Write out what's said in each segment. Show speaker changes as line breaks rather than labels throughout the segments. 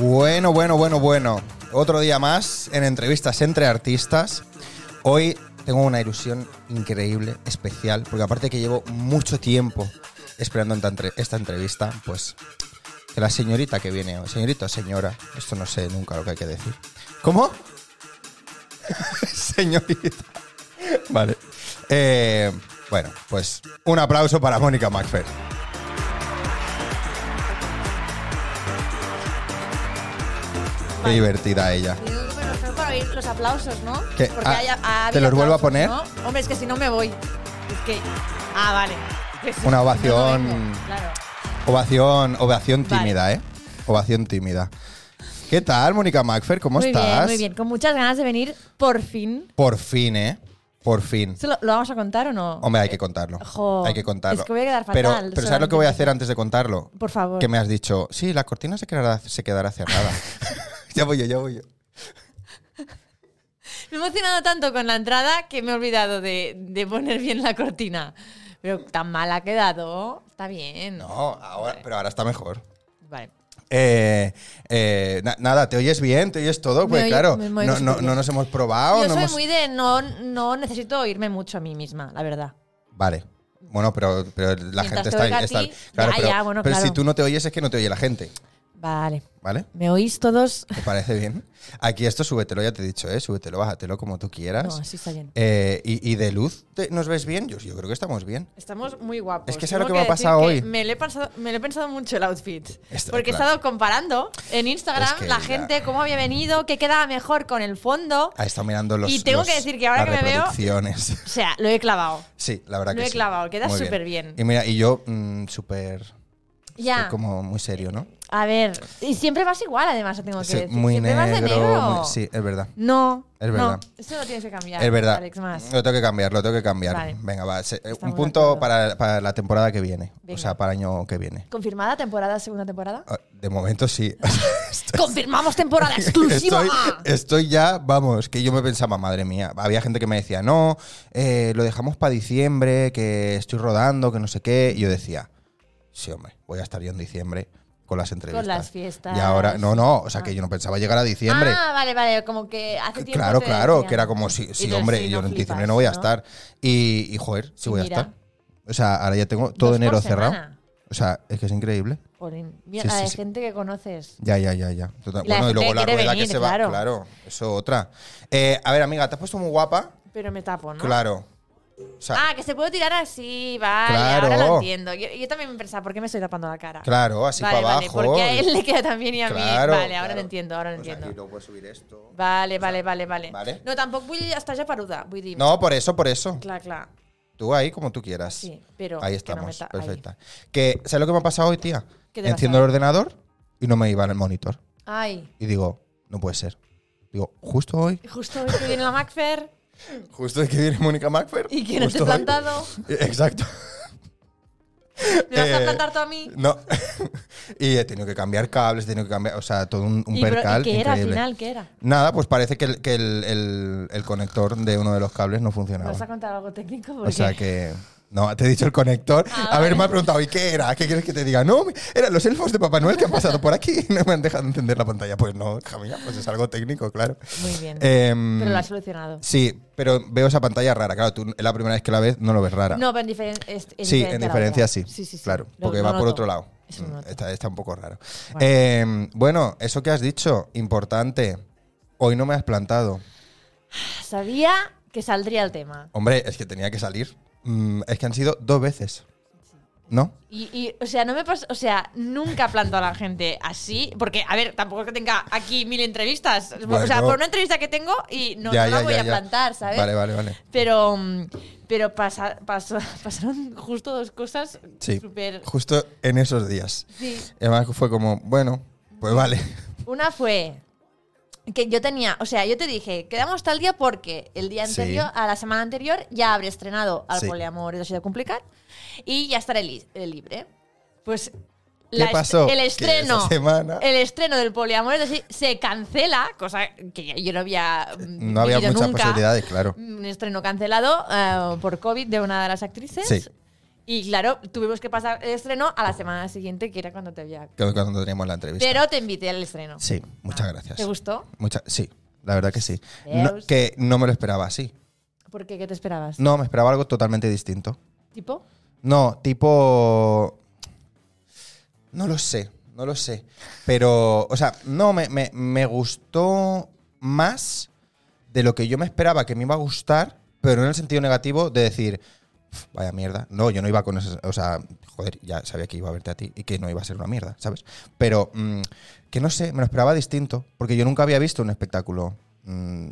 Bueno, bueno, bueno, bueno. Otro día más en entrevistas entre artistas. Hoy tengo una ilusión increíble, especial, porque aparte que llevo mucho tiempo esperando esta entre- esta entrevista, pues que la señorita que viene, hoy- señorita o señora, esto no sé nunca lo que hay que decir. ¿Cómo? señorita. Vale. Eh, bueno, pues un aplauso para Mónica McFerrin. Qué
Vale.
divertida ella.
Yo creo que nos tenemos para oír los aplausos, ¿no?
¿Qué?
Porque
Ah,
haya- ha
¿te
habido
los vuelvo a poner?
aplausos, ¿no? Hombre, es que si no me voy. Es que. Ah, vale. Que si
Una
no, no
ovación.
vengo, claro.
Ovación, ovación
Vale.
tímida, ¿eh? Ovación tímida. ¿Qué tal, Mónica McFer? ¿Cómo
muy
estás?
bien, muy bien. Con muchas ganas de venir, por fin.
Por fin, ¿eh? Por fin.
¿Esto ¿Lo, lo vamos a contar o no?
Hombre, hay que contarlo.
Jo,
hay que contarlo.
es que voy a quedar
pero,
fatal,
pero ¿sabes lo que voy a hacer
solamente.
antes de contarlo?
Por favor.
Que me has dicho, sí, la cortina se quedará, se quedará cerrada. ya voy yo, ya voy yo.
Me he emocionado tanto con la entrada que me he olvidado de, de poner bien la cortina. Pero tan mal ha quedado. Está bien.
No, ahora, pero ahora está mejor.
Vale.
Eh, eh, na- nada, ¿te oyes bien? ¿Te oyes todo?
Me
Pues
oye-
claro,
me- me
no,
oigo
no-
súper
no
bien.
nos hemos probado.
Yo
no
soy
Ah, hemos-
muy de no, no necesito oírme mucho a mí misma, la verdad.
Vale. Bueno, pero, pero la
Mientras
gente
te
está,
oiga a
está-
ti,
claro,
ya,
pero,
ya, bueno,
pero
claro.
si tú no te oyes es que no te oye la gente,
Vale.
¿vale?
¿Me oís todos?
¿Te parece bien? Aquí esto súbetelo, ya te he dicho, ¿eh? Súbetelo, bájatelo como tú quieras.
No, así está bien.
Eh, y, y de luz, ¿te- ¿nos ves bien? Yo, yo creo que estamos bien.
Estamos muy guapos.
Es que ¿sabes lo
Tengo
que me ha
decir
pasado
que
hoy?
Me lo, he pasado- me lo he pensado mucho el outfit.
Está
porque
claro.
he estado comparando en Instagram
Es que
la
ya-
gente, cómo había venido, qué quedaba mejor con el fondo.
Ha estado mirando los
Y tengo
los-
que decir que ahora
las
que me veo-
reproducciones.
O sea, lo he clavado.
Sí, la verdad
Lo
que
he
sí.
clavado, queda
Muy
superbién.
Y mira, y yo mm, súper...
Ya.
Como muy serio, ¿no?
A ver. Y siempre vas igual, además, lo tengo que
Sí,
decir.
muy
siempre
negro.
vas de negro.
muy- sí, es verdad.
No.
Es
no,
verdad.
Eso lo tienes que cambiar.
Es verdad.
Alex, más.
Lo tengo que cambiar, lo tengo que cambiar.
Vale.
Venga, va. se- eh, un
Estamos de
punto
acuerdo.
para, para la temporada que viene. O
Venga.
sea, para el año que viene.
¿Confirmada temporada, segunda temporada?
Ah, De momento sí.
¡Confirmamos temporada exclusiva!
Estoy, estoy ya, vamos, que yo me pensaba, madre mía, había gente que me decía, no, eh, lo dejamos para diciembre, que estoy rodando, que no sé qué. Y yo decía, sí, hombre, voy a estar yo en diciembre con las entrevistas.
las fiestas.
Y ahora, no, no, o sea, que yo no pensaba llegar a diciembre.
Ah, vale, vale. Como que hace este tiempo.
Claro,
te
claro,
decían.
que era como si,
Y
sí,
tú,
hombre,
sí,
yo en
flipas,
diciembre no voy a estar. Y, y, joder, sí
Y
voy
mira.
a estar. O sea, ahora ya tengo todo
Dos
enero
por
cerrado.
semana.
O sea, es que es increíble.
Jolín, mira
Sí,
la
sí,
de
sí.
gente que conoces.
Ya, ya, ya, ya. Total-
Y la
Bueno, y
gente
luego
que
la
quiere
rueda
venir,
que se va.
claro.
Claro, eso otra. Eh, a ver, amiga, te has puesto muy guapa.
Pero me tapo, ¿no?
Claro. O sea,
Ah, que se puede tirar así, vale.
Claro.
Ahora lo entiendo. Yo, yo también me pensaba, ¿por qué me estoy tapando la cara?
claro, así
Ah. vale,
para
vale,
abajo.
porque a él le queda también y a mí.
Claro,
vale, ahora
claro.
lo entiendo, ahora lo
Pues
entiendo.
aquí luego puedes subir esto.
Vale, vale, vale, vale.
Vale.
No, tampoco voy a estar ya paruda, voy a decir,
No, por eso, por eso.
Claro, claro.
Tú ahí como tú quieras.
Sí, pero
ahí
que no me
estamos,
ta- ahí.
perfecta. Que, ¿Sabes lo que me ha pasado hoy, tía?
¿Qué te ha
Enciendo el ordenador y no me iba en el monitor.
Ay,
Y digo, no puede ser. Digo, justo hoy.
justo hoy que viene la Macfer
Justo hoy que viene Mónica Macfer.
y que no te he
justo hoy.
plantado.
Exacto.
¿Me vas a
Eh,
plantar tú a mí?
No. y he tenido que cambiar cables, he tenido que cambiar. O sea, todo un, un
¿Y, pero-
percal.
¿y qué era al
increíble.
final? ¿Qué era?
Nada, pues parece que, el, que el, el- el conector de uno de los cables no funcionaba.
¿Vas a contar algo técnico?
O sea
Porque-
que. No, te he dicho el conector.
Ah,
a ver,
vale.
me ha preguntado, ¿y qué era? ¿Qué quieres que te diga? No, eran los elfos de Papá Noel que han pasado por aquí y no me han dejado encender la pantalla. Pues no, hija mía, pues es algo técnico, claro.
Muy bien.
Em,
Pero lo has solucionado.
Sí, pero veo esa pantalla rara. Claro, tú es la primera vez que la ves, no lo ves rara.
No, pero en diferencia. Es, es
sí,
diferente
en
a la
diferencia
otra.
sí.
Sí, sí, sí.
Claro,
Lo-
porque
lo
va por
noto.
otro lado.
Eso lo
Mm,
noto.
está, está un poco raro.
Bueno.
Eh, bueno, eso que has dicho, importante. Hoy no me has plantado.
Sabía que saldría el tema.
Hombre, es que tenía que salir. Mm, es que han sido dos veces. ¿No?
Y, y, o sea, no me pas- o sea, nunca planto a la gente así, porque, a ver, tampoco es que tenga aquí mil entrevistas. O sea,
Bueno.
por una entrevista que tengo y no,
Ya,
no la
ya,
voy
ya,
a
ya.
plantar, ¿sabes?
Vale, vale, vale.
Pero, mm, pero pasa- pasó- pasaron justo dos cosas
Sí.
súper.
Justo en esos días.
Sí.
Además fue como, bueno, pues vale.
Una fue que yo tenía, o sea, yo te dije, quedamos tal día porque el día
Sí.
anterior, a la semana anterior, ya habré estrenado al
Sí.
poliamor y la ciudad complicar y ya estaré li- eh, libre. Pues
¿Qué
la est-
pasó?
el
Que
estreno. Eh,
esa semana-
El estreno del poliamor es decir, se cancela, cosa que yo no había. mm,
No había
vivido
muchas
nunca.
posibilidades, claro.
Un estreno cancelado eh, por COVID de una de las actrices.
Sí.
Y claro, tuvimos que pasar el estreno a la semana siguiente, que era cuando te había.
que cuando teníamos la entrevista.
Pero te invité al estreno.
sí, muchas
Ah,
gracias.
¿Te gustó?
Mucha- sí, la verdad que sí. No-
Deus.
que no me lo esperaba así.
¿Por qué? ¿Qué te esperabas?
No, me esperaba algo totalmente distinto.
¿Tipo?
No, tipo. No lo sé, no lo sé. Pero, o sea, no, me, me- me gustó más de lo que yo me esperaba que me iba a gustar, pero no en el sentido negativo de decir, "Pf, vaya mierda. No, yo no iba con eso. O sea, joder, ya sabía que iba a verte a ti y que no iba a ser una mierda, ¿sabes? Pero, mm, que no sé, me lo esperaba distinto, porque yo nunca había visto un espectáculo. mm,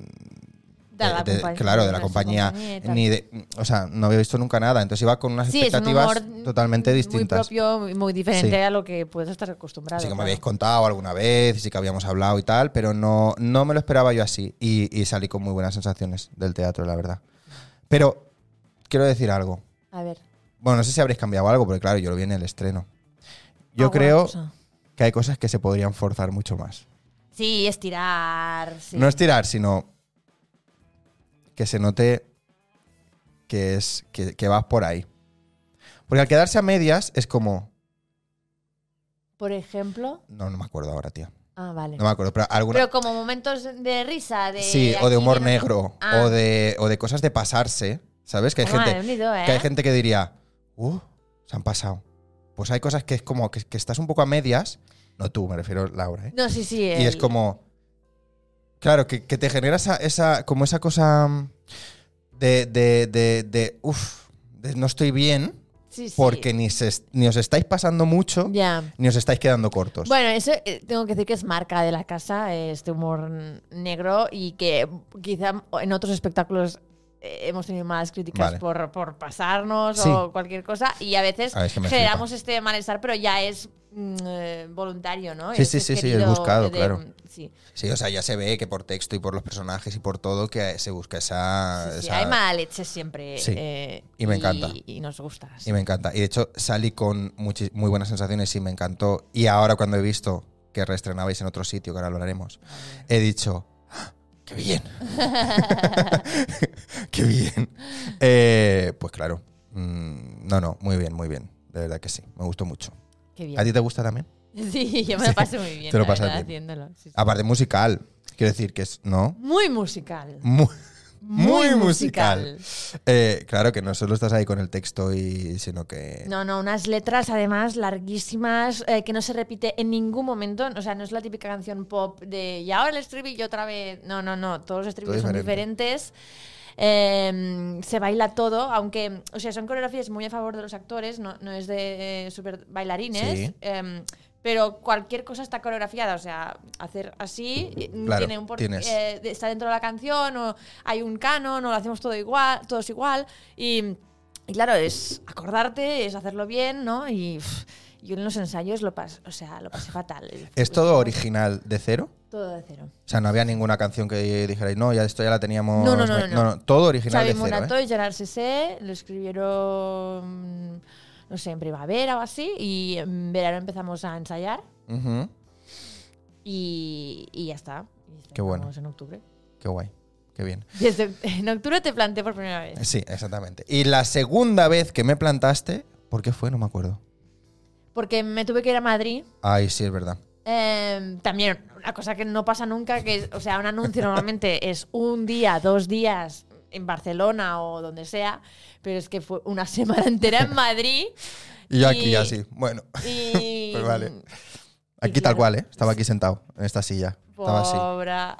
De la
Eh, de- de-
compañía,
claro, de la
su
compañía.
compañía y tal.
ni de, o sea, no había visto nunca nada. Entonces iba con unas
Sí, es un
expectativas
humor
totalmente distintas.
Muy propio, muy- muy diferente
Sí.
a lo que puedes estar acostumbrado.
Así que me
claro.
habéis contado alguna vez, sí que habíamos hablado y tal, pero no, no me lo esperaba yo así. Y, y salí con muy buenas sensaciones del teatro, la verdad. Pero quiero decir algo.
A ver.
Bueno, no sé si habréis cambiado algo, porque claro, yo lo vi en el estreno. Yo
alguna
creo
cosa.
que hay cosas que se podrían forzar mucho más.
Sí, estirar. sí.
No estirar, sino que se note que, es, que, que vas por ahí. Porque al quedarse a medias es como...
Por ejemplo.
No, no me acuerdo ahora, tía.
Ah, vale.
No me acuerdo, pero alguna...
Pero como momentos de risa, de.
sí, o de humor
aquí,
negro,
Ah.
o, de, o de cosas de pasarse, ¿sabes? Que hay,
Madre,
gente,
unido, ¿eh?
que, hay gente que diría, uh, se han pasado. Pues hay cosas que es como que, que estás un poco a medias, no tú, me refiero Laura, ¿eh?
No, sí, sí.
Y
el-
es como. Claro, que, que te genera esa, esa- como esa cosa mm, de. de, de, de, uf, de no estoy bien,
Sí, sí.
porque ni, se est- ni os estáis pasando mucho,
Ya.
ni os estáis quedando cortos.
Bueno, eso eh, tengo que decir que es marca de la casa, eh, este humor mm, negro, y que quizá en otros espectáculos eh, hemos tenido malas críticas
Vale.
por, por pasarnos
Sí.
o cualquier cosa, y a veces
Ah, es que me
generamos este malestar, pero ya es mm, eh, voluntario, ¿no?
Sí,
Es-
sí,
es
sí, sí, es
querido
buscado,
de- mm,
claro.
Sí,
Sí, o sea, ya se ve que por texto y por los personajes y por todo que se busca esa.
sí, sí,
Ah, esa-
hay mala leche siempre.
Sí.
eh,
Y me encanta.
Y nos gusta. sí.
Y me encanta. Y de hecho salí con muchi- muy buenas sensaciones y me encantó. Y ahora cuando he visto que reestrenabais en otro sitio, que ahora lo haremos, he dicho, "Ah, ¡qué bien! ¡Qué bien! Eh, pues claro. Mm, no, no, muy bien, muy bien. De verdad que sí, me gustó mucho.
Qué
¿A
bien.
ti te gusta también?
Sí, yo me lo paso muy bien.
te lo
la
pasas
verdad,
bien.
haciéndolo, sí, sí.
Aparte musical, quiero decir que es, ¿no?
Muy musical.
Muy, muy
Muy
musical.
musical.
Eh, claro que no solo estás ahí con el texto y sino que...
No, no, unas letras además larguísimas eh, que no se repite en ningún momento. O sea, no es la típica canción pop de y ahora el estribillo otra vez. No, no, no. Todos los estribillos son
diferente.
diferentes. Eh, se baila todo, aunque, o sea, son coreografías muy a favor de los actores, no, no es de eh, super bailarines.
Sí.
eh, pero cualquier cosa está coreografiada, o sea, hacer así eh,
Claro,
tiene un por-
tienes.
eh, de- está dentro de la canción o hay un canon o lo hacemos todo igual, todos igual y, y claro, es acordarte, es hacerlo bien, ¿no? Y pff, yo en los ensayos lo pas, o sea, lo pasé fatal.
¿Es todo original de cero?
Todo de cero.
O sea, no había ninguna canción que dijerais, no, ya esto ya la teníamos.
No, no, no,
me-
no, no.
todo original
Xavi
de cero.
Monato
¿eh?
y Gerard Sese lo escribieron, no sé, en primavera o así, y en verano empezamos a ensayar
Ujú,
y, y ya está. Y
Qué bueno.
estrenamos En octubre.
Qué guay, qué bien.
Desde, en octubre te planté por primera vez.
Sí, exactamente. Y la segunda vez que me plantaste, ¿por qué fue? No me acuerdo.
Porque me tuve que ir a Madrid
Ay, sí, es verdad.
Eh, también una cosa que no pasa nunca, que es, o sea, un anuncio normalmente es un día, dos días en Barcelona o donde sea, pero es que fue una semana entera en Madrid.
Y yo aquí
Y-
así, bueno,
Y
Pues vale. aquí
claro.
tal cual, ¿eh? Estaba aquí sentado, en esta silla. Estaba así.
Pobra.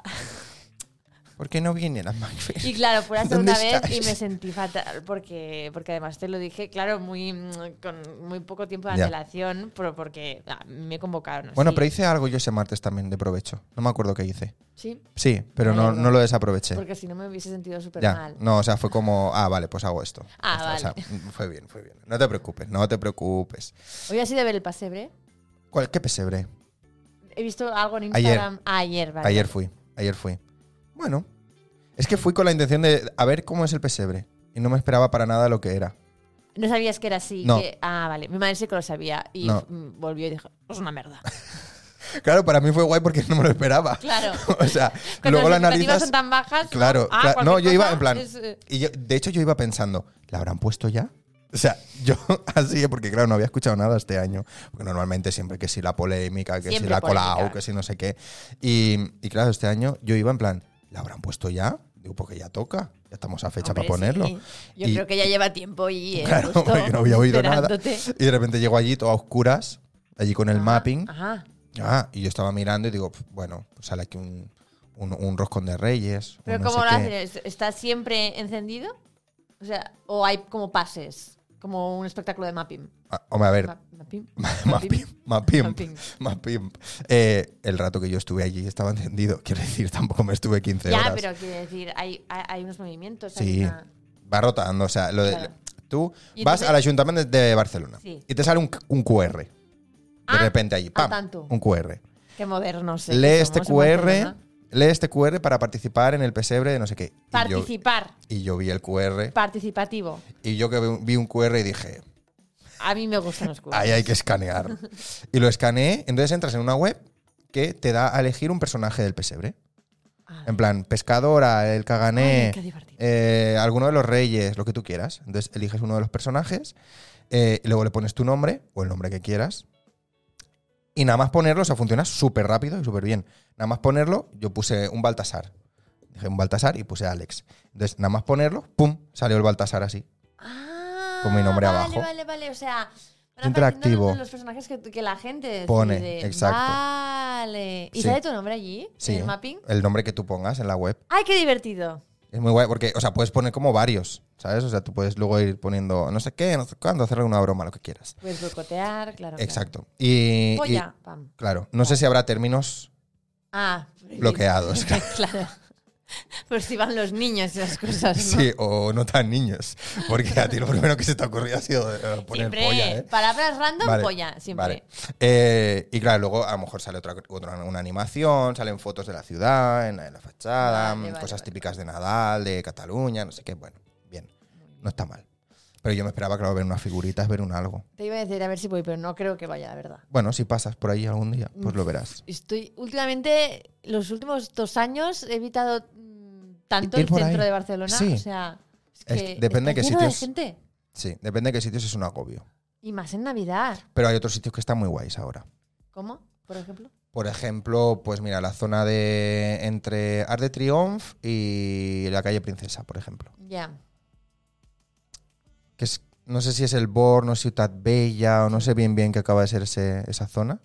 ¿Por qué no vienen a McFair?
Y claro, fue la
¿Dónde
segunda vez y
estáis?
me sentí fatal, porque, porque además te lo dije, claro, muy mm, con muy poco tiempo de
Ya.
antelación, pero porque ah, me convocaron.
Bueno,
así.
pero hice algo yo ese martes también de provecho. No me acuerdo qué hice.
Sí,
Sí, pero no,
Vale,
no lo desaproveché.
porque si no me hubiese sentido súper
Ya,
mal.
No, o sea, fue como, ah, vale, pues hago esto.
Ah,
Ya está, o sea, mm, fue bien, fue bien. No te preocupes, no te preocupes.
Hoy ha sido ver el pasebre.
¿Cuál, ¿Qué pesebre?
He visto algo en
Ayer.
Instagram Ah, ayer, vale.
Ayer fui, ayer fui. Bueno, es que fui con la intención de a ver cómo es el pesebre. Y no me esperaba para nada lo que era.
No sabías que era así.
No.
que- ah, vale. Mi madre sí que lo sabía y
No.
mm, volvió y dijo, es una mierda.
Claro, para mí fue guay porque no me lo esperaba.
Claro.
o sea,
Cuando
luego lo
las
analizas.
expectativas son tan bajas.
Claro,
ah,
cla- no,
cualquier
yo iba
cosa
en plan.
es, eh,
Y yo- de hecho, yo iba pensando, ¿la habrán puesto ya? O sea, yo así, porque claro, no había escuchado nada este año. Porque normalmente siempre que si la polémica, que si
Siempre
la colao,
polémica.
que si no sé qué. Y, y claro, este año yo iba en plan, ¿la habrán puesto ya? Digo, porque ya toca, ya estamos a fecha
Hombre,
para ponerlo.
sí. Yo
Y-
creo que ya lleva tiempo y eh,
Claro,
justo
porque no había oído nada.
esperándote.
Y de repente llego allí, todo a oscuras, allí con el
Ajá,
mapping.
ajá.
Ah, y yo estaba mirando y digo, "Pf, bueno, pues sale aquí un, un, un roscón de reyes. un
Pero
no
¿cómo
sé
lo
qué.
hacen? ¿Es- ¿Está siempre encendido? O sea, o hay como pases, como un espectáculo de mapping.
Ah, hombre, a ver,
Ma- mapping.
más pimp, más pimp,
Mapping.
más pimp. Eh, el rato que yo estuve allí estaba encendido. Quiero decir, tampoco me estuve 15
Ya,
horas.
pero quiero decir, hay, hay, hay unos movimientos. hay
sí,
una-
va rotando. O sea, lo de-
Claro.
tú
Y
vas
entonces-
al ayuntamiento de, de Barcelona
Sí.
y te sale un, un QR. De
Ah,
repente allí,
al
¡pam!
tanto.
Un QR.
Qué modernos. eh,
lee
que
este
somos en
QR,
Barcelona.
lee este QR para participar en el pesebre de no sé qué. Y yo-
Participar,
Y yo, vi el QR
participativo.
y yo que vi un- vi un QR y dije,
A mí me gustan los QR.
ahí hay que escanear. y lo escaneé, entonces entras en una web que te da a elegir un personaje del pesebre.
Ah,
En plan, pescadora, el cagané,
Ay, qué divertido.
eh, alguno de los reyes, lo que tú quieras. Entonces eliges uno de los personajes, eh, y luego le pones tu nombre o el nombre que quieras. Y nada más ponerlo, o sea, funciona súper rápido y súper bien. Nada más ponerlo, yo puse un Baltasar. Dije un Baltasar y puse Alex. Entonces, nada más ponerlo, ¡pum! Salió el Baltasar así.
Ah,
con mi nombre
vale,
abajo.
Vale, vale, o sea. van
Interactivo.
apareciendo Los personajes que, que la gente decide.
Pone, exacto.
Vale. ¿Y
Sí.
sale tu nombre allí?
Sí.
¿En el mapping?
El nombre que tú pongas en la web.
¡Ay, qué divertido!
Es muy guay porque, o sea, puedes poner como varios, ¿sabes? O sea, tú puedes luego ir poniendo no sé qué, no sé cuándo, hacerle una broma, lo que quieras.
Puedes boicotear, claro. claro.
Exacto. Y, y-
Polla, pam.
claro, no sé si habrá términos
Ah,
bloqueados.
claro. Pues si van los niños y las cosas. ¿no?
Sí, o no tan niños. Porque a ti lo primero que se te ha ocurrido ha sido eh, poner
Siempre.
polla, ¿eh?
Palabras random,
Vale,
polla, siempre.
vale. Eh, y claro, luego a lo mejor sale otra, otra- una animación, salen fotos de la ciudad, en la, en la fachada, mm,
Vale, vale,
cosas
vale.
típicas de Nadal, de Cataluña, no sé qué. Bueno, bien, no está mal. Pero yo me esperaba, claro, ver unas figuritas, ver un algo.
Te iba a decir a ver si voy, pero no creo que vaya, la verdad.
Bueno, si pasas por ahí algún día, pues lo verás.
Estoy últimamente, los últimos dos años, he evitado mm, tanto
Ir
el
por
centro
ahí.
de Barcelona.
Sí.
O sea, es
Es
que
que depende de qué
está lleno de
sitios.
gente.
Sí, depende de qué sitios es un agobio.
Y más en Navidad.
Pero hay otros sitios que están muy guays ahora.
¿Cómo? Por ejemplo.
Por ejemplo, pues mira, la zona de entre Arc de Triomphe y la calle Princesa, por ejemplo.
Ya.
Que es, no sé si es el Borno, Ciutat Bella o no sé bien bien qué acaba de ser ese- esa zona.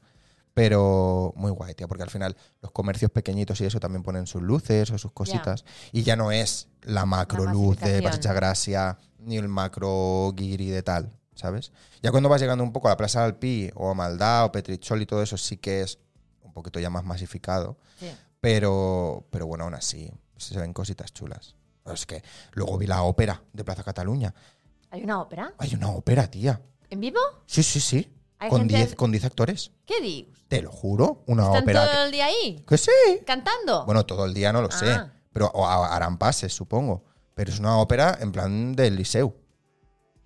Pero muy guay, tío, porque al final los comercios pequeñitos y eso también ponen sus luces o sus cositas. Y ya no es la macro luz de
masificación.
Pachacha Gracia ni el macro guiri de tal, ¿sabes? Ya cuando vas llegando un poco a la Plaza Alpí o a Maldá o Petrichol y todo eso, sí que es un poquito ya más masificado.
Sí.
Pero, pero bueno, aún así, pues, se ven cositas chulas. Pero es que luego vi la ópera de Plaza Cataluña.
¿Hay una ópera?
Hay una ópera, tía.
¿En vivo?
Sí, sí, sí.
Hay
Con
gente-
10 con 10 actores.
¿Qué dices?
Te lo juro. Una
¿Están
ópera.
todo el día ahí?
Que, que sí.
¿Cantando?
Bueno, todo el día no lo sé.
Ah.
Pero o ha- harán pases, supongo. Pero es una ópera en plan del liceu.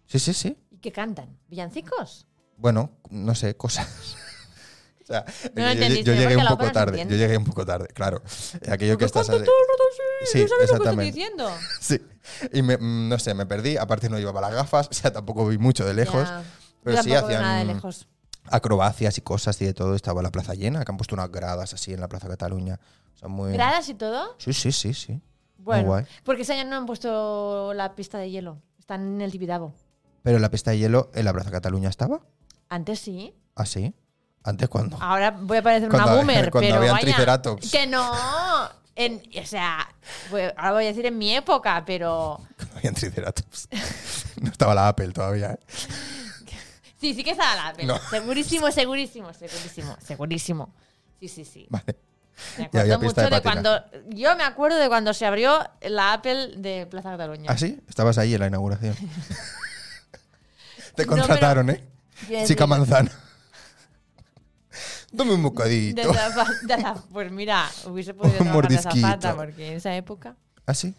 Sí, sí, sí.
¿Y qué cantan? ¿Villancicos?
Bueno, no sé, cosas. O sea,
No lo
yo- yo- yo,
entendiste,
llegué
porque
un
la
poco
ópera se
tarde. Yo
entiende.
llegué un poco tarde, claro. Aquello que estás.
¿Cuánto
ale-
turno?
Sí,
no sabes lo que estoy
exactamente.
diciendo.
Sí. Y me- mm, no sé, me perdí. Aparte no llevaba las gafas, o sea, tampoco vi mucho de lejos.
Ya.
Pero
Yo
sí
tampoco veo
hacían
nada de lejos.
acrobacias y cosas y de todo. Estaba la plaza llena, que han puesto unas gradas así en la Plaza Cataluña. O sea, muy...
¿Gradas y todo?
Sí, sí, sí, sí. guay.
Bueno, porque ese año no han puesto la pista de hielo. Están en el Tibidabo.
Pero la pista de hielo en la Plaza Cataluña estaba
Antes sí.
así. ¿Antes cuando
Ahora voy a parecer
Cuando-
una boomer,
cuando
pero
habían
vaya,
triceratops.
Que no. En- o sea, voy- ahora voy a decir en mi época, pero
Cuando habían triceratops. no estaba la Apple todavía. ¿eh?
sí, sí que estaba la pena.
No.
Segurísimo, segurísimo, segurísimo, segurísimo. Sí, sí, sí.
Vale.
Me
Y había
acuerdo mucho
pista de
de cuando
patinaje.
yo me acuerdo de cuando se abrió la Apple de Plaza Cataluña.
¿Ah, sí? Estabas ahí en la inauguración. Te
No, pero-
contrataron, ¿eh?
Quiero
Chica
decir,
manzana. Dame un
de
bocadito.
zapa- de zapa- pues mira, hubiese podido
Un
trabajar de
mordisquito.
zapata porque en esa época
¿Ah, sí?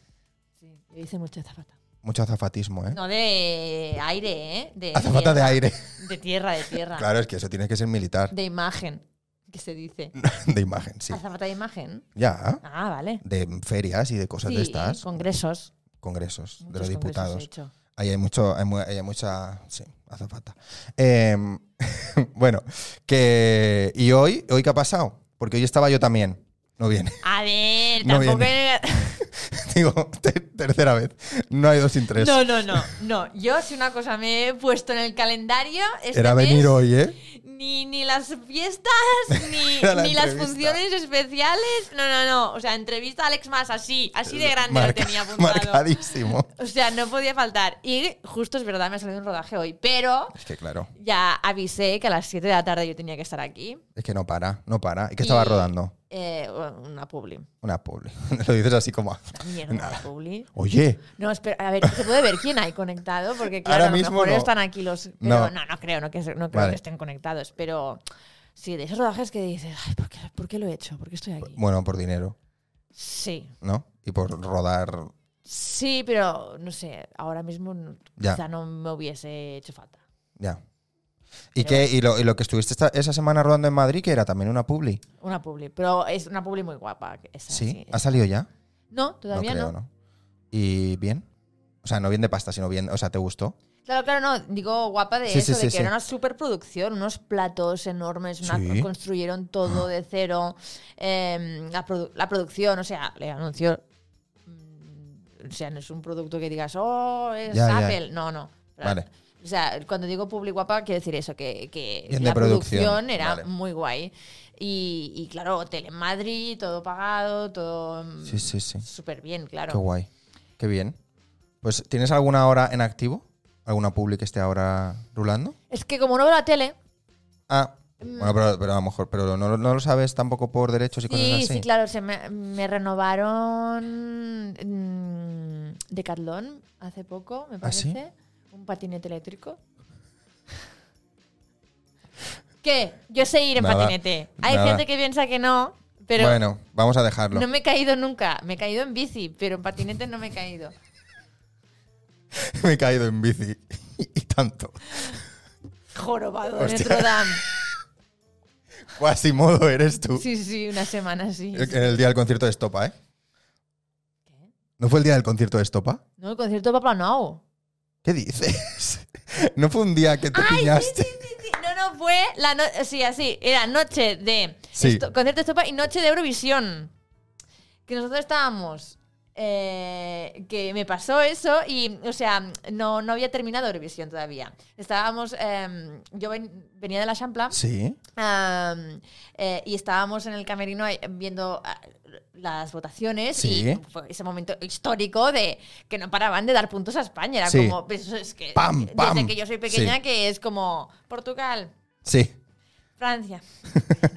sí, yo hice mucho de zapata.
Mucho azafatismo, ¿eh?
No de aire, ¿eh? De
Azafata de
tierra.
aire.
De tierra, de tierra.
Claro, es que eso tiene que ser militar.
De imagen, que se dice.
De imagen, sí.
Azafata de imagen.
Ya.
Ah, vale.
De ferias y de cosas
Sí,
de estas.
congresos.
Congresos de
Muchos
los
congresos he
diputados.
hecho.
Ahí hay mucho, hay, mu- ahí hay mucha, sí, hace falta. Eh, bueno, que y hoy, hoy qué ha pasado? Porque hoy estaba yo también. No viene.
A ver,
No
tampoco.
Digo, te- tercera vez. No hay dos sin tres.
No, no, no, no. Yo si una cosa me he puesto en el calendario este
Era
mes,
venir hoy, ¿eh?
Ni, ni las fiestas, ni,
Era la
ni las
entrevista.
funciones especiales. No, no, no. O sea, entrevista a Alex Mas así, así de grande
Marca-
lo tenía apuntado.
marcadísimo.
O sea, no podía faltar. Y justo es verdad, me ha salido un rodaje hoy. Pero
Es que claro,
ya avisé que a las 7 de la tarde yo tenía que estar aquí.
es que no para, no para. ¿Y que estaba
Y-
rodando?
Eh, una publi.
Una publi. Lo dices así como.
Mierda,
Nada.
una publi.
Oye,
No, espera, a ver, ¿se puede ver quién hay conectado? Porque
Ahora
claro, a lo
mismo
mejor
no.
están aquí los...
No.
Pero no, no, creo, no, que, se- no creo
Vale.
que estén conectados. Pero sí, de esos rodajes que dices, ay, ¿por qué, por qué lo he hecho? ¿Por qué estoy aquí?
bueno, por dinero,
Sí,
¿no? Y por rodar.
sí, pero no sé, ahora mismo no-
Ya.
quizá no me hubiese hecho falta.
Ya. ¿Y,
Pero
qué, y, lo, y lo que estuviste esta- esa semana rodando en Madrid, que era también una publi.
Una publi, pero es una publi muy guapa. Esa,
¿Sí?
sí.
¿Ha salido ya?
No, todavía
no
no.
creo, no. ¿Y bien? O sea, no bien de pasta, sino bien. O sea, ¿te gustó?
Claro, claro, no. Digo guapa de
Sí,
eso,
sí, sí,
de que
sí.
era una superproducción, unos platos enormes, una-
Sí.
construyeron todo de cero. eh, la, produ- la producción, o sea, le anunció. mm, O sea, no es un producto que digas, oh, es
Ya, ya.
Apple. No, no.
Vale.
O sea, cuando digo public guapa, quiero decir eso, que, que
Bien de
la producción,
producción,
era
vale.
muy guay. Y, y claro, hotel en Madrid, todo pagado, todo mm,
Sí, sí, sí.
súper bien, claro.
Qué guay. Qué bien. Pues, ¿tienes alguna hora en activo? ¿Alguna publi que esté ahora rulando?
Es que como no veo la tele,
Ah,
Mm.
bueno, pero, pero a lo mejor, pero no, lo- no lo sabes tampoco por derechos y cosas
Sí,
así.
sí, claro, se me, me renovaron mm, Decathlon hace poco, me
¿Ah, sí?
parece. Un patinete eléctrico. ¿Qué? Yo sé ir en
Nada,
patinete. Hay
nada.
gente que piensa que no, pero
Bueno, vamos a dejarlo.
no me he caído nunca. Me he caído en bici, pero en patinete no me he caído.
me he caído en bici. y tanto.
Jorobado
Hostia.
en Notre Dame.
Cuasi modo eres tú.
Sí, sí, una semana así.
En el día del concierto de Estopa, ¿eh?
¿Qué?
¿No fue el día del concierto de Estopa?
No, el concierto de Papá Noel.
¿Qué dices? ¿No fue un día que te piñaste?
Sí, sí, No, no, fue la no sí, así, era noche de
Sí.
esto- concierto de estopa y noche de Eurovisión. Que nosotros estábamos. eh, que me pasó eso y, o sea, no, no había terminado Eurovisión todavía. Estábamos, em, yo ven- venía de la Champla
Sí.
Am, eh, y estábamos en el camerino eh, viendo ah, las votaciones
Sí.
y fue ese momento histórico de que no paraban de dar puntos a España. Era
Sí.
como, pues, es que
Pam, pam.
desde que yo soy pequeña
Sí.
que es como Portugal,
Sí.
Francia.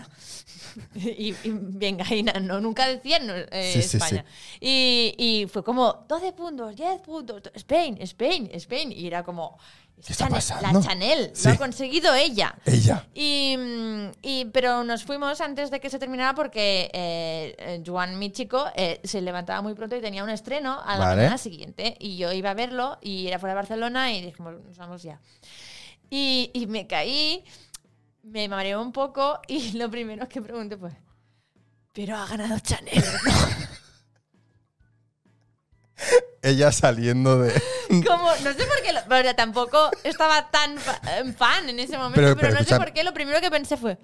y, y venga, y na- no, nunca decían no, eh,
Sí, sí,
España. Y, y fue como 12 puntos, 10 puntos, Spain, Spain, Spain. Y era como...
¿Qué está
Chanel,
pasando?
La Chanel,
Sí.
lo ha conseguido ella.
Ella.
Y, mm, y- pero nos fuimos antes de que se terminara porque eh, eh, Juan, mi chico, eh, se levantaba muy pronto y tenía un estreno a la
Vale.
mañana siguiente. Y yo iba a verlo y era fuera de Barcelona y dijimos, nos vamos ya. Y, y me caí, me mareó un poco y lo primero que pregunté fue, pero ha ganado Chanel.
Ella saliendo de.
Como, no sé por qué, lo- pero tampoco estaba tan fa- en fan en ese momento,
Pero-
pero,
pero
no
escucha-
sé por qué, lo primero que pensé fue,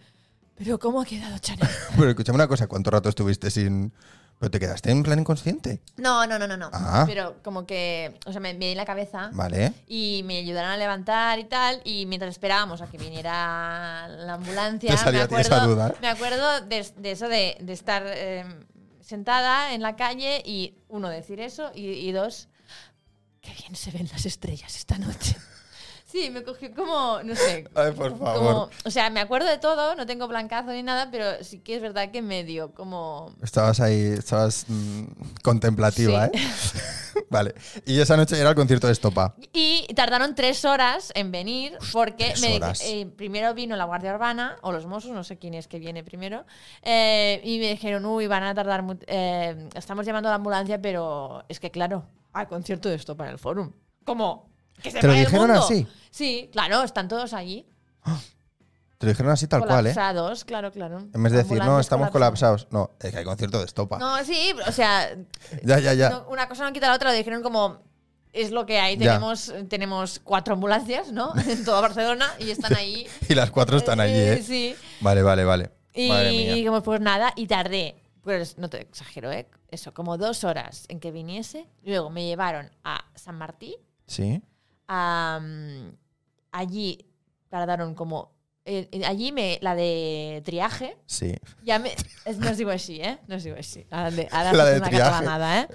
pero ¿cómo ha quedado Chanel?
Pero escúchame una cosa, ¿cuánto rato estuviste sin. Pero te quedaste en plan inconsciente?
No, no, no, no, no.
Ah.
Pero como que, o sea, me, me di en la cabeza
Vale.
y me ayudaron a levantar y tal. Y mientras esperábamos a que viniera la ambulancia,
Te salía
me
a ti esa
acuerdo,
duda. ¿eh?
Me acuerdo de, de eso de, de estar eh, sentada en la calle y, uno, decir eso y, y dos, qué bien se ven las estrellas esta noche. Sí, me cogió como, no sé,
Ay, por favor.
como, o sea, me acuerdo de todo, no tengo blancazo ni nada, pero sí que es verdad que me dio como
Estabas ahí, estabas mm, contemplativa, ¿eh? vale. Y esa noche era el concierto de Estopa.
Y tardaron tres horas en venir porque
tres
me-
horas.
eh, primero vino la Guardia Urbana o los Mossos, no sé quién es que viene primero, eh, y me dijeron, uy, van a tardar, mu- eh, estamos llamando a la ambulancia, pero es que claro, hay concierto de esto para el Fórum. ¿Cómo? ¿Que se
¿Te lo
pare el
dijeron
mundo?
así?
Sí, claro, están todos allí,
Te lo dijeron así tal cual, ¿eh?
colapsados, claro, claro.
En vez de decir, no,
Ambulancias
estamos colapsados. No, es que hay concierto de Estopa.
No, sí, o sea,
ya, ya, ya.
no, una cosa no quita la otra, lo dijeron como es lo que hay.
Ya.
Tenemos, tenemos cuatro ambulancias, ¿no? En toda Barcelona y están ahí.
Y las cuatro están allí,
Sí,
¿eh?
Sí.
Vale, vale, vale. Madre
Y
mía.
como pues nada, y tardé, pues no te exagero, ¿eh? Eso, como dos horas en que viniese. Luego me llevaron a San Martín,
¿Sí?
a, mm, allí tardaron como... eh, eh, allí me, la de triaje,
Sí.
ya me... es- no os digo así, ¿eh? No os digo así. Ahora, de, ahora
La de
hacemos una
triaje.
catalanada, ¿eh?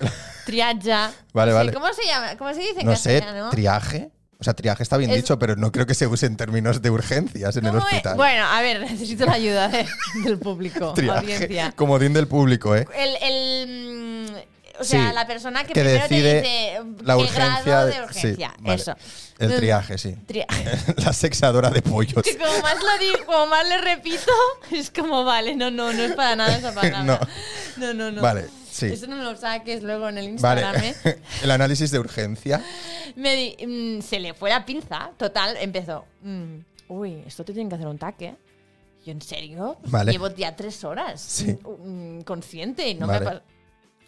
Triatja.
Vale,
Sí,
vale.
¿Cómo se llama? ¿Cómo se dice en
No sé,
castellano?
triaje. O sea, triaje está bien
Es-
dicho, pero no creo que se use en términos de urgencias en el
¿Cómo es?
hospital.
Bueno, a ver, necesito la ayuda de- del público, audiencia.
triaje. Comodín del público, ¿eh?
El, el, mm, o sea,
Sí,
la persona que,
que
primero
decide
te dice
La
qué
urgencia.
grado de
sí,
urgencia.
vale.
Eso.
El
Mm,
triaje, sí.
Tri-
La sexadora de pollos.
que como más lo digo, como más le repito, es como vale, no, no, no es para nada esa palabra.
No.
No, no, no.
Vale, sí.
Eso no me lo saques luego en el
Vale.
Instagram. ¿eh?
el análisis de urgencia.
Me di- mm, se le fue la pinza, total, empezó. mm, uy, esto te tienen que hacer un taque. Yo, ¿en serio?
Vale.
Llevo ya tres horas
Sí.
mm, mm, consciente y no
Vale.
me ha pas-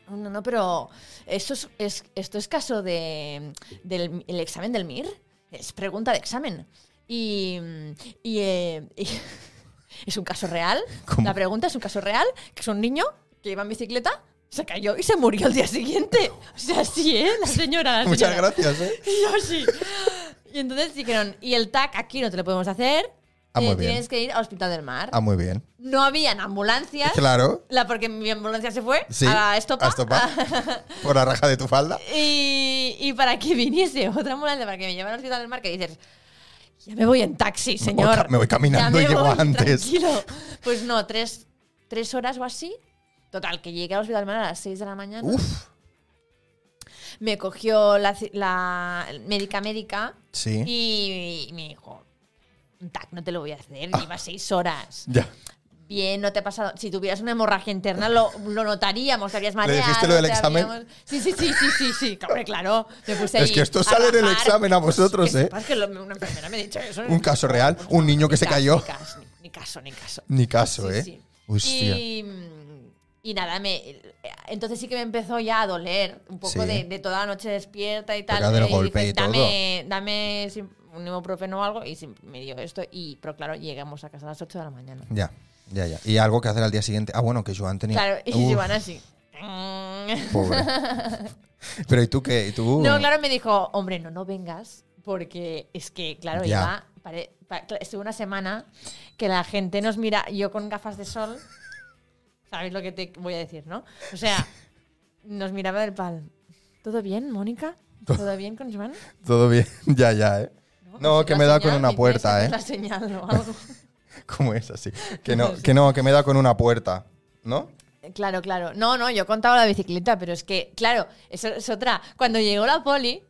No, no, pero esto es, es- esto es caso de, del el examen del MIR. Es pregunta de examen. Y, mm, y, eh, y- es un caso real.
¿Cómo?
La pregunta es un caso real, que es un niño que iba en bicicleta, se cayó y se murió al día siguiente. O sea, sí, ¿eh? La señora, la
Muchas
señora.
gracias, ¿eh?
Y yo sí. Y entonces dijeron, y el TAC aquí no te lo podemos hacer.
Ah, muy
eh,
bien.
Tienes que ir al Hospital del Mar.
Ah, muy bien.
No habían ambulancias.
Claro.
La porque mi ambulancia se fue
Sí.
a la estopa. Eh,
a estopa. Por la raja de tu falda.
y, y para que viniese otra ambulancia, para que me llevara al Hospital del Mar, que dices, ya me voy en taxi,
Me voy
señor.
ca- me voy caminando
Ya
y llego antes.
tranquilo". Pues no, tres, tres horas o así. Total, que llegué al Hospital del Mar a las 6 de la mañana.
Uf.
Me cogió la, ci- la médica médica.
Sí.
Y me dijo, un tac, no te lo voy a hacer, lleva seis horas.
Ya.
Bien, no te ha pasado. Si tuvieras una hemorragia interna, lo, lo notaríamos, te habrías
¿Le
mareado.
dijiste lo del
te
examen?
habríamos- Sí, sí, sí, sí, sí, sí, hombre, claro. Me puse
Es
ahí
que esto
a
sale en el
bajar.
examen a vosotros,
que
¿eh?
sepas que lo- una enfermera me ha dicho eso.
Un caso real, un niño que
Ni
se
caso,
cayó.
Ni caso, ni caso, ni caso.
Ni caso,
Sí,
¿eh?
sí.
Hostia.
Y, y nada, me, entonces sí que me empezó ya a doler un poco
Sí.
de, de toda la noche despierta y tal.
Porque del
y dije,
golpe y
dame, dame sim- un ibuprofeno o algo y sim- me dio esto. Y, pero claro, llegamos a casa a las 8 de la mañana.
Ya, ya, ya. Y algo que hacer al día siguiente. Ah, bueno, que Joan tenía.
Claro, y
Uf,
Giovanna así. Mm.
Pobre. Pero ¿y tú qué? ¿Y tú?
No, claro, me dijo, hombre, no, no vengas, porque es que, claro,
Ya.
iba. pare- pa- cla- estuve una semana que la gente nos mira, yo con gafas de sol, sabéis lo que te voy a decir, ¿no? O sea, nos miraba del pal. ¿Todo bien, Mónica? ¿Todo bien con Joan?
Todo bien. ya, ya, ¿eh? No,
Hacer
que
pues la
me da con una
señal, me tienes que
puerta,
hacer
¿eh?
La señal o algo.
¿Cómo es así? Que no, que no, que me da con una puerta. ¿No?
Claro, claro. No, no, yo contaba la bicicleta, pero es que, claro, eso es otra. Cuando llegó la poli,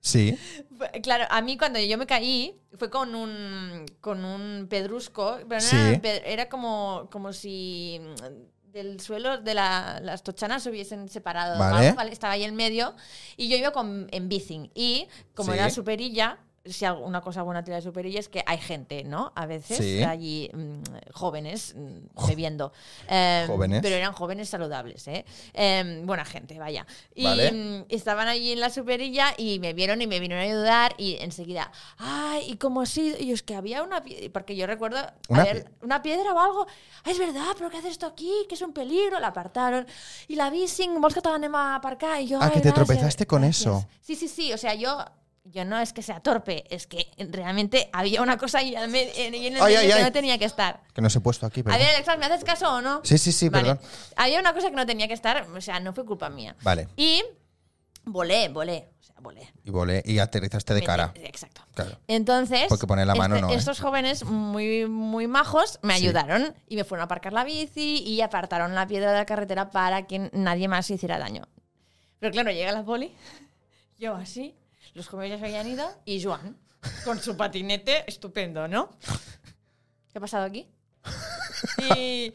Sí.
Fue- Claro, a mí cuando yo me caí fue con un, con un pedrusco, pero no
Sí.
era, ped- era como, como si mm, del suelo de la- las tochanas se hubiesen separado. o
Vale.
algo, Estaba ahí en medio y yo iba con, en bici. Y como
Sí.
era superilla, si alguna cosa buena tiene la superilla es que hay gente, ¿no? A veces
Sí.
allí mm, jóvenes mm, bebiendo. Eh,
Jóvenes.
Pero eran jóvenes saludables, ¿eh? Eh, buena gente, vaya. Y
Vale.
mm, estaban allí en la superilla y me vieron y me vinieron a ayudar y enseguida, ay, ¿y cómo ha sido? Y yo, es que había una piedra, porque yo recuerdo
Una
haber-
pie-
una piedra o algo. "Ah, es verdad, pero ¿qué haces esto aquí? Que es un peligro. La apartaron. Y la vi sin bolsa a aparcar. Y yo,
Ah,
"Ay,
que te
gracias,
tropezaste con eso".
Sí, sí, sí. O sea, yo... Yo no es que sea torpe, es que realmente había una cosa ahí al me- en, en
Ay,
el medio
ay,
que
ay.
no tenía que estar.
Que no se he puesto aquí,
A
¿verdad?
ver, Alexa, ¿me haces caso o no?
Sí, sí, sí,
Vale.
perdón.
Había una cosa que no tenía que estar, o sea, no fue culpa mía.
Vale.
Y volé, volé, o sea, volé.
Y volé y aterrizaste de cara.
Me- Exacto.
Claro.
Entonces, este,
Porque poner la mano no, ¿eh?
estos jóvenes muy, muy majos me
Sí.
ayudaron y me fueron a aparcar la bici y apartaron la piedra de la carretera para que nadie más se hiciera daño. Pero claro, llega la poli, yo así, los jóvenes ya se habían ido y Juan, con su patinete estupendo, ¿no? ¿Qué ha pasado aquí? Y,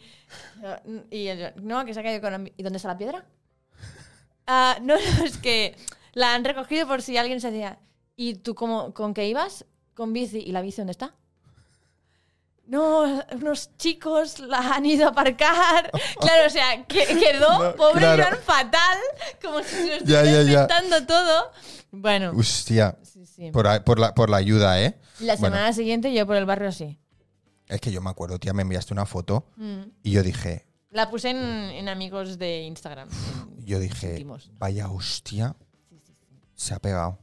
y el Joan, no, que se ha caído con la... ¿Y dónde está la piedra? Ah, no, no, es que la han recogido por si alguien se decía. ¿Y tú cómo, con qué ibas? Con bici. ¿Y la bici dónde está? no, unos chicos la han ido a aparcar. Claro, o sea, que quedó
No,
pobre
claro.
Iván fatal, como si se lo
Ya,
estuviera
ya, ya.
inventando todo. Bueno,
Hostia.
sí, sí.
Por, a- por la, por la ayuda, ¿eh?
la
Bueno,
semana siguiente yo por el barrio así.
es que yo me acuerdo, tía, me enviaste una foto
Mm.
y yo dije,
La puse en, en amigos de Instagram. en
yo dije,
íntimos.
vaya hostia,
Sí, sí, sí.
se ha pegado.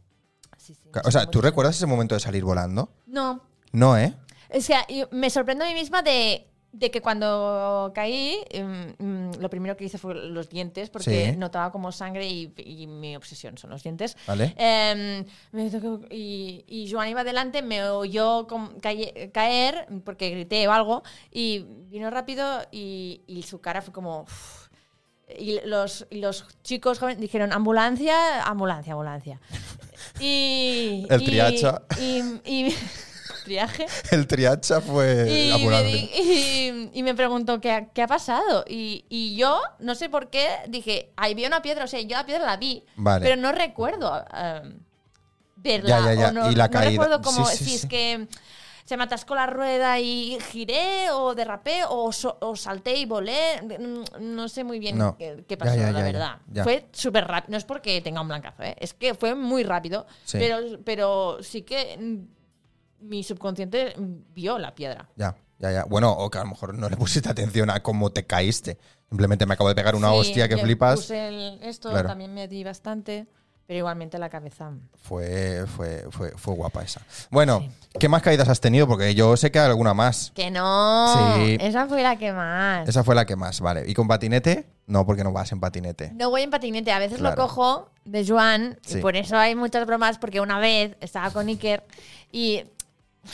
Sí, sí,
O sea,
mucho,
¿tú
mucho.
recuerdas ese momento de salir volando?
No,
No, ¿eh?
Es que yo- me sorprendo a mí misma de, de que cuando caí, mm, mm, lo primero que hice fue los dientes, porque
Sí.
notaba como sangre y, y mi obsesión son los dientes.
Vale.
Em, me tocó- y, y Joan iba adelante, me oyó com- calle- caer porque grité o algo, y vino rápido y, y su cara fue como... "Uf". Y los, y los chicos jóvenes dijeron ambulancia, ambulancia, ambulancia. Y,
El
y-
triacha.
y- y- triaje.
El triacha fue
Y me,
ambulante.
di- y- y me preguntó ¿qué, ha- qué ha pasado. Y, y yo, no sé por qué, dije, ahí vi una piedra. O sea, yo la piedra la vi,
Vale.
pero no recuerdo eh, verla.
Ya, ya, ya.
o no,
Y la
no
caída.
recuerdo como
Sí, sí,
si es
sí.
que se me atascó la rueda y giré o derrapé o, so- o salté y volé. Mm, No sé muy bien
No.
qué,
Ya,
qué pasó,
ya,
la
ya,
verdad.
ya, ya.
Fue súper rápido. No es porque tenga un blancazo, ¿eh? es que fue muy rápido.
Sí.
Pero, pero sí que mm, mi subconsciente mm, vio la piedra.
Ya, ya, ya. Bueno, o que a lo mejor no le pusiste atención a cómo te caíste. Simplemente me acabo de pegar una
Sí,
hostia que
le
flipas.
puse el- esto
Claro.
también me di bastante, pero igualmente la cabeza.
Fue, fue, fue, fue guapa esa. Bueno, ¿qué más caídas has tenido? Porque yo sé que hay alguna más.
Que no.
Sí.
Esa fue la que más.
Esa fue la que más, vale. ¿Y con patinete? No, porque no vas en patinete.
No voy en patinete, a veces
Claro.
lo cojo de Joan,
Sí.
y por eso hay muchas bromas, porque una vez estaba con Iker y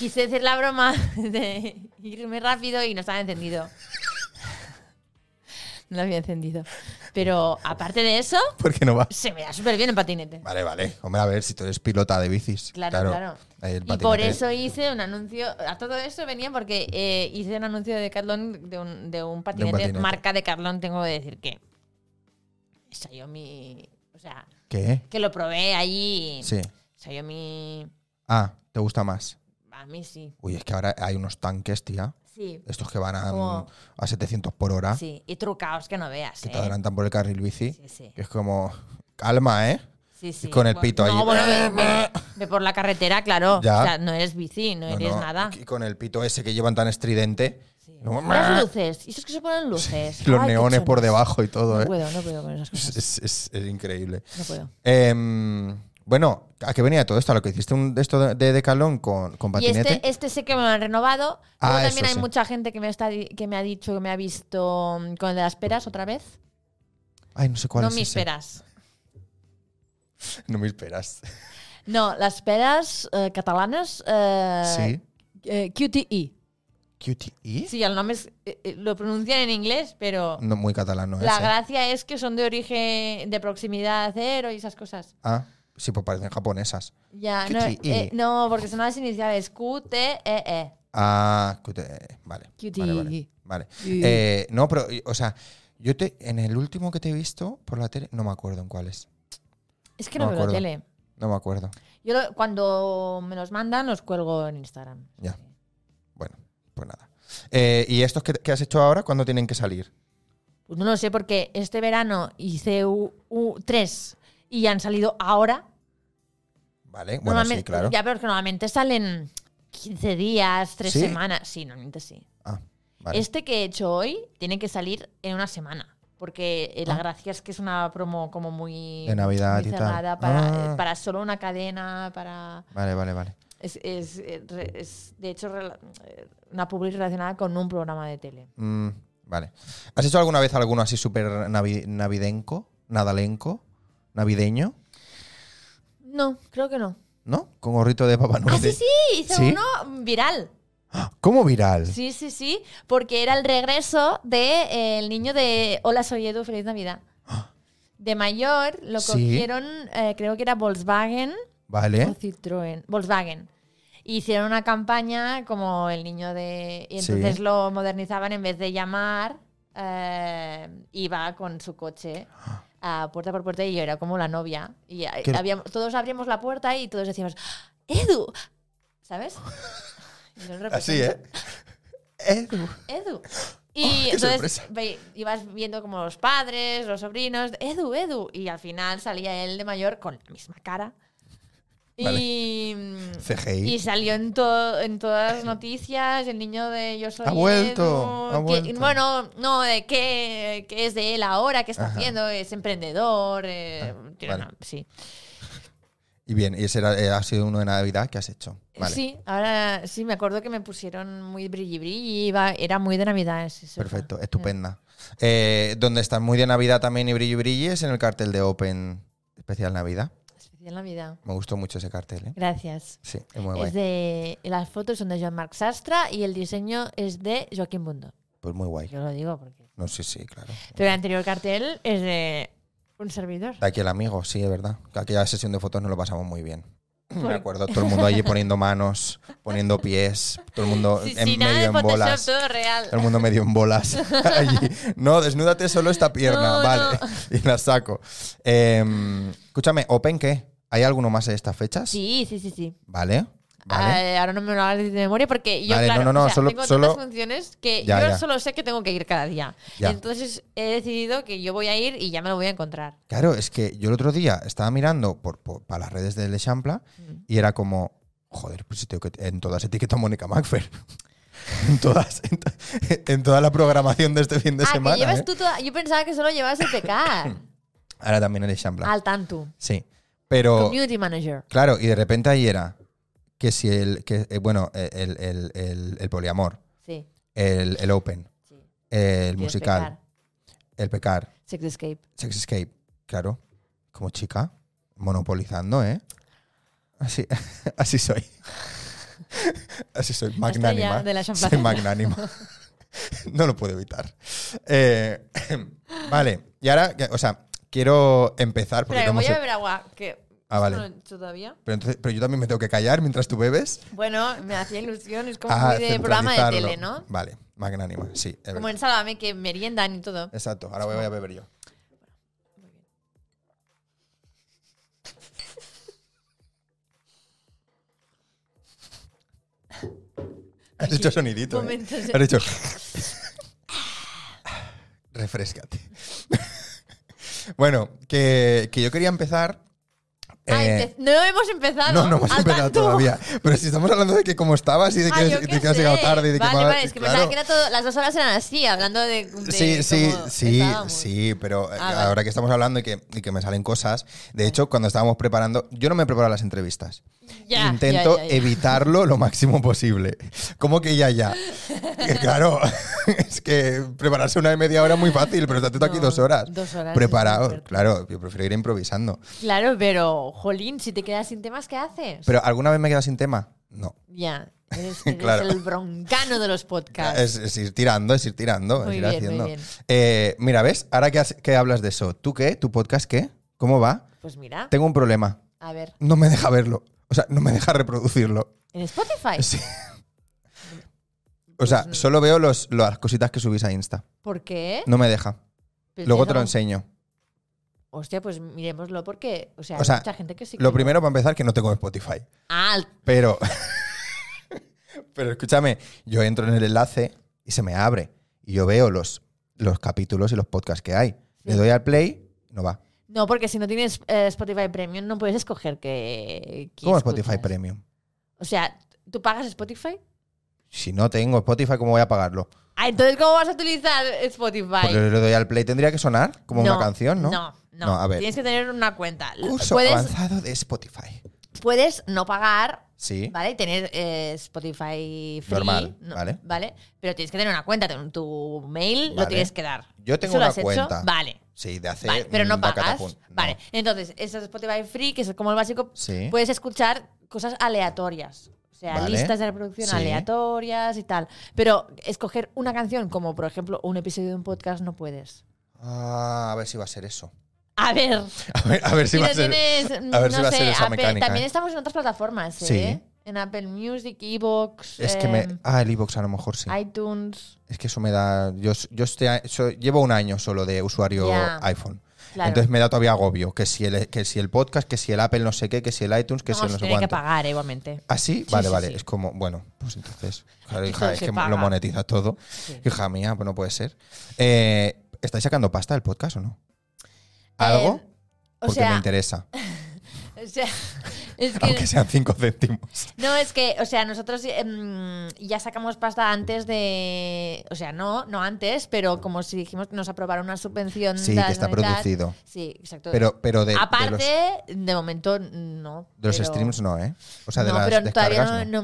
quise decir la broma de irme rápido y no estaba encendido. No lo había encendido. Pero aparte de eso,
Porque no vas.
se me da súper bien en patinete.
Vale, vale. Hombre, a ver, si tú eres pilota de bicis.
Claro, claro.
ahí el
Y por
patinete.
eso hice un anuncio. A todo esto venía porque eh, hice un anuncio de Decathlon de un, de un patinete,
patinete.
marca de Decathlon. Tengo que decir que Xiaomi, o sea,
¿Qué?
que lo probé allí.
Sí.
Xiaomi,
Ah, ¿te gusta más?
a mí sí,
Uy, es que ahora hay unos tanques, tía.
sí,
Estos que van a,
Como-
a 700 por hora.
sí. Y trucaos que no veas.
Que te
¿eh?
adelantan por el carril bici.
Sí, sí.
Que es como. Calma, ¿eh?
Sí, sí.
con el
Bueno,
pito
no,
ahí.
bueno, ve, ve- ve por la carretera, claro.
Ya.
O sea, no eres bici, no,
No,
eres
no,
nada.
Y con el pito ese que llevan tan estridente.
Sí.
No,
Las luces, y esos que se ponen luces.
Los
Ay, qué
neones por
chonos.
debajo y todo,
No
¿eh?
puedo, no puedo con esas
Es,
cosas.
es- es- es increíble.
No puedo.
Em, bueno, ¿a qué venía todo esto? ¿A lo que hiciste un, de esto de- de Decalón con, con
Y
patinete?
este, este sé que me lo han renovado.
Ah,
Luego
eso
también hay
sí.
mucha gente que me, está, di- que me ha dicho que me ha visto mm, con el de las peras otra vez.
Ay, no sé cuál
No
es
mis
ese.
peras.
No me esperas.
No, las peras eh, catalanas. eh,
sí.
eh, QTE.
¿QTE?
Sí, el nombre es, eh, eh, lo pronuncian en inglés, pero
No, muy catalano
la
ese.
gracia es que son de origen de proximidad cero y esas cosas.
Ah, sí, pues parecen japonesas.
Ya, no,
QTE.
eh, no, porque son las iniciales E QTEE.
Ah, QTE. Vale.
QTE.
Vale, vale. vale.
Y-
Eh, no, pero, o sea, yo te, en el último que te he visto por la tele, no me acuerdo en cuál es.
Es que no,
No
veo la
acuerdo.
tele.
No me acuerdo.
Yo lo- cuando me los mandan los cuelgo en Instagram.
Ya. Bueno, pues nada. Eh, ¿Y estos que, que has hecho ahora, cuándo tienen que salir?
Pues no lo sé porque este verano hice u, u- tres y ya han salido ahora.
Vale, bueno, sí,
Normalmente-
claro.
Ya, pero es que normalmente salen 15 días, 3
¿Sí?
semanas. Sí, normalmente sí.
Ah, vale.
Este que he hecho hoy tiene que salir en una semana. Porque eh, la gracia es que es una promo como muy,
Ah. De Navidad
muy
y tal.
cerrada para, eh,
Ah.
para solo una cadena, para...
Vale, vale, vale.
Es, es, eh, re- es, de hecho rela- eh, una public relacionada con un programa de tele.
Mm, vale. ¿Has hecho alguna vez alguno así súper navi- navidenco? ¿Nadalenco? ¿Navideño?
No, creo que no.
¿No? Con gorrito de Papá Noel.
Ah, sí, sí, hice
¿Sí?
uno viral.
¿Cómo viral?
Sí, sí, sí, porque era el regreso del de, eh, el niño de Hola, soy Edu, feliz Navidad. De mayor lo
Sí.
cogieron, eh, creo que era Volkswagen o
Vale.
Citroën. Volkswagen. Hicieron una campaña como el niño de... Y
Sí.
entonces lo modernizaban en vez de llamar, eh, iba con su coche. A puerta por puerta y yo era como la novia. Y eh,
Qué-
habíamos- todos abríamos la puerta y todos decíamos, "¡Ah! Edu, ¿sabes? Y yo lo
Así, ¿eh?
represento.
Edu.
Edu. Y
Oh, qué
entonces
sorpresa.
ve- ibas viendo como los padres, los sobrinos, Edu, Edu. Y al final salía él de mayor con la misma cara.
Vale.
Y, mm,
CGI.
y salió en, to- en todas las noticias el niño de Yo soy
Ha vuelto,
Edu,
ha
que-
vuelto.
bueno, no, de qué, qué es de él ahora, qué está
Ajá.
haciendo, es emprendedor. eh,
Ah,
tiene
vale.
una- sí.
Y bien, y ese era- eh, ha sido uno de Navidad que has hecho. Vale.
Eh, Sí, ahora sí, me acuerdo que me pusieron muy brilli brilli, iba- era muy de Navidad. ese, ese.
Perfecto, estupenda. Eh, donde están muy de Navidad también y brillo y brillo es en el cartel de Open Especial Navidad.
Especial Navidad.
Me gustó mucho ese cartel, ¿eh?
Gracias.
Sí, es muy guay.
Es de, las fotos son de Joan Marc Sastra y el diseño es de Joaquín Bundo.
Pues muy guay.
Yo lo digo porque.
No, sí, sí, claro.
Pero el anterior cartel es de un servidor.
De aquí el amigo, sí, es verdad. Que aquella sesión de fotos nos lo pasamos muy bien.
Por-
Me acuerdo, todo el mundo allí poniendo manos, poniendo pies, todo el mundo
Sí,
en
sí, nada
medio
de
en
Photoshop,
bolas.
todo real.
Todo el mundo medio en bolas allí. No, desnúdate solo esta pierna,
No,
vale. Y la saco. Em, escúchame, ¿Open qué? ¿Hay alguno más en estas fechas?
Sí, sí, sí, sí.
Vale, vale.
Ah, ahora no me lo hagas de memoria porque yo,
Vale,
claro,
no, no, no,
o sea,
solo-
tengo
solo-
tantas funciones que
Ya,
yo
ya.
solo sé que tengo que ir cada día.
Ya.
Entonces he decidido que yo voy a ir y ya me lo voy a encontrar.
Claro, es que yo el otro día estaba mirando por, por- para las redes de Le Champla
Mm.
y era como, joder, pues si tengo que, en todas etiqueta a Mónica Macfer. en, todas, en, to- en toda la programación de este fin de
ah,
semana.
que llevas
¿eh?
tú toda- Yo pensaba que solo llevabas el pecar
Ahora también en Le Champla.
al tanto.
Sí. Pero,
Community manager.
claro, y de repente ahí era que si el, que, eh, bueno, el, el- el- el poliamor,
Sí,
el, el open,
sí.
el
Sí,
musical,
pecar.
el pecar,
Sex Escape.
Sex Escape, claro. Como chica, monopolizando, ¿eh? Así, así soy. Así soy, magnánima.
ya de la champaña.
soy magnánima. No lo puedo evitar. Eh, vale, y ahora, o sea, quiero empezar porque
Espera, que
no
voy
hemos-
a beber agua. Que
Ah, vale.
no lo he hecho todavía.
pero, entonces- pero yo también me tengo que callar mientras tú bebes.
Bueno, me hacía ilusión. Es como
Ah,
muy de programa de
centralizarlo.
tele, ¿no?
Vale, magnánima, sí. es
Como
verdad.
en Sálvame, que meriendan y todo.
Exacto, ahora voy a beber yo. Has hecho sonidito. ¿eh?
Momentos de-
Has hecho. Refrescate. bueno, que, que yo quería empezar.
Ah,
eh,
empe- no hemos empezado.
no, no hemos
al
empezado
tanto.
todavía. Pero si estamos hablando de que cómo estabas y de que,
Ah, yo
de
qué
que has llegado
sé.
tarde y de que
Vale,
mal-
vale, es que pensaba
claro.
que era todo, las dos horas eran así, hablando de. de
Sí, sí,
cómo
sí,
estábamos.
sí, pero eh,
Ah, vale.
ahora que estamos hablando y que, y que me salen cosas, de hecho, cuando estábamos preparando, yo no me preparo las entrevistas.
Ya, ya,
Intento
ya, ya.
evitarlo lo máximo posible. ¿Cómo que ya, ya? Que claro, es que prepararse una de media hora es muy fácil, pero estate tú aquí
No,
dos horas.
dos horas es muy
Preparado,
fuerte.
claro, yo prefiero ir improvisando.
Claro, pero, jolín, si te quedas sin temas, ¿qué haces?
Pero ¿alguna vez me he quedado sin tema? No.
ya, eres, eres
Claro. Eh,
el broncano de los podcasts.
Es, es ir tirando, es ir tirando, es
Muy
ir
bien, muy
haciendo.
bien.
Eh, mira, ¿ves? Ahora que, has- que hablas de eso, ¿tú qué? ¿Tu podcast qué? ¿Cómo va?
Pues mira,
Tengo un problema.
a ver,
no me deja verlo. O sea, no me deja reproducirlo.
en Spotify.
Sí. O
Pues
sea, solo veo los, las cositas que subís a Insta.
¿Por qué? Pues
No me deja.
Pero
Luego
tienes
te lo
algún-
enseño.
Hostia, pues miremoslo porque, o sea,
O sea,
hay mucha gente que sí. que
Lo primero, para empezar, que no tengo Spotify.
Ah,
Pero. pero escúchame, yo entro en el enlace y se me abre. Y yo veo los, los capítulos y los podcasts que hay. Le doy al play, no va.
no, porque si no tienes eh, Spotify Premium no puedes escoger que. que
¿Cómo
escuchas.
Spotify Premium?
O sea, ¿tú pagas Spotify?
Si no tengo Spotify, ¿cómo voy a pagarlo?
Ah, entonces, ¿cómo vas a utilizar Spotify?
Porque le doy al play, tendría que sonar como
No,
una canción, ¿no?
No, no.
No, a ver.
Tienes que tener una cuenta.
Curso
Puedes,
avanzado de Spotify.
puedes no pagar,
Sí.
¿vale? Y tener eh, Spotify free.
Normal,
no,
vale.
Pero tienes que tener una cuenta. ten- Tu mail lo
Vale.
tienes que dar.
Yo tengo
¿Eso lo
una
has hecho?
cuenta.
Vale.
Sí, de hace.
Vale, pero no
mm,
pagas.
bacatapun. No.
Vale, Pues- entonces, ese Spotify Free, que es como el básico,
Sí.
puedes escuchar cosas aleatorias. O sea,
Vale.
listas de reproducción
Sí.
aleatorias y tal. Pero escoger una canción como, por ejemplo, un episodio de un podcast no puedes.
Ah, a ver si va a ser eso.
A ver,
A ver, a ver si
si
va
no
a ser.
tienes,
a ver
no
si va a
sé,
ser esa
Apple-
mecánica.
también
¿eh?
estamos en otras plataformas,
Sí.
¿eh? En Apple Music, Evox, em,
Es que
eh,
me. Ah, el iBox a lo mejor sí.
iTunes.
Es que eso me da. Yo, yo este a- so- llevo un año solo de usuario
Ya.
iPhone.
Claro.
Entonces me da todavía agobio. Que si, el, que si el podcast, que si el Apple no sé qué, que si el iTunes, que
no,
si el
se
no sé
tiene que
cuánto.
pagar, eh, igualmente.
¿Así?
Sí,
vale,
sí,
vale.
sí.
Es como, bueno, pues entonces. Claro,
Todo
hija, es
se
que
paga.
lo monetiza todo.
Sí.
Hija mía, pues no puede ser. Eh, ¿Estáis sacando pasta del podcast o no? ¿Algo?
Eh, o,
Porque me
sea,
interesa.
o sea, es que
Aunque sean cinco céntimos.
No, es que, o sea, nosotros eh, mm, ya sacamos pasta antes de. O sea, no, no antes, pero como si dijimos que nos aprobaron una subvención.
Sí,
de
que está
la Generalitat.
producido.
Sí, exacto.
Pero, pero de, de
Aparte,
los,
de, momento, no.
de los
pero-
streams no, ¿eh? O sea, de
no,
las
pero todavía
descargas
no,
no.
no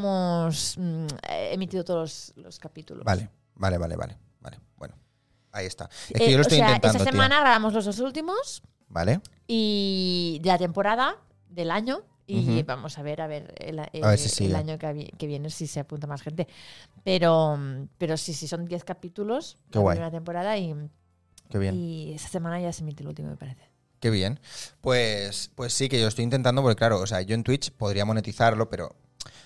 hemos mm, eh, emitido todos los, los capítulos.
Vale, vale, vale, vale. vale. Bueno, ahí está. Es
Eh,
que yo lo estoy
o sea,
intentando,
Esta
tío.
semana grabamos los dos últimos
¿Vale?
y de la temporada, del año. Y
Ujú.
vamos a ver, a ver, el, el-
ver si
el
sigue.
año que, vi- que viene si se apunta más gente. Pero, mm, pero sí, sí, son 10 capítulos
Qué
la
guay.
primera temporada y,
Qué bien.
y esta semana ya se emite el último, me parece.
Qué bien. Pues, pues sí, que yo estoy intentando, porque claro, o sea, yo en Twitch podría monetizarlo, pero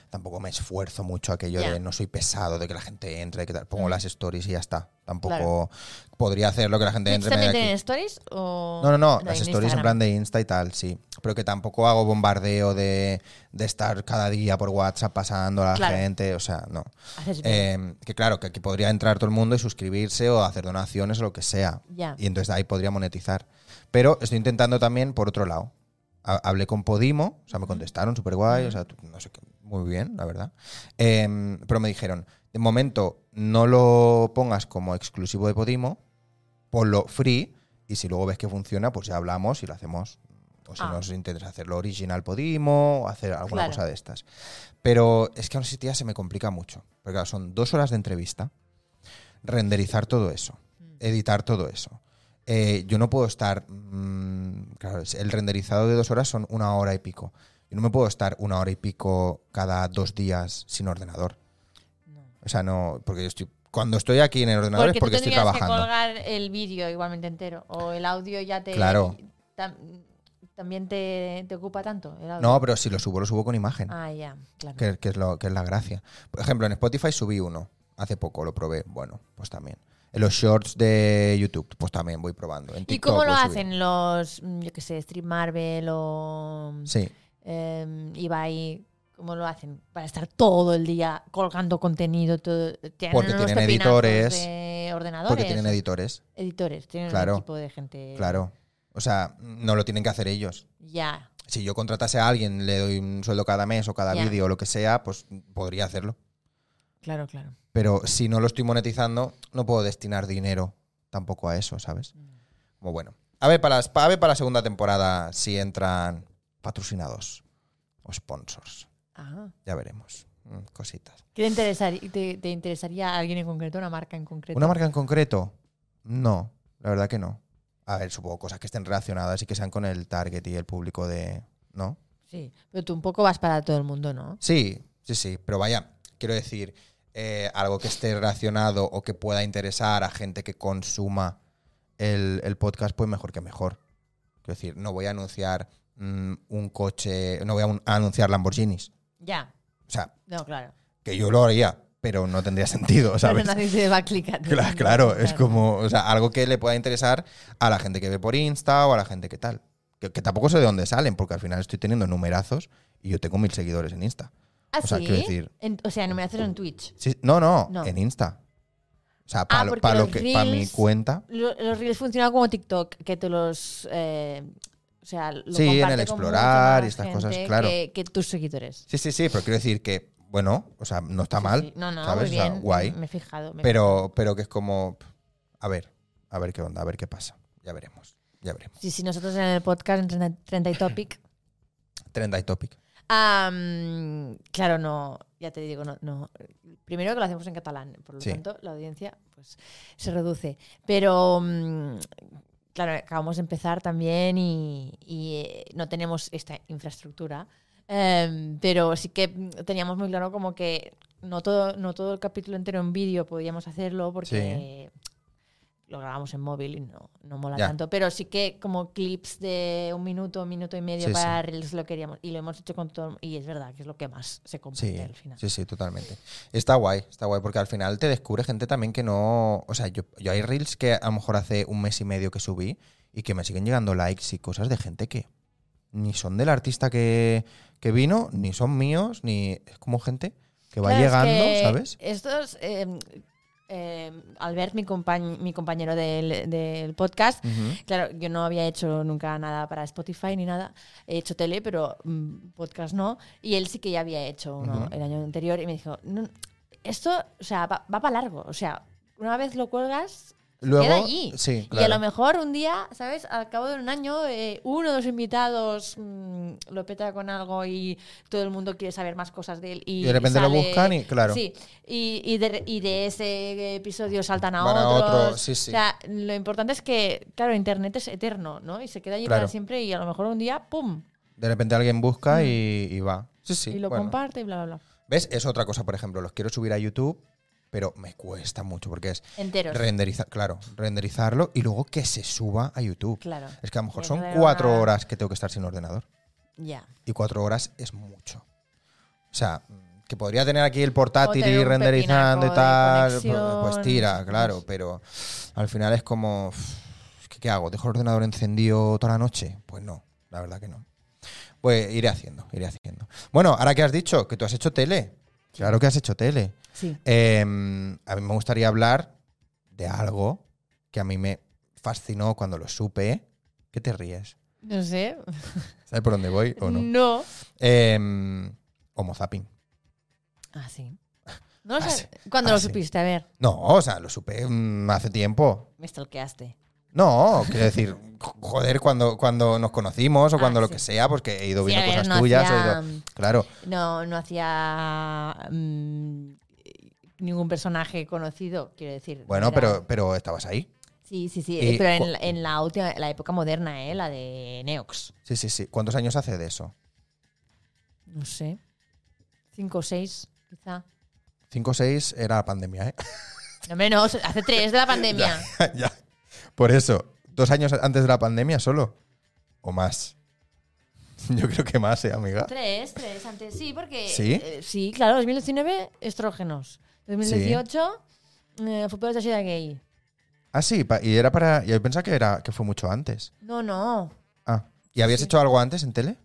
tampoco me esfuerzo mucho aquello
Ya. Mm.
de no soy pesado, de que la gente entre, que tal. Pongo
Ujú.
las stories y ya está. Tampoco podría hacerlo que la gente
¿Twitch
entre. me
también
dé
tienen
aquí.
stories? O
No, no, no, las
en
stories en
Instagram.
plan de Insta y tal, sí. Pero que tampoco hago bombardeo de, de estar cada día por WhatsApp pasando a la
Claro.
gente, o sea, no.
Haces bien.
Eh, que claro, que aquí podría entrar todo el mundo y suscribirse o hacer donaciones o lo que sea.
Ya.
Y entonces ahí podría monetizar. Pero estoy intentando también por otro lado. Ha- Hablé con Podimo, o sea, me contestaron súper guay, o sea, tú- no sé qué, muy bien, la verdad. Eh, pero me dijeron, de momento no lo pongas como exclusivo de Podimo, ponlo free y si luego ves que funciona, pues ya hablamos y lo hacemos. O si
Ah.
nos interesa hacerlo original Podimo, o hacer alguna
Claro.
cosa de estas. Pero es que aún así, tía, se me complica mucho. Porque claro, son dos horas de entrevista, renderizar todo eso,
Mm.
editar todo eso. Eh, yo no puedo estar. mm, claro, es- el renderizado de dos horas son una hora y pico. Yo no me puedo estar una hora y pico cada dos días sin ordenador.
No.
O sea, no. Porque yo estoy. Cuando estoy aquí en el ordenador
Porque,
es porque
tú
estoy
tendrías que
trabajando.
colgar el vídeo igualmente entero o el audio ya te...
Claro.
tam- ¿También te, te ocupa tanto el audio?
No, pero si lo subo, lo subo con imagen.
Ah, ya, claro.
que, que es lo, que es la gracia. Por ejemplo, en Spotify subí uno. Hace poco lo probé. Bueno, pues también. En los shorts de YouTube, pues también voy probando. En
¿Y
TikTok
cómo lo
voy subiendo.
hacen los, mm, yo qué sé, Stream Marvel o
Sí.
eh, Ibai? ¿Cómo lo hacen? Para estar todo el día colgando contenido. todo- ¿Tienen
Porque
unos
tienen
pepinazos
editores,
De ordenadores.
Porque tienen editores,
editores. Eh. Tienen
Claro.
un equipo de gente.
claro. O sea, no lo tienen que hacer ellos.
Ya.
Si yo contratase a alguien, le doy un sueldo cada mes o cada
Ya.
vídeo o lo que sea, pues podría hacerlo.
Claro, claro.
Pero si no lo estoy monetizando, no puedo destinar dinero tampoco a eso, ¿sabes?
Mm.
Como bueno. A ver, para, las- a ver para la segunda temporada si entran patrocinados o sponsors.
Ah.
Ya veremos. Mm, Cositas.
¿Qué te, interesar- te- te interesaría a alguien en concreto, una marca en concreto?
¿Una marca en concreto? No, la verdad que no. A ver, supongo cosas que estén relacionadas y que sean con el target y el público de. ¿No?
Sí, pero tú un poco vas para todo el mundo, ¿no?
Sí, sí, sí. Pero vaya, quiero decir, eh, algo que esté relacionado o que pueda interesar a gente que consuma el, el podcast, pues mejor que mejor. Quiero decir, no voy a anunciar mm, un coche, no voy a, un- a anunciar Lamborghinis.
Ya.
O sea,
No, claro.
que yo lo haría, pero no tendría sentido, ¿sabes?
Nadie se va a clicar.
Cla- Claro, es como o sea, algo que le pueda interesar a la gente que ve por Insta o a la gente que tal. Que, que tampoco sé de dónde salen, porque al final estoy teniendo numerazos y yo tengo mil seguidores en Insta.
¿Ah,
o sea,
sí?
quiero decir-
En- o sea, no me haces en Twitch.
Sí, no, no,
No. Ah,
en Insta. O sea, para
porque
lo
los
que para mi
reels-
cuenta.
Lo- Los reels funcionan como TikTok, que te los. eh, o sea, lo
Sí, en
comparte
el
con
explorar
mucha
y estas
gente
cosas, claro.
Que, que tus seguidores.
Sí, sí, sí, pero quiero decir que, bueno, o sea, no está
Sí,
mal.
sí. No, no,
¿sabes?
muy bien.
O sea, guay.
Me he fijado. me he
Pero, pero que es como. A ver, a ver qué onda, a ver qué pasa. Ya veremos. Ya veremos.
fijado. Sí, sí, nosotros en el podcast, en 30, 30 y Topic.
Trend y topic.
am, claro, no. Ya te digo, no, no. Primero que lo hacemos en catalán, por lo
Sí.
tanto, la audiencia pues, se reduce. Pero. mm, Claro, acabamos de empezar también y, y, eh, no tenemos esta infraestructura, Em, pero sí que mm, teníamos muy claro como que no todo, no todo el capítulo entero en vídeo podíamos hacerlo porque lo grabamos en móvil y no, no mola
Ya.
tanto, pero sí que como clips de un minuto, un minuto y medio
Sí,
para reels lo queríamos y lo hemos hecho con todo, y es verdad que es lo que más se comparte
Sí,
al final.
sí, sí, totalmente. Está guay, está guay, porque al final te descubre gente también que no. O sea, yo, yo hay reels que a lo mejor hace un mes y medio que subí y que me siguen llegando likes y cosas de gente que ni son del artista que, que vino, ni son míos, ni es como gente que va
Claro, es
llegando,
que
¿sabes?
Estos, eh, eh, Albert, mi, compañ- mi compañero del, del podcast,
Ujú.
claro, yo no había hecho nunca nada para Spotify ni nada. He hecho tele, pero mm, podcast no. Y él sí que ya había hecho uno
Ujú.
el año anterior y me dijo, "No, esto, o sea, va, va para largo. O sea, una vez lo cuelgas...
Luego,
queda allí.
sí,
Y a
claro.
lo mejor un día, ¿sabes? Al cabo de un año, eh, uno o dos invitados mm, lo peta con algo y todo el mundo quiere saber más cosas de él. Y,
Y de repente lo
sale-
buscan y, claro.
Sí, y, y de, y de ese episodio saltan a
Van a
otros.
otro, sí, sí.
O sea, lo importante es que, claro, Internet es eterno, ¿no? Y se queda allí
Claro.
para siempre y a lo mejor un día, ¡pum!
De repente alguien busca y, y va. Sí, sí.
Mm. y lo
bueno.
comparte y bla, bla, bla.
¿Ves? Es otra cosa, por ejemplo, los quiero subir a YouTube, pero me cuesta mucho porque es
Enteros.
renderizar, claro, renderizarlo y luego que se suba a YouTube.
Claro.
Es que a lo mejor
Que
son
no era
cuatro
una-
horas que tengo que estar sin ordenador.
Ya.
Y cuatro horas es mucho. O sea, que podría tener aquí el portátil
O tener
y
un
renderizando y
pepinaco de
tal.
conexión,
Pues tira,
no
claro,
sé.
pero al final es como. "Uf, ¿Qué, qué hago? ¿Dejo el ordenador encendido toda la noche? Pues no, la verdad que no. Pues iré haciendo, iré haciendo. Bueno, ahora que has dicho que tú has hecho tele. Claro que has hecho tele.
Sí.
Eh, a mí me gustaría hablar de algo que a mí me fascinó cuando lo supe. ¿Qué te ríes?
No sé.
¿Sabes por dónde voy o no?
No.
Eh, homo zapping.
Ah, sí. No lo
Ah,
sabes.
sí.
¿Cuándo
Ah,
lo
sí.
supiste? A ver,
No, o sea, lo supe mm, hace tiempo.
me stalkeaste.
No, quiero decir, joder, cuando, cuando nos conocimos o
Ah,
cuando lo
sí.
que sea, porque he ido
Sí,
viendo
a ver,
cosas
no
tuyas. he
hacía- mm,
ido- claro,
No, no hacía mm, ningún personaje conocido, quiero decir.
bueno,
Era-
pero, pero estabas ahí.
Sí, sí, sí.
Y
eh, pero
cu-
en, la- en la última, la época moderna, ¿eh? La de Neox.
Sí, sí, sí. ¿Cuántos años hace de eso?
No sé. Cinco o seis, quizá.
Cinco o seis era la pandemia, ¿eh?
No, hombre, no, hace tres de la pandemia.
ya. Por eso, dos años antes de la pandemia solo. ¿O más? Yo creo que más, ¿eh, amiga?
tres, tres antes. Sí, porque.
¿Sí?
eh, sí, claro, 2019, estrógenos. 2018, eh, fútbol de sociedad gay.
Ah, sí, pa- y era para. Yo pensaba que era que fue mucho antes.
No, no.
Ah. ¿Y habías hecho algo antes en tele?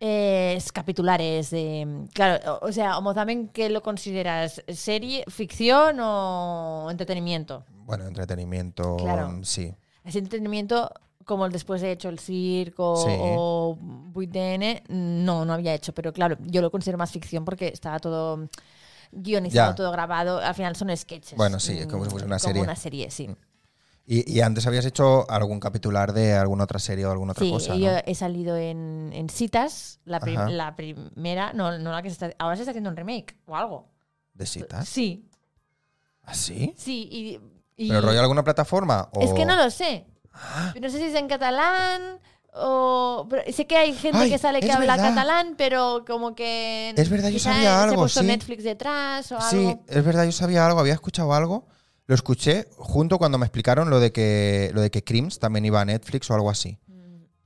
Eh, Es capitulares. de claro, o o sea, Homo Zamen, ¿qué lo consideras? ¿Serie, ficción o entretenimiento?
Bueno, entretenimiento,
Claro.
sí.
Es entretenimiento como el después he hecho el circo
Sí.
o VTN. No, no había hecho, pero claro, yo lo considero más ficción porque estaba todo guionizado,
Ya.
todo grabado. Al final son sketches.
Bueno, sí, es como si fuese una
Mm,
serie.
Como una serie, sí.
Y, y antes habías hecho algún capitular de alguna otra serie o alguna otra
Sí,
cosa,
yo
¿no?
he salido en, en Citas, la, prim-
Ajá.
la primera, no, no la que se está. Ahora se está haciendo un remake o algo.
¿De citas?
Sí,
¿Así?
Sí, y. y-
¿Pero Oh. rollo alguna plataforma? O...
Es que no lo sé. No sé si es en catalán o. pero sé que hay gente
Ay,
que sale que
es
habla
verdad.
catalán, pero como que.
Es verdad, yo
quizá
sabía
Se
algo,
puso
sí.
Netflix detrás o
Sí,
algo.
es verdad, yo sabía algo, había escuchado algo. Lo escuché junto cuando me explicaron lo de que lo de que Crims también iba a Netflix o algo así.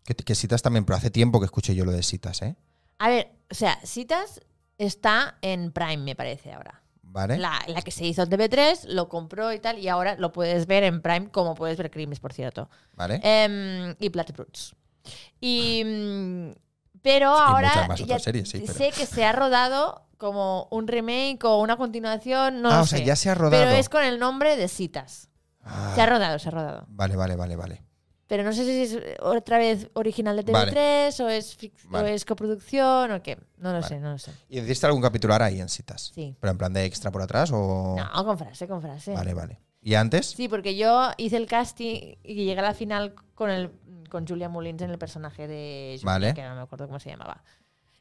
Que, que citas también, pero hace tiempo que escuché yo lo de citas, ¿eh?
A ver, o sea, Citas está en Prime, me parece ahora.
¿Vale?
La, la que se hizo en TV3, lo compró y tal, y ahora lo puedes ver en Prime, como puedes ver Crimes, por cierto.
¿Vale?
Em, y Platypus. Y. mm, Pero
hay
ahora
muchas más otras series, sí, pero-
sé que se ha rodado como un remake o una continuación, no
ah,
lo
o sea,
sé.
ya se ha rodado.
pero es con el nombre de citas.
Ah,
Se ha rodado, se ha rodado.
Vale, vale, vale, vale.
Pero no sé si es eh, otra vez original de TV3 o, es fic-
Vale.
o es coproducción o qué. No lo
Vale.
sé, no lo sé.
¿Y hiciste algún capitular ahí en citas?
Sí.
¿Pero en plan de extra por atrás o...?
No, con frase, con frase.
Vale, vale. ¿Y antes?
Sí, porque yo hice el casting y llegué a la final con el con Julia Mullins en el personaje de Julia,
Vale.
que no me acuerdo cómo se llamaba.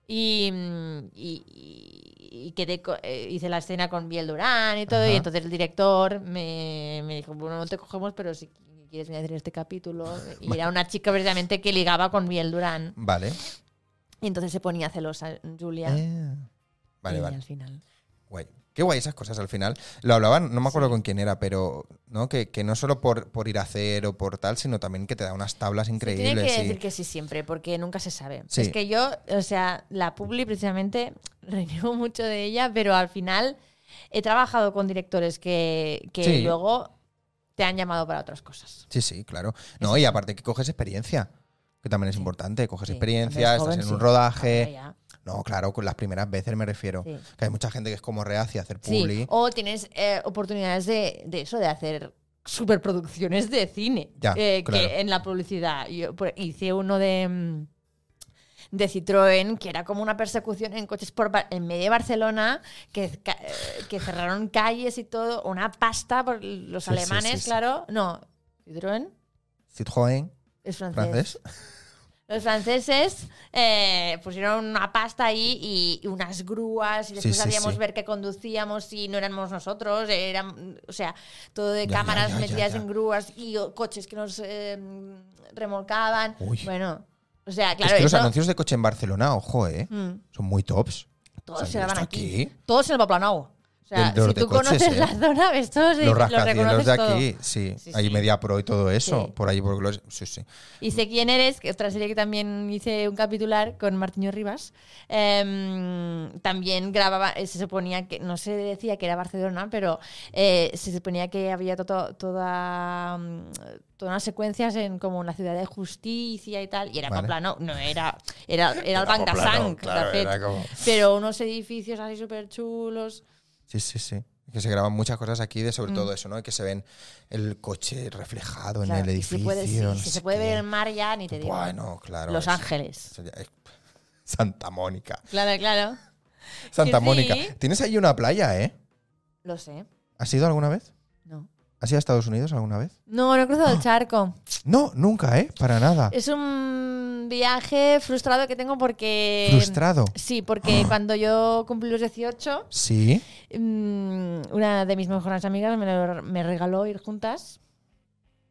Y, mm, y, y- y quedé co- eh, hice la escena con Biel Durán y todo,
Ajá.
y entonces el director me, me dijo, bueno, no te cogemos, pero si quieres venir a hacer este capítulo. Y era una chica precisamente que ligaba con Biel Durán.
Vale.
Y entonces se ponía celosa Julia.
Eh, Vale,
y
vale.
al final.
Guay. Qué guay esas cosas al final. Lo hablaban, no me acuerdo con quién era, pero ¿no? Que, que no solo por, por ir a hacer o por tal, sino también que te da unas tablas
Se tiene
increíbles.
que
y-
decir que sí siempre, porque nunca se sabe.
Sí.
Es que yo, o sea, la Publi precisamente reniego mucho de ella, pero al final he trabajado con directores que, que
Sí.
luego te han llamado para otras cosas.
Sí, sí, claro. No, y aparte que coges experiencia, que también es importante. Coges
Sí, cuando
experiencia,
eres
estás
joven,
en
sí.
un rodaje.
Ahora ya.
No, claro, con las primeras veces me refiero.
Sí.
Que hay mucha gente que es como reacia a hacer
Sí,
publi.
o tienes eh, oportunidades de, de eso, de hacer superproducciones de cine.
Ya,
eh,
claro.
Que en la publicidad. Yo por- hice uno de. mm, De Citroën, que era como una persecución en coches por Ba- en medio de Barcelona, que, ca- eh, que cerraron calles y todo, una pasta por los
Sí, sí,
alemanes,
sí, sí.
claro. No, Citroën
Citroën,
es
francés.
los franceses eh, pusieron una pasta ahí y, y unas grúas y después
sí,
sabíamos
sí.
ver que conducíamos y no éramos nosotros, eran, o sea, todo de
Ya, ya,
cámaras
ya, ya,
metidas
ya.
en grúas y o, coches que nos eh, remolcaban.
Uy.
Bueno, o sea, claro,
es que los
eso,
anuncios de coche en Barcelona, ojo, eh.
mm,
Son muy tops.
todos
¿Se
se
han
daban
visto
aquí.
aquí?
Todos en el Paplanau. O sea,
De- de los
si
de
tú
coches,
conoces
¿eh?
la zona, ves todos y
los
reconoces
rascacielos de
todo.
aquí, sí.
Sí,
Hay
sí.
media pro y todo eso.
Sí.
Por ahí, por los. Sí, sí.
Y sé quién eres, que otra serie que también hice un capitular con Martiño Rivas. em, también grababa, eh, se suponía que, no se decía que era Barcelona, pero eh, se suponía que había todo, toda, mm, todas las secuencias en como la ciudad de justicia y tal. Y era
Vale.
Paplano, no era, era, era, el
Era Poblano,
Bancasanc,
claro,
de fet.
era como-
Pero unos edificios así súper chulos.
Sí, sí, sí. Que se graban muchas cosas aquí de
Mm.
sobre todo eso, ¿no? Que se ven el coche reflejado en el edificio.
si, puede, sí,
no
si
sé
se puede ver
qué.
el mar ya, ni te digo.
Bueno, claro.
Los
eso-
Ángeles.
eso ya es- Santa Mónica.
Claro, claro.
Santa
sí.
Mónica. Tienes ahí una playa, ¿eh?
Lo sé.
¿Has ido alguna vez?
No.
¿Has ido a Estados Unidos alguna vez?
No, no he cruzado el
Ah.
charco.
No, nunca, ¿eh? Para nada.
Es un viaje frustrado que tengo porque.
Frustrado.
Eh,
Ah.
Sí, porque cuando yo cumplí los 18,
Sí.
mm, una de mis mejores amigas me, lo- me regaló ir juntas.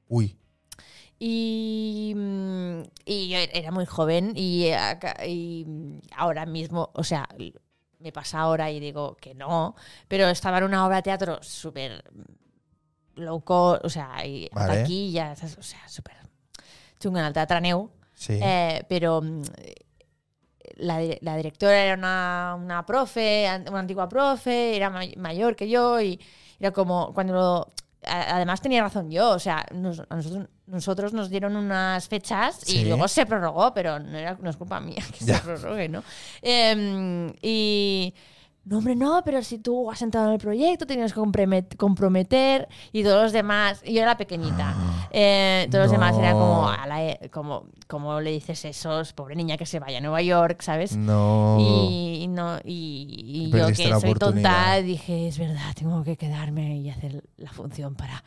Uy.
Y, mm, y yo era muy joven y, eh, acá- y, mm, ahora mismo, o sea, l- me pasa ahora y digo que no, pero estaba en una obra de teatro súper loco, o sea, y
Vale.
taquillas, o sea, súper chunga en alta traneu.
Sí.
Eh, pero mm, la, di- la directora era una, una profe, an- una antigua profe, era may- mayor que yo y era como cuando lo- a- Además tenía razón yo, o sea, nos- a nosotros, nosotros nos dieron unas fechas
Sí.
y luego se prorrogó, pero no, era, no es culpa mía que
Ya.
se prorrogue, ¿no? Em, y... No, hombre, no, pero si tú has entrado en el proyecto, tenías que compromet- comprometer y todos los demás. y Yo era pequeñita. Eh, todos los demás eran como,
Ah, No.
a la- eh, como, como le dices eso, Es pobre niña que se vaya a Nueva York, ¿sabes?
no.
Y, y no, y, y
Y
yo
perdiste
que
la
soy tonta
oportunidad.
dije, es verdad, tengo que quedarme y hacer la función para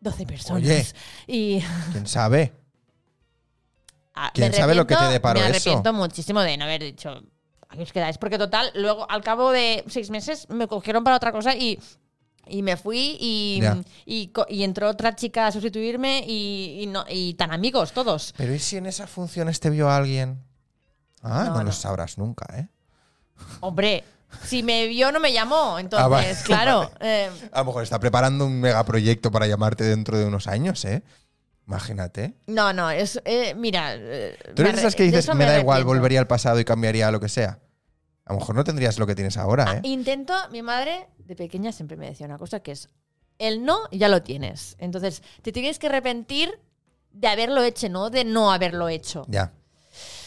12 personas.
Oye.
Y
¿Quién sabe?
Ah,
¿Quién
me
sabe lo que te
arrepiento-
deparó
Me
eso?
arrepiento muchísimo de no haber dicho aquí os quedáis, porque total, luego al cabo de seis meses me cogieron para otra cosa y, y me fui y,
Ya.
y, co- y entró otra chica a sustituirme y, y no, y tan amigos todos.
Pero ¿y si en esas funciones te vio alguien? Ah,
No,
no,
no.
lo sabrás nunca, ¿eh?
Hombre, si me vio no me llamó, entonces,
Ah, vale.
claro. eh,
A lo mejor está preparando un megaproyecto para llamarte dentro de unos años, ¿eh? Imagínate.
no, no, es, eh, mira. eh,
Tú
me
eres de esas
arre-
que
de
dices,
eso
me, da igual,
arrepiento.
volvería al pasado y cambiaría lo que sea. A lo mejor no tendrías lo que tienes ahora,
Ah,
¿eh?
Intento, mi madre de pequeña siempre me decía una cosa que es, el no ya lo tienes. Entonces, te tienes que arrepentir de haberlo hecho, no de no haberlo hecho.
Ya.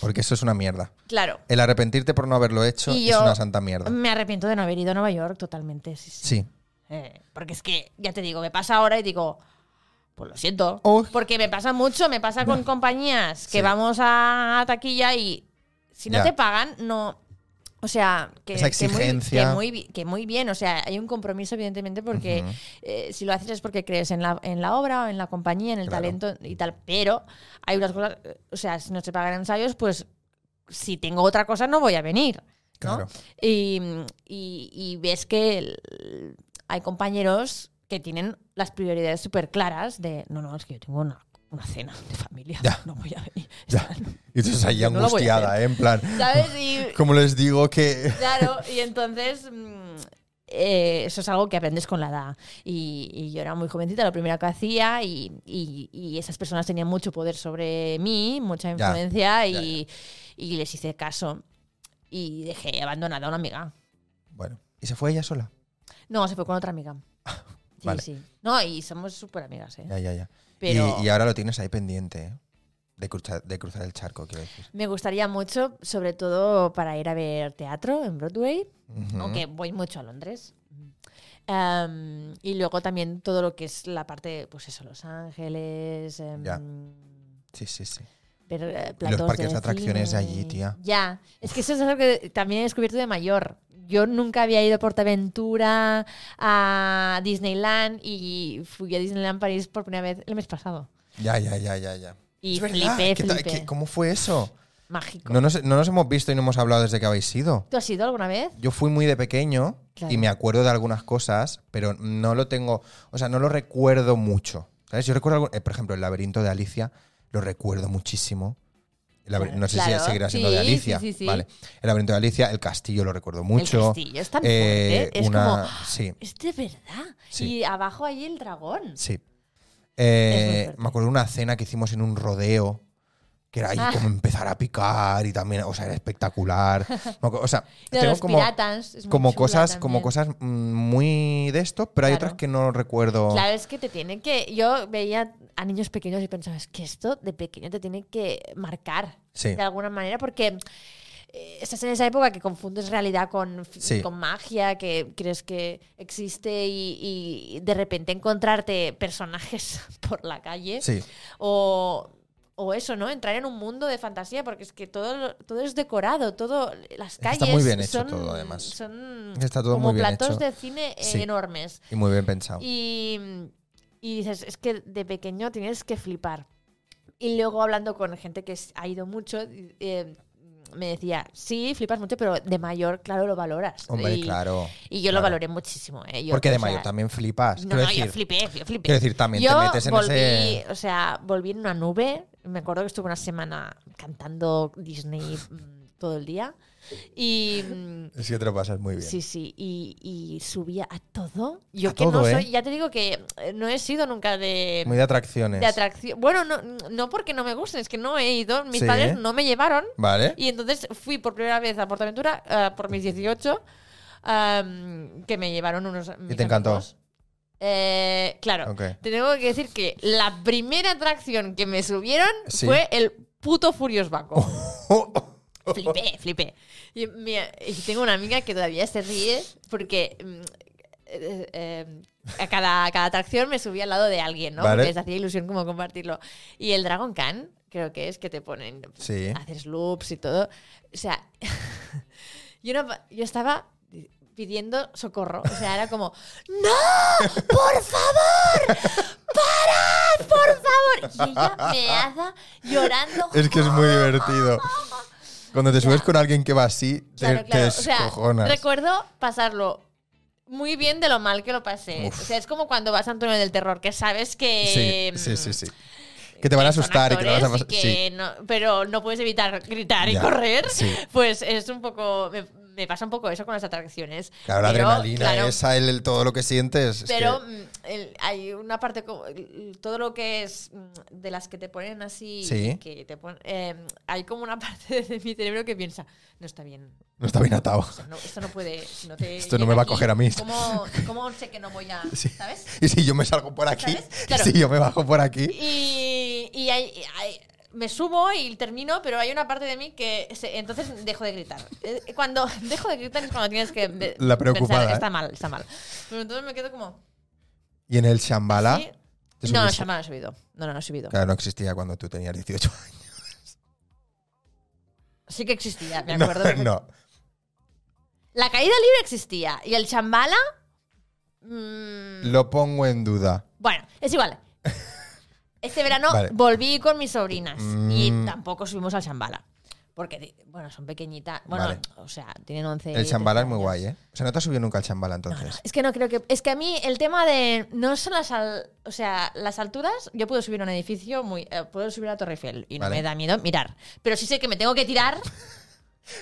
Porque eso es una mierda.
Claro.
El arrepentirte por no haberlo hecho
Y
es
yo- Mm,
una santa mierda.
Me arrepiento de no haber ido a Nueva York totalmente. sí, sí.
Sí.
Eh, porque es que, ya te digo, me pasa ahora y digo, pues lo siento.
Uy.
Porque me pasa mucho, me pasa con compañías que
Sí.
vamos a taquilla y si no
Ya.
te pagan, no. O sea, que,
Esa
que muy-
exigencia.
que muy, bi- que muy bien, o sea, hay un compromiso evidentemente porque
Ujú.
eh, si lo haces es porque crees en la, en la obra o en la compañía, en el
Claro.
talento y tal, pero hay unas cosas, eh, o sea, si no te pagan ensayos, pues si tengo otra cosa no voy a venir. ¿no?
Claro.
Y, mm, y- y ves que el- hay compañeros que tienen las prioridades súper claras de, no, no, es que yo tengo una, una cena de familia,
Ya.
no voy a venir.
Ya. Y tú estás ahí
No lo voy a
angustiada, ¿eh? En plan,
¿Sabes? Y
como les digo que...
claro, y entonces... mm, eh, eso es algo que aprendes con la edad. Y, y yo era muy jovencita, lo primero que hacía, y, y- y esas personas tenían mucho poder sobre mí, mucha influencia,
ya,
y, y les hice caso. Y dejé abandonada a una amiga.
Bueno, y se fue ella sola.
No, se fue con otra amiga. Sí,
Vale.
sí. No, y somos súper amigas, ¿eh?
Ya, ya, ya.
Pero-
Y, y ahora lo tienes ahí pendiente, ¿eh? De cruzar, de cruzar el charco, quiero decir.
Me gustaría mucho, sobre todo para ir a ver teatro en Broadway,
Ujú.
aunque voy mucho a Londres. Em, y luego también todo lo que es la parte, pues eso, Los Ángeles, em,
Ya. Sí, sí, sí.
ver, eh,
los
platos
parques de
de
atracciones de
cine.
allí, tía.
Ya, es que eso es algo que también he descubierto de mayor. Yo nunca había ido a Portaventura, a Disneyland y fui a Disneyland París por primera vez el mes pasado.
Ya, ya, ya, ya, ya.
Y
Es verdad,
flipé,
¿qué ta-
flipé.
qué- ¿Cómo fue eso?
Mágico.
No nos, no nos hemos visto y no hemos hablado desde que habéis ido.
¿Tú has ido alguna vez?
Yo fui muy de pequeño
Claro.
y me acuerdo de algunas cosas, pero no lo tengo, o sea, no lo recuerdo mucho. ¿Sabes? Yo recuerdo, algo- eh, por ejemplo, el laberinto de Alicia, lo recuerdo muchísimo. El laber-
Claro,
no sé
claro.
si seguirá siendo de
Sí, sí,
Alicia.
sí, sí.
Vale. El laberinto de Alicia, el castillo lo recuerdo mucho.
El castillo es tan
Eh,
fuerte. Es
una-
como,
Sí,
es de verdad.
Sí.
Y abajo hay el dragón.
sí. Eh,
Es muy fuerte.
me acuerdo de una cena que hicimos en un rodeo, que era ahí
Ah.
como empezar a picar y también, o sea, era espectacular. Me acu- O sea,
De
tengo
los
como,
piratas. es muy
como,
chula
cosas, como
también.
cosas mm, muy de esto, pero hay
Claro.
otras que no recuerdo.
Claro, es que te tienen que. Yo veía a niños pequeños y pensaba, es que esto de pequeño te tiene que marcar
Sí.
de alguna manera, porque eh, estás en esa época que confundes realidad con, fi-
Sí.
con magia, que crees que existe y, y de repente encontrarte personajes por la calle.
Sí,
O, o eso, ¿no? Entrar en un mundo de fantasía, porque es que todo, lo- todo es decorado, todo, las
Está
calles
muy bien hecho
son,
todo, además.
son
Está todo
como
muy bien
platos
hecho.
de cine eh,
Sí.
enormes.
y muy bien pensado.
Y, y dices, es que de pequeño tienes que flipar. Y luego hablando con gente que s- ha ido mucho, eh, me decía, sí, flipas mucho, pero de mayor, claro, lo valoras.
Hombre,
y,
claro.
y yo lo
claro.
valoré muchísimo. ¿eh? Yo,
Porque de
o sea,
mayor también flipas.
No,
quiero
no, yo
decir,
flipé, yo flipé.
quiero decir, también te
Yo
metes en
volví,
ese-
O sea, volví en una nube. Me acuerdo que estuve una semana cantando Disney mm, todo el día. Y... mm,
es que te lo pasas muy bien.
Sí, sí, y, y subía a todo. Yo
A
que no
todo, ¿eh?
soy, ya te digo que eh, no he sido nunca de,
Muy de atracciones.
de atracción. Bueno, no, no porque no me gusten, es que no he ido. Mis
Sí.
padres no me llevaron
¿Vale?
y entonces fui por primera vez a Portaventura ah, por mis 18, am, que me llevaron unos.
¿Y
mis
te encantó?
amigos. Eh, claro.
Ok.
Te tengo que decir que la primera atracción que me subieron
Sí.
fue el puto Furious Baco.
Oh,
Flipé, flipé. Y, mira, y tengo una amiga que todavía se ríe porque mm, eh, eh, a cada, a cada atracción me subía al lado de alguien, ¿no?
Vale.
Porque les hacía ilusión como compartirlo. Y el Dragon Khan, creo que es, que te ponen,
Sí.
haces loops y todo. O sea, yo, no pa- yo estaba pidiendo socorro. O sea, era como, ¡No! ¡Por favor! ¡Parad, por favor! Y ella me hace llorando.
Es que es muy divertido. Cuando te subes con alguien que va así, te,
Claro,
te
claro. O sea,
descojonas.
recuerdo pasarlo muy bien de lo mal que lo pasé.
Uf.
O sea, es como cuando vas a Antonio del Terror, que sabes que.
sí, sí, sí, sí.
mm,
Que te van a
son
asustar y que te vas a
actores
pasar.
y que no- pero no puedes evitar gritar y correr.
Sí.
Pues es un poco. Me, me pasa un poco eso con las atracciones.
Claro, la
Pero,
adrenalina
claro,
esa, el, el todo lo que sientes. es
Pero
que-
mm, el- hay una parte, como- el- todo lo que es mm, de las que te ponen así,
Sí.
que te pon- eh, hay como una parte de mi cerebro que piensa, no está bien,
no está bien atado.
esto no, esto no puede. si no te
Esto no
llega
me va a
aquí,
coger a mí.
¿Cómo, cómo sé que no voy a.?
Sí.
¿Sabes?
Y si yo me salgo por aquí,
¿Sabes? Claro.
si yo me bajo por aquí.
Y, y hay- hay- me subo y termino, pero hay una parte de mí que. se- entonces dejo de gritar. Eh, Cuando dejo de gritar es cuando tienes que. de-
La preocupada,
pensar,
¿eh?
está mal, está mal. Pero entonces me quedo como.
Y en el Shambhala.
¿sí?
te
No,
subiste.
Shambhala no he subido. No, no, no he subido.
Claro, no existía cuando tú tenías 18 años.
Sí que Mm. existía, me acuerdo.
No, no.
La caída libre existía. Y el Shambhala. mm,
Lo pongo en duda.
Bueno, es igual. Este verano
Vale.
volví con mis sobrinas
Mm.
y tampoco subimos al Shambhala. Porque, di- bueno, son pequeñitas. Bueno,
Vale.
o sea, tienen 11.
El
13
Shambhala es muy
años.
guay, ¿eh? O sea, no te has subido nunca al Shambhala
No, no,
entonces.
es que no creo que. Es que a mí el tema de. No son las. al- o sea, las alturas. Yo puedo subir a un edificio muy. eh, puedo subir a la Torre Eiffel y
Vale.
no me da miedo mirar. Pero sí sé que me tengo que tirar.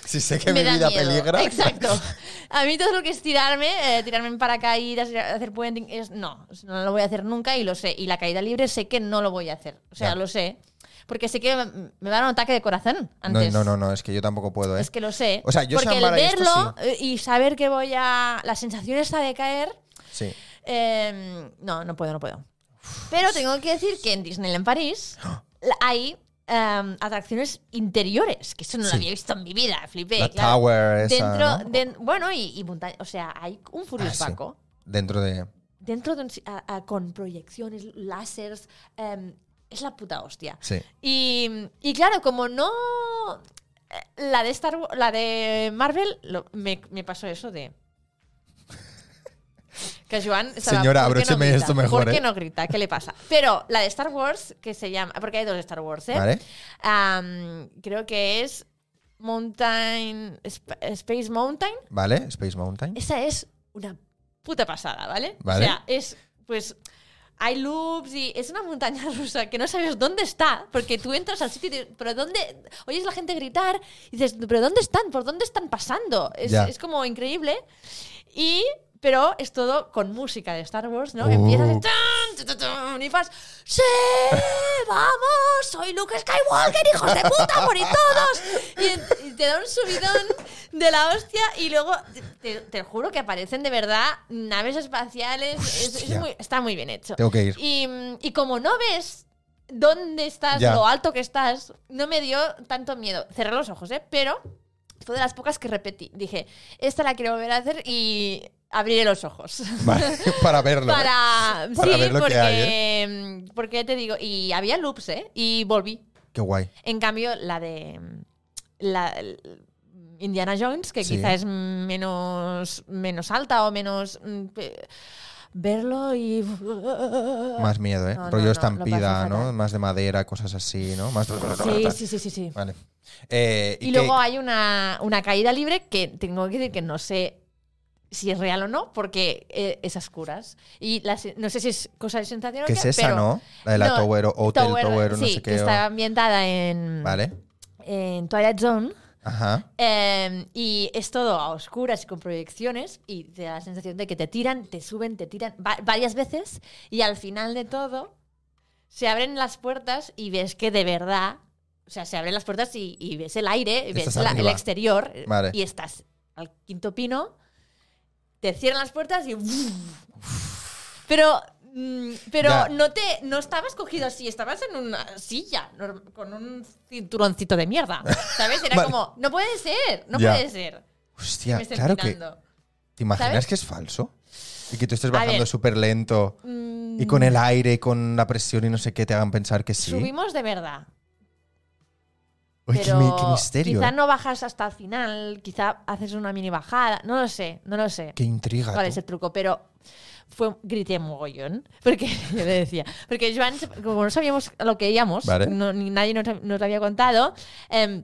Si sé que
me
mi
da
vida
miedo.
peligra.
Exacto. A mí todo lo que es tirarme, eh, tirarme en paracaídas, ir a hacer puenting, es, no, no lo voy a hacer nunca y lo sé. Y la caída libre sé que no lo voy a hacer. O sea,
Ya.
lo sé. Porque sé que me- me va a dar un ataque de corazón
No,
antes.
no, no, no, es que yo tampoco puedo, ¿eh?
Es que lo sé.
O sea, yo
Porque el
Shambhala y esto
verlo eh, y saber que voy a... La sensación esta de caer
Sí.
Eh, no, no puedo, no puedo. Pero tengo que decir que en Disneyland París la- hay em, atracciones interiores, que eso no
Sí.
lo había visto en mi vida, flipé.
La
eh, claro.
Tower esa,
Dentro,
¿no?
den- bueno, y, y montaña, o sea, hay un
Ah, sí.
furiosaco
Dentro de...
dentro de un si- a- a- con proyecciones, láseres, em, es la puta hostia.
Sí.
Y, y claro, como no. eh, La de Star Wa- la de Marvel, lo- me, me pasó eso de. Que Joan estaba,
Señora,
"¿Por qué
abrócheme
grita?
esto mejor,
¿Por qué
eh?"
no grita? ¿Qué le pasa? Pero la de Star Wars, que se llama. Porque hay dos Star Wars, ¿eh?
¿Vale?
Am, creo que es Mountain. Sp- Space Mountain.
¿Vale? Space Mountain.
Esa es una puta pasada, ¿vale?
Vale.
O sea, es pues hay loops y es una montaña rusa que no sabes dónde está, porque tú entras al sitio y dices, pero dónde oyes la gente gritar y dices, pero dónde están, por dónde están pasando. Es,
Ya.
es como increíble y pero es todo con música de Star Wars, ¿no? Que
Uh.
Empiezas y, tan, tan, tan, y vas, ¡Sí! ¡Vamos! ¡Soy Luke Skywalker, hijos de puta! ¡Morí todos! Y, y te da un subidón de la hostia y luego, te, te juro que aparecen de verdad naves espaciales. Es- es
Hostia.
muy- está muy bien hecho.
Tengo que ir.
Y, y como no ves dónde estás,
Ya.
lo alto que estás, no me dio tanto miedo. Cerré los ojos, ¿eh? Pero fue de las pocas que repetí. Dije, esta la quiero volver a hacer y abriré los ojos.
Vale, para verlo. ¿eh?
Para,
Para
sí,
ver lo que
porque, mm,
hay, ¿eh?
porque te digo, y había loops, ¿eh? Y volví.
Qué guay.
En cambio, la de mm, la, l- Indiana Jones, que
Sí.
quizá es menos, menos alta o menos... mm, pe- Verlo y...
Más miedo, ¿eh?
No, no,
Rollo
no, lo
estampida,
pasé
¿no?
fatal.
Más de madera, cosas así, ¿no? Más...
Sí, sí, sí, sí. sí.
Vale. Eh,
Y,
qué-
luego hay una, una caída libre que tengo que decir que no sé si es real o no, porque eh, esas curas. Y la se- no sé si es cosa de sensación
¿Qué es esa, no? La de la
no,
Tower, o Hotel Tower, o no
sí,
sé
que
qué. o-
está ambientada en,
Vale.
en Twilight Zone.
Ajá.
Eh, y es todo a oscuras y con proyecciones y te da la sensación de que te tiran, te suben, te tiran va- varias veces y al final de todo se abren las puertas y ves que de verdad, o sea, se abren las puertas y, y ves el aire, y ves
Estás
la- el
arriba.
exterior
Vale.
y estás al quinto pino, te cierran las puertas y... Pero... mm, Pero
Ya.
no te no estabas cogido así, estabas en una silla norm- con un cinturoncito de mierda, ¿sabes? Era
Vale.
como, no puede ser, no
Ya.
puede ser.
Hostia,
me estoy
claro que.
tirando.
¿Te imaginas
¿Sabes?
que es falso? Y que tú estés
A
bajando
ver.
súper lento y con el aire y con la presión y no sé qué te hagan pensar que sí.
Mm, Subimos de verdad.
Uy, qué,
pero
mi- qué misterio.
Quizá
¿eh?
no bajas hasta el final, quizá haces una mini bajada, no lo sé, no lo sé.
Qué intriga.
¿Cuál
tú.
es el truco? Pero fue, grité mogollón, porque yo le decía, porque Joan, como no sabíamos a lo que íbamos,
Vale.
no- ni nadie nos, nos lo había contado, em,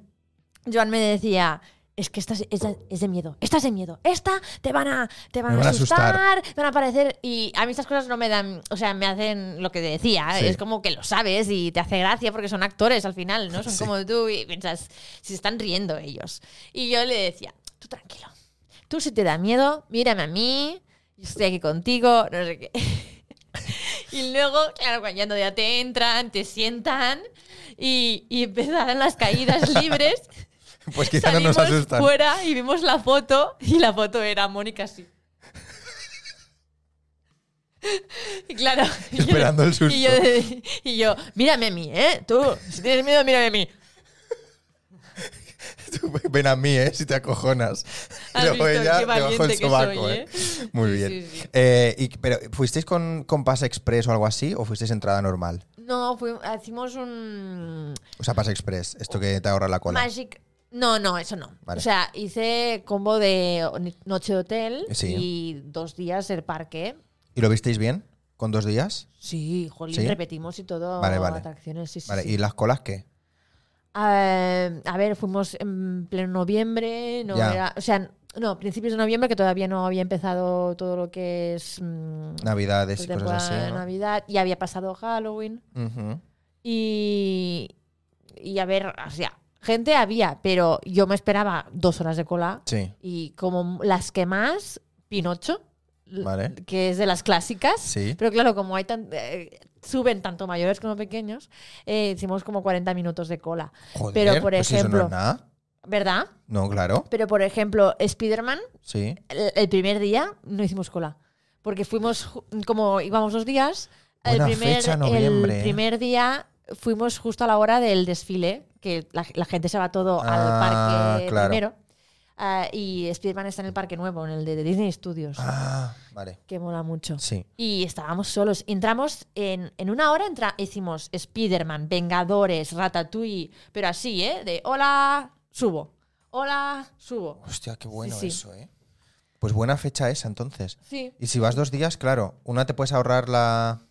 Joan me decía... Es que esta es, es de- es de miedo, esta es de miedo, esta te van a, te van
Me
a
van a
asustar,
asustar.
te van a aparecer. Y a mí estas cosas no me dan, o sea, me hacen lo que te decía,
Sí.
es como que lo sabes y te hace gracia porque son actores al final, ¿no? Son
Sí.
como tú y piensas, si están riendo ellos. Y yo le decía, tú tranquilo, tú si te da miedo, mírame a mí, yo estoy aquí contigo, no sé qué. Y luego, claro, cuando ya te entran, te sientan y, y empezaron las caídas libres.
Pues quizá no
Salimos
nos asustan.
fuera y vimos la foto y la foto era Mónica así. Y claro. yo-
Esperando el susto.
Y yo, y yo, mírame a mí, ¿eh? Tú, si tienes miedo, mírame a mí.
Tú Ven a mí, ¿eh? Si te acojonas.
Has visto qué valiente que soy,
¿eh?
¿eh?
Muy
Sí,
bien.
sí, sí.
Eh, y- ¿Pero fuisteis con, con Pase Express o algo así o fuisteis entrada normal?
No, fui- hicimos un
O sea, Pase Express, esto que te ahorra la cola.
Magic. No, no, eso no.
Vale.
O sea, hice combo de noche de hotel
Sí.
y dos días el parque.
¿Y lo visteis bien? ¿Con dos días?
Sí, jolín,
¿Sí?
repetimos y todo.
Vale, vale.
Atracciones, sí, sí,
Vale,
sí.
¿y las colas qué?
Eh, a ver, fuimos en pleno noviembre, no
Ya.
era- o sea, no, principios de noviembre que todavía no había empezado todo lo que es mm,
Navidades y
temporada
cosas así.
de
¿no?
Navidad y había pasado Halloween
Ujú.
y y a ver, o sea, gente había, pero yo me esperaba dos horas de cola
Sí,
y como las que más Pinocho, l-
Vale.
que es de las clásicas,
sí.
pero claro, como hay tan, eh, suben tanto mayores como pequeños, eh, hicimos como 40 minutos de cola.
Joder,
pero, por
pues si eso no
ejemplo-
es nada.
¿Verdad?
No, claro.
Pero, por ejemplo, Spider-Man,
Sí.
el, el primer día no hicimos cola. Porque fuimos, ju- como íbamos dos días, el
Buena
primer,
fecha,
el
noviembre, ¿eh?
primer día fuimos justo a la hora del desfile, que la, la gente se va todo
Ah,
al parque
claro.
primero. Ah, y Spiderman está en el parque nuevo, en el de, de Disney Studios,
Ah, vale.
que mola mucho.
Sí.
Y estábamos solos. Entramos en, en una hora, entra, hicimos Spider-Man, Vengadores, Ratatouille, pero así, ¿eh? De hola, subo. Hola, subo.
Hostia, qué bueno
Sí, sí.
eso, ¿eh? Pues buena fecha esa entonces.
Sí.
Y si vas dos días, claro, una te puedes ahorrar la,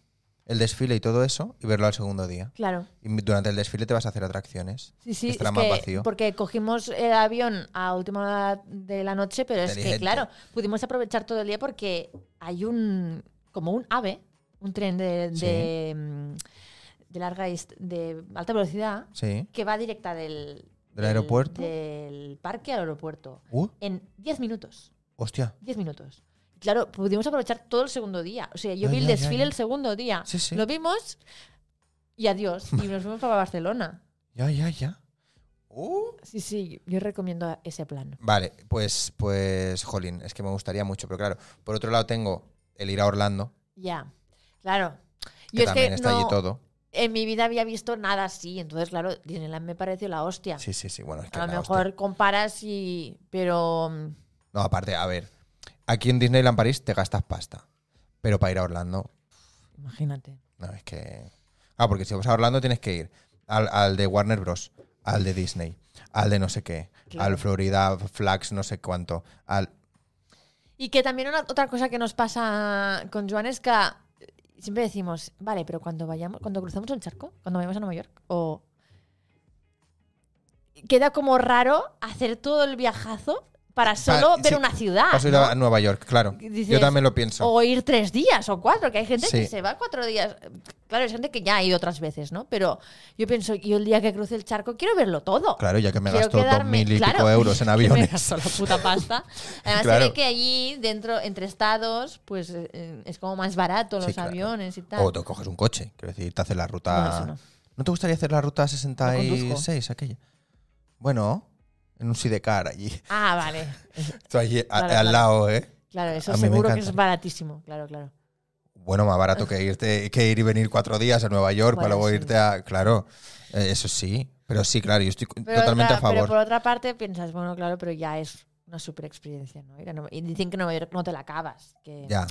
el desfile y todo eso y verlo al segundo día.
Claro.
Y durante el desfile te vas a hacer atracciones.
Sí, sí,
Estará
es
más
que-
vacío.
porque cogimos el avión a última hora de la noche, pero es que,
Inteligente.
claro, pudimos aprovechar todo el día porque hay un, como un AVE, un tren de,
Sí.
de, mm, de larga, dist- de alta velocidad,
Sí.
que va directa del,
¿Del aeropuerto?
del parque al aeropuerto,
Uh,
en 10 minutos.
hostia.
10 minutos. Claro, pudimos aprovechar todo el segundo día. O sea, yo
Ya,
vi el
ya, ya,
desfile
ya.
el segundo día.
Sí, sí.
Lo vimos y adiós. Y nos fuimos para Barcelona.
Ya, ya, ya. Uh.
Sí, sí, yo recomiendo ese plan.
Vale, pues, pues, jolín, es que me gustaría mucho, pero claro, por otro lado tengo el ir a Orlando,
Ya, claro.
que
Yo es
también
que
está allí
no-
todo.
en mi vida había visto nada así. Entonces, claro, Disneyland me pareció la hostia.
Sí, sí, sí, bueno, es que
a lo
la
mejor
hostia.
comparas y... Pero... mm,
No, aparte, a ver, aquí en Disneyland París te gastas pasta, pero para ir a Orlando,
Imagínate.
no, es que... Ah, porque si vas a Orlando tienes que ir al, al de Warner Bros., al de Disney, al de no sé qué,
Claro.
al Florida Flags no sé cuánto, al...
Y que también una- otra cosa que nos pasa con Joan es que siempre decimos, vale, pero cuando vayamos, cuando cruzamos el charco, cuando vayamos a Nueva York, o queda como raro hacer todo el viajazo para solo ver
sí.
una ciudad.
Vas a ir
Ah, ¿no?
a Nueva York, claro.
Dices, "Oh,
Yo también lo pienso.
O ir tres días o cuatro, que hay gente que
Sí.
se va cuatro días. Claro, hay gente que ya ha ido otras veces, ¿no? Pero yo pienso, yo el día que cruce el charco quiero verlo todo.
Claro, ya que me
Quiero
gasto dos
quedarme-
mil y
claro,
pico euros en
que me
aviones.
gasto la puta pasta. Además,
Claro.
se ve que allí, dentro, entre estados, pues eh, es como más barato los
Sí, claro.
aviones y tal.
O te coges un coche, quiero decir, te haces la ruta.
No, eso no.
te gustaría hacer la ruta 66
conduzco.
aquella? Bueno, en un sidecar allí.
Ah, vale.
Tú allí a-
Claro,
al
claro.
lado, ¿eh?
Claro, eso
A mí me
seguro que
encanta.
es baratísimo. Claro, claro.
Bueno, más barato que irte, que ir y venir cuatro días a Nueva York para
Bueno,
luego
sí.
irte a. Claro, eh, eso sí. Pero sí, claro, yo estoy
Pero
totalmente
otra-
a favor.
Pero por otra parte piensas, bueno, claro, pero ya es una super experiencia, ¿no? Ir a Nueva- Y dicen que Nueva York no te la acabas. Que...
Ya.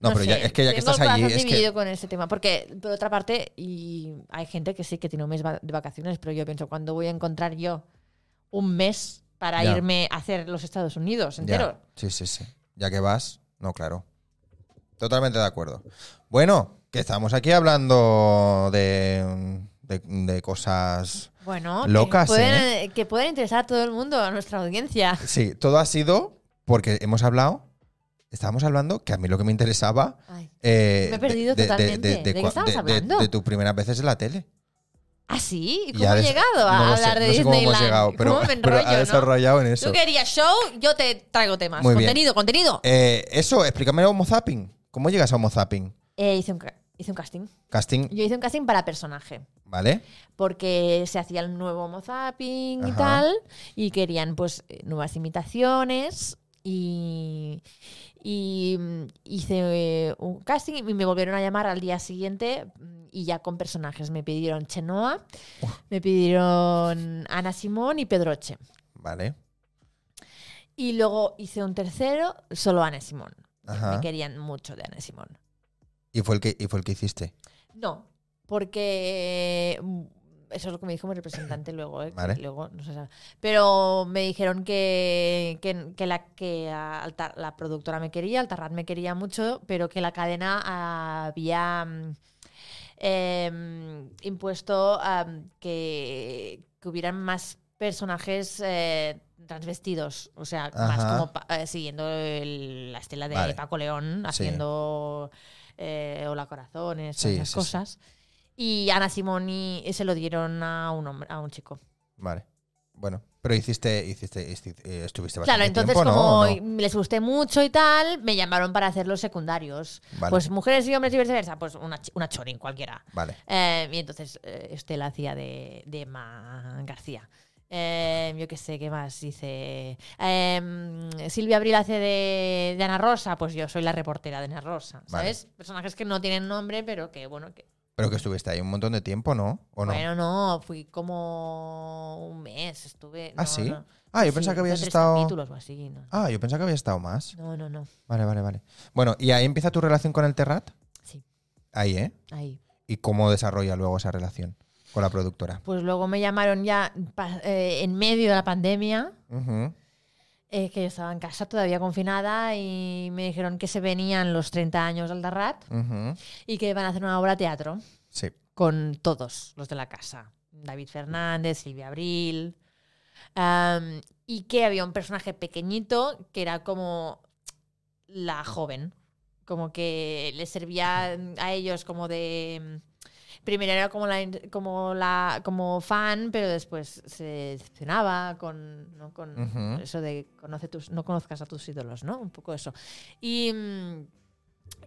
No, pero
sé,
ya, es que ya que
tengo
estás
el
allí,
corazón
es
dividido
que.
con este tema, porque por otra parte, y hay gente que sí que tiene un mes va- de vacaciones, pero yo pienso, ¿cuándo voy a encontrar yo un mes para
Ya.
irme a hacer los Estados Unidos
ya.
entero?
Sí, sí, sí. Ya que vas, no, claro. Totalmente de acuerdo. Bueno, que estamos aquí hablando de, de- de cosas.
Bueno,
Locas, ¿eh?
que, pueden, que pueden interesar a todo el mundo, a nuestra audiencia.
Sí, todo ha sido porque hemos hablado, estábamos hablando que a mí lo que me interesaba.
Ay.
eh,
Me he perdido totalmente. ¿De qué
cua-
estabas
de-
hablando?
de tus primeras veces en la tele.
¿Ah, sí? ¿Y
Y
cómo
ha
he
des-
llegado a
no lo sé,
hablar de
no sé cómo
Disneyland?
hemos llegado, pero,
¿Cómo me
pero
enrollo,
ha
no?
desarrollado en
Tú
eso.
querías show, yo te traigo temas.
Muy bien.
contenido, contenido.
Eh, eso, explícame a Homo Zapping. ¿Cómo llegas a Homo Zapping?
Eh, hice, un, ca- hice un casting.
Casting,
Yo hice un casting para personaje.
¿vale?
porque se hacía el nuevo mozapping y
Ajá.
tal, y querían pues eh, nuevas imitaciones. Y, y, mm, hice eh, un casting y me volvieron a llamar al día siguiente mm, y ya con personajes. Me pidieron Chenoa, me pidieron Ana Simón y Pedroche.
Vale.
Y luego hice un tercero, solo Ana Simón.
Ajá.
Me querían mucho de Ana Simón.
Y fue el que, y fue el que hiciste.
No, porque mm, eso es lo que me dijo mi representante luego, ¿eh? que
Vale.
luego no se sabe. Pero me dijeron que, que, que la que a Alta- la productora me quería, Altarrat me quería mucho, pero que la cadena había mm, em, impuesto am, que, que hubieran más personajes eh, transvestidos, o sea, más
Ajá.
como pa- eh, siguiendo el- la estela de
Vale.
Paco León, haciendo eh, Hola Corazones,
Sí,
todas esas
sí, sí.
cosas. Y Ana Simoni eh, se lo dieron a un hombre, a un chico.
Vale. Bueno, pero hiciste, hiciste, hici- eh, estuviste bastante
Claro, entonces
tiempo, ¿no?
como
¿O no?
les gusté mucho y tal, me llamaron para hacer los secundarios.
Vale.
Pues mujeres y hombres y viceversa, pues una, chi- una chorin cualquiera.
Vale.
Eh, y entonces eh, Estela hacía de, de Emma García. Eh, yo qué sé, ¿qué más dice? Eh, Silvia Abril hace de, de Ana Rosa, pues yo soy la reportera de Ana Rosa,
Vale.
¿sabes? Personajes que no tienen nombre, pero que, bueno, que...
Pero que estuviste ahí un montón de tiempo, ¿no? ¿O no?
Bueno, no, fui como un mes, estuve...
¿Ah,
no,
sí?
no.
Ah, yo
Sí,
pensaba que
hice
habías
tres
estado.
capítulos o así, no.
Ah, yo pensaba que habías estado más.
No, no, no,
Vale, vale, vale. Bueno, y ahí empieza tu relación con el Terrat.
sí,
Ahí, ¿eh?
ahí.
¿Y cómo desarrolla luego esa relación con la productora?
Pues luego me llamaron ya pa- eh, en medio de la pandemia,
Ujú.
eh, que yo estaba en casa todavía confinada y me dijeron que se venían los 30 años de Aldarrat
Ujú.
y que van a hacer una obra de teatro
Sí.
con todos los de la casa. David Fernández, Silvia Abril. am, y que había un personaje pequeñito que era como la joven. Como que les servía a ellos como de. Primero era como la como la como fan, pero después se decepcionaba con, ¿no? con
Ujú.
eso de conoce tus, no conozcas a tus ídolos, ¿no? Un poco eso. Y, mm,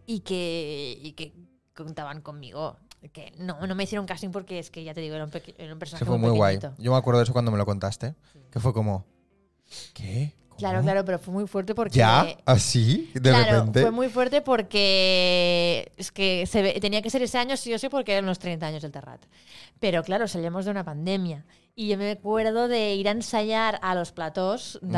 y que, y que contaban conmigo. Que no, no me hicieron casting porque es que ya te digo, era un, peque- era un personaje
Se fue muy,
muy
guay.
pequeñito.
Yo me acuerdo de eso cuando me lo contaste. Que fue como. ¿Qué? ¿Cómo?
Claro, claro, pero fue muy fuerte porque.
¿Ya? ¿Así? De
claro,
repente.
fue muy fuerte porque es que se ve- tenía que ser ese año sí o sí porque eran los 30 años del Terrat. Pero claro, salíamos de una pandemia. Y yo me acuerdo de ir a ensayar a los platós de,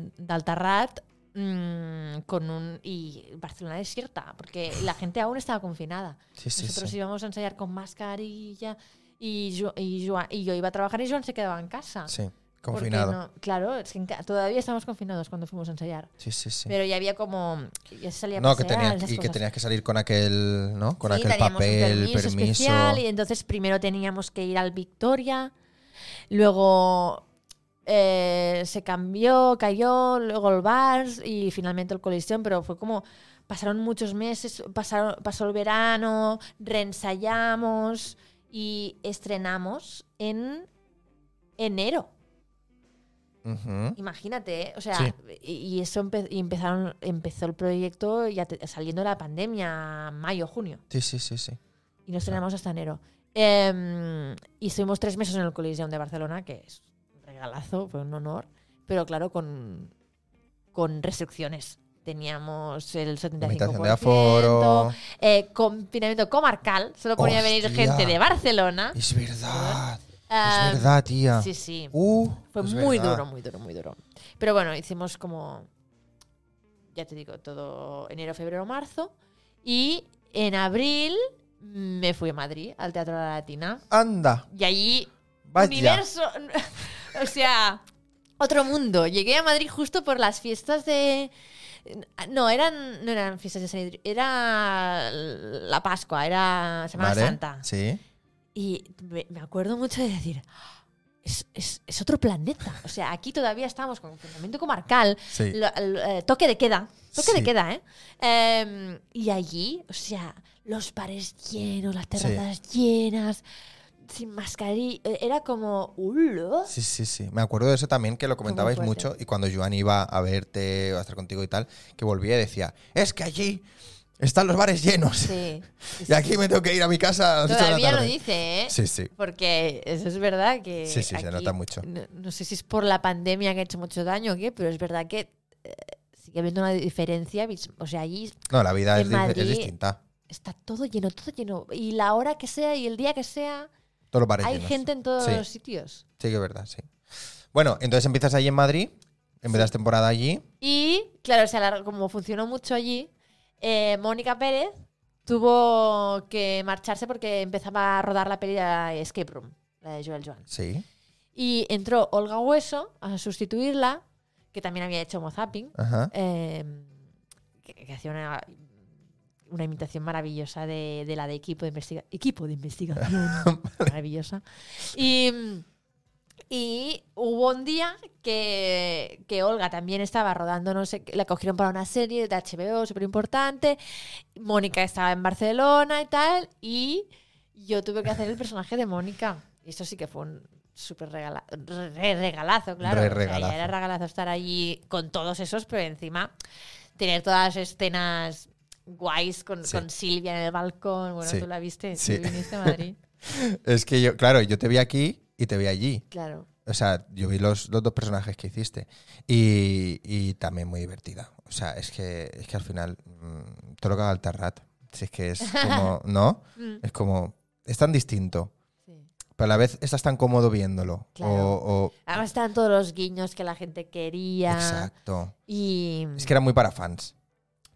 Ujú.
del Terrat mm, con un, y Barcelona desierta, porque la gente aún estaba confinada.
Sí, sí,
Nosotros
sí.
íbamos a ensayar con mascarilla y yo, y, Joan- y yo iba a trabajar y Joan se quedaba en casa.
Sí,
Porque
confinado.
no- claro, es que en ca- todavía estábamos confinados cuando fuimos a ensayar.
Sí, sí, sí.
Pero ya había como. Ya se salía a
no, que
pasear,
tenías,
esas
y que
cosas.
tenías que salir con aquel, ¿no? Con
Sí,
aquel
teníamos un
papel, permiso.
especial, y entonces primero teníamos que ir al Victoria, luego eh, se cambió, cayó, luego el Vars y finalmente el Coliseum, pero fue como. Pasaron muchos meses, pasaron, pasó el verano, reensayamos y estrenamos en enero.
Ujú.
Imagínate, ¿eh? o sea,
Sí.
y, y eso empe- y empezaron, empezó el proyecto ya te- saliendo de la pandemia, mayo, junio,
Sí, sí, sí, sí.
y nos tenemos hasta enero. Em, y estuvimos tres meses en el Coliseum de Barcelona, que es un regalazo, fue un honor, pero claro, con, con restricciones. Teníamos el 75%,
Limitación de aforo.
eh, confinamiento comarcal, solo podía venir
Hostia.
gente de Barcelona.
Es verdad.
Ah,
es verdad, tía.
Sí, sí.
Uh,
Fue
es
muy
verdad.
duro, muy duro, muy duro. Pero bueno, hicimos como, ya te digo, todo enero, febrero, marzo. Y en abril me fui a Madrid, al Teatro de la Latina.
Anda,
Y allí,
vaya.
universo, o sea, otro mundo. Llegué a Madrid justo por las fiestas de... No, eran, no eran fiestas de San Isidro, era la Pascua, era Semana
Vale,
Santa.
Sí.
Y me, me acuerdo mucho de decir, "Ah, es, es- es otro planeta. O sea, aquí todavía estamos con confinamiento comarcal,
Sí.
lo- lo- eh, toque de queda, toque de
Sí.
queda, ¿eh? Em, y allí, o sea, los bares llenos, las terrazas llenas, sin mascarilla, eh, era como, "Ulo".
Sí, sí, sí. Me acuerdo de eso también, que lo comentabais
fuerte.
mucho. Y cuando Joan iba a verte, o a estar contigo y tal, que volvía y decía, es que allí están los bares llenos.
Sí, sí,
Y
sí.
aquí me tengo que ir a mi casa a las ocho de la
Todavía lo
tarde".
dice, ¿eh?
Sí, sí.
Porque eso es verdad que.
Sí, sí, se
aquí-
nota mucho.
No, no sé si es por la pandemia que ha hecho mucho daño o qué, pero es verdad que eh, sigue habiendo una diferencia. bis- O sea, allí
No, la vida
En
es, di- es
Madrid-
distinta.
está todo lleno, todo lleno. Y la hora que sea y el día que sea,
Todos los bares
hay
llenos.
gente en todos
Sí.
los sitios.
Sí, que es verdad, sí. Bueno, entonces empiezas allí en Madrid, empiezas temporada allí.
Y claro, se alargó- como funcionó mucho allí, eh, Mónica Pérez tuvo que marcharse porque empezaba a rodar la peli de Escape Room, la de Joel Joan.
Sí.
Y entró Olga Hueso a sustituirla, que también había hecho Mozapping,
Ajá.
eh, que, que hacía una, una imitación maravillosa de, de la de equipo de, investiga equipo de investigación. maravillosa. Y, y hubo un día que, que Olga también estaba rodando, no sé, qué, la cogieron para una serie de HBO súper importante. Mónica estaba en Barcelona y tal. Y yo tuve que hacer el personaje de Mónica. Y eso sí que fue un súper regala- re- regalazo,
Re
claro. O sea, ya
regalazo.
era regalazo estar allí con todos esos, pero encima tener todas las escenas guays con,
Sí.
con Silvia en el balcón. Bueno,
Sí.
tú la viste,
Sí.
tú viniste a Madrid.
Es que yo, claro, yo te vi aquí y te vi allí.
Claro.
O sea, yo vi los, los dos personajes que hiciste y, y también muy divertida. O sea, es que, es que al final mm, todo lo que haga el Tarrat, si es que es como, ¿no?
Mm.
Es como, es tan distinto,
Sí.
pero a la vez estás tan cómodo viéndolo. O-
Claro.
O,
Además estaban todos los guiños que la gente quería.
Exacto.
Y.
Es que era muy para fans.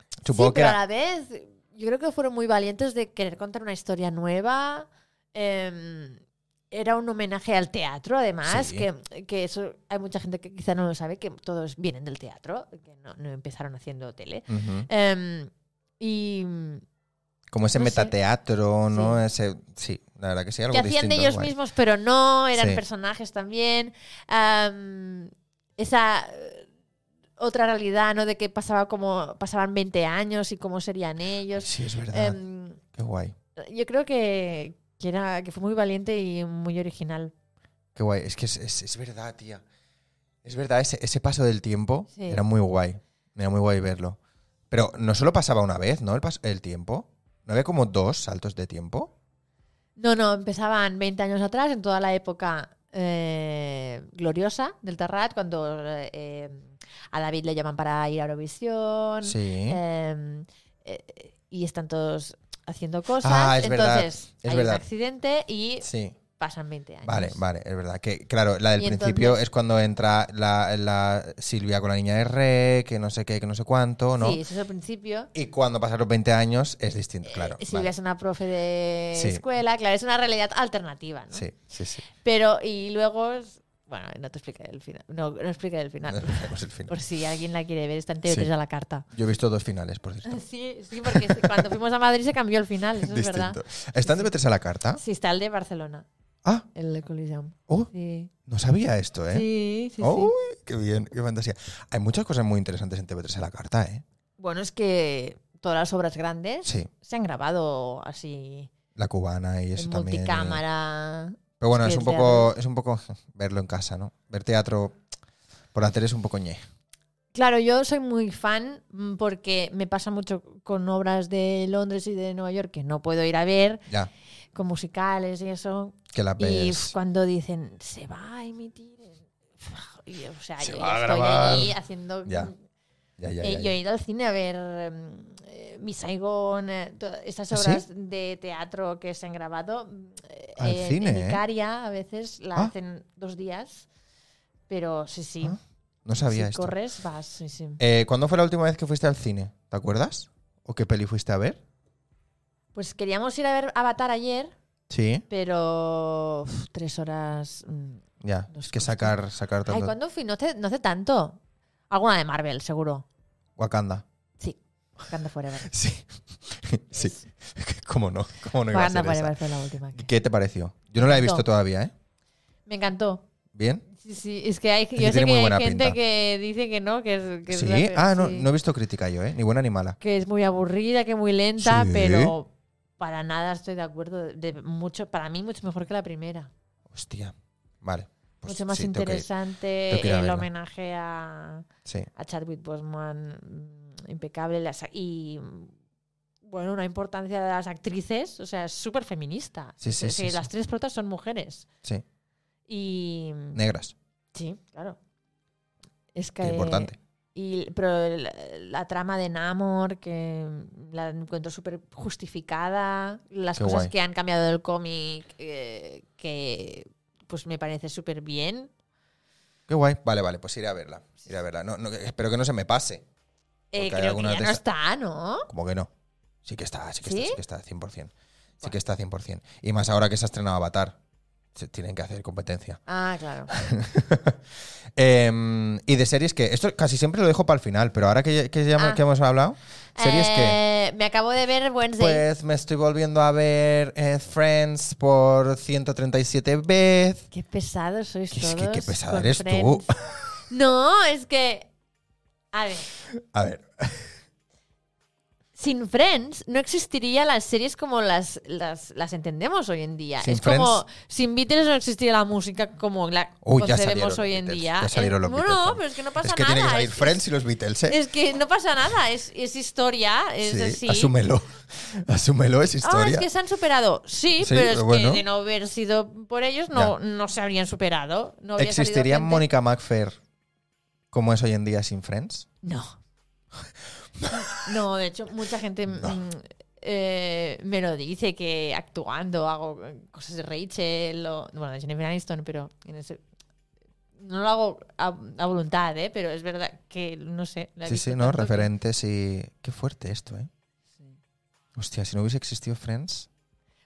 Sí,
Supongo que
pero
era...
a la vez, yo creo que fueron muy valientes de querer contar una historia nueva. Em, era un homenaje al teatro, además,
Sí.
que, que eso hay mucha gente que quizá no lo sabe, que todos vienen del teatro, que no, no empezaron haciendo tele.
Ujú.
Em, y mm,
Como ese
no sé.
metateatro, ¿no? Ese, sí, la verdad que sí, algo
que hacían
distinto,
de ellos
guay.
mismos, pero no, eran
Sí.
personajes también. Am, esa eh, otra realidad, ¿no? De que pasaba como pasaban 20 años y cómo serían ellos.
Sí, es verdad.
Em,
Qué guay.
yo creo que, que era, que fue muy valiente y muy original.
Qué guay. Es que es, es- es verdad, tía. Es verdad, ese, ese paso del tiempo
Sí.
era muy guay. Era muy guay verlo. Pero no solo pasaba una vez, ¿no? El, pas- el tiempo. ¿No había como dos saltos de tiempo?
No, no, empezaban 20 años atrás, en toda la época eh, gloriosa del Terrat, cuando eh, eh, a David le llaman para ir a Eurovisión.
Sí.
eh, eh, y están todos haciendo cosas.
Ah, es verdad,
entonces
es
hay
verdad.
un accidente y
sí.
pasan 20 años.
Vale, vale, es verdad. Que claro, la del
Y
principio
entonces-
es cuando entra la, la Silvia con la niña de re, que no sé qué, que no sé cuánto, ¿no?
Sí, eso es el principio.
Y cuando pasan los 20 años es distinto, claro.
Eh, Silvia
vale.
es una profe de
Sí.
escuela, claro, es una realidad alternativa, ¿no?
Sí, sí, sí.
Pero, y luego, es- bueno, no te explicaré el final. No, no explicaré el
No
final.
explicaremos el final.
Por si alguien la quiere ver, está en TV3
Sí.
a la carta.
Yo he visto dos finales, por cierto.
Sí, sí, porque es- cuando fuimos a Madrid se cambió el final, eso es verdad.
Distinto. ¿Están de meterse a la carta?
Sí, está el de Barcelona,
Ah,
el de Coliseum.
oh,
Sí,
no sabía esto, ¿eh?
sí, sí.
Oh,
sí.
uy, qué bien, qué fantasía. Hay muchas cosas muy interesantes en TV3 a la carta, ¿eh?
Bueno, es que todas las obras grandes
Sí,
se han grabado así,
la cubana y eso
en
también. ¿eh?
multicámara.
Pero bueno,
Sí,
es
el
un poco es un poco verlo en casa, ¿no? Ver teatro por la tele es un poco ñe.
Claro, yo soy muy fan mm, porque me pasa mucho con obras de Londres y de Nueva York que no puedo ir a ver,
Ya,
con musicales y eso.
que la
Y pues,
ves.
cuando dicen, se va a emitir. y, o sea,
Se
yo
va a
ya estoy
grabar.
allí haciendo.
Ya, ya, ya,
Eh,
ya,
yo he
ya.
ido al cine a ver mm, eh, Mi Saigon, eh, todas estas
¿Ah, sí?
obras de teatro que se han grabado. mm, eh,
Al
en-
cine,
En
¿eh?
Icaria a veces la
Ah.
hacen dos días. Pero sí, sí.
Ah, No sabía
si
esto.
corres, vas. Sí, sí.
Eh, ¿Cuándo fue la última vez que fuiste al cine? ¿Te acuerdas? ¿O qué peli fuiste a ver?
Pues queríamos ir a ver Avatar ayer,
Sí,
pero. uf, tres horas. mm.
ya.
Nos
Es que
costó.
sacar, sacar
Ay,
tanto.
¿cuándo fui? No hace, no hace tanto. Alguna de Marvel, seguro.
Wakanda.
Sí. Wakanda Forever.
Sí. sí. ¿Cómo no? ¿Cómo no iba a
Wakanda
ser esa?
Forever fue la última. que-
¿Qué te pareció? Yo no la he visto
No.
todavía, ¿eh?
Me encantó.
¿Bien.
Sí, sí, es que hay,
que
yo sé
tiene muy
que hay
buena
gente
pinta.
que dice que no, que es, que es
sí.
la peor,
ah, no,
sí.
no he visto crítica yo, ¿eh? Ni buena ni mala.
que es muy aburrida, que muy lenta,
Sí.
pero para nada estoy de acuerdo. De mucho, para mí mucho mejor que la primera.
Hostia. Vale. Pues
mucho más
sí, tengo que ir.
interesante
tengo que ir a
el
verla.
homenaje a,
Sí.
a Chadwick Boseman mm, impecable las ac- y mm, bueno una importancia de las actrices o sea es súper feminista
Sí, sí, sí, sí.
las tres protas son mujeres
Sí.
y
Negras.
sí claro es
Qué
que
importante.
y pero el- la trama de Namor que la encuentro súper justificada las
Qué
cosas
guay.
que han cambiado del cómic eh, que pues me parece súper bien
Qué guay. Vale, vale. Pues iré a verla. Iré a verla. No, no, espero que no se me pase.
Eh,
Porque hay
creo que
algunas
ya
de
no
esas-
está no
Como que no. Sí que está, sí que
¿Sí?
está, sí que está, 100%. Sí que está 100%. Y más ahora que se ha estrenado Avatar. Se tienen que hacer competencia.
ah claro
Em, y de series que. Esto casi siempre lo dejo para el final, pero ahora que, que ya-
Ah.
que hemos hablado. Series que.
Eh, Me acabo de ver Wednesday.
Pues me estoy volviendo a ver eh, Friends por 137 veces.
qué pesados sois
Que es
todos.
que qué pesada
con
eres tú.
Friends. No, es que. A ver,
A ver,
sin Friends no existiría las series como las, las, las entendemos hoy en día.
Sin
es como
Friends.
sin Beatles no existiría la música como la
Uy, ya
concebemos
salieron
hoy
los
en
Beatles,
día.
Ya salieron los
Eh,
Beatles.
no,
¿no?
pero es que no pasa
Es que
nada.
tiene que salir
es,
Friends y los Beatles, ¿eh?
es que no pasa nada, es, es historia, es
sí,
así.
asúmelo. Asúmelo, es
Ah,
historia.
es que se han superado. Sí,
Sí,
pero es
pero bueno.
que de no haber sido por ellos no, no se habrían superado. No habría salido
¿Existiría
gente-
Mónica McFair como es hoy en día sin Friends?
No. No, de hecho, mucha gente mm, eh, me lo dice que actuando hago cosas de Rachel o. Bueno, de Jennifer Aniston, pero en ese- No lo hago a, a voluntad, ¿eh? Pero es verdad que, no sé. la he
Sí,
visto
sí, no,
tanto que-
referentes y. Qué fuerte esto, ¿eh? Hostia, si no hubiese existido Friends.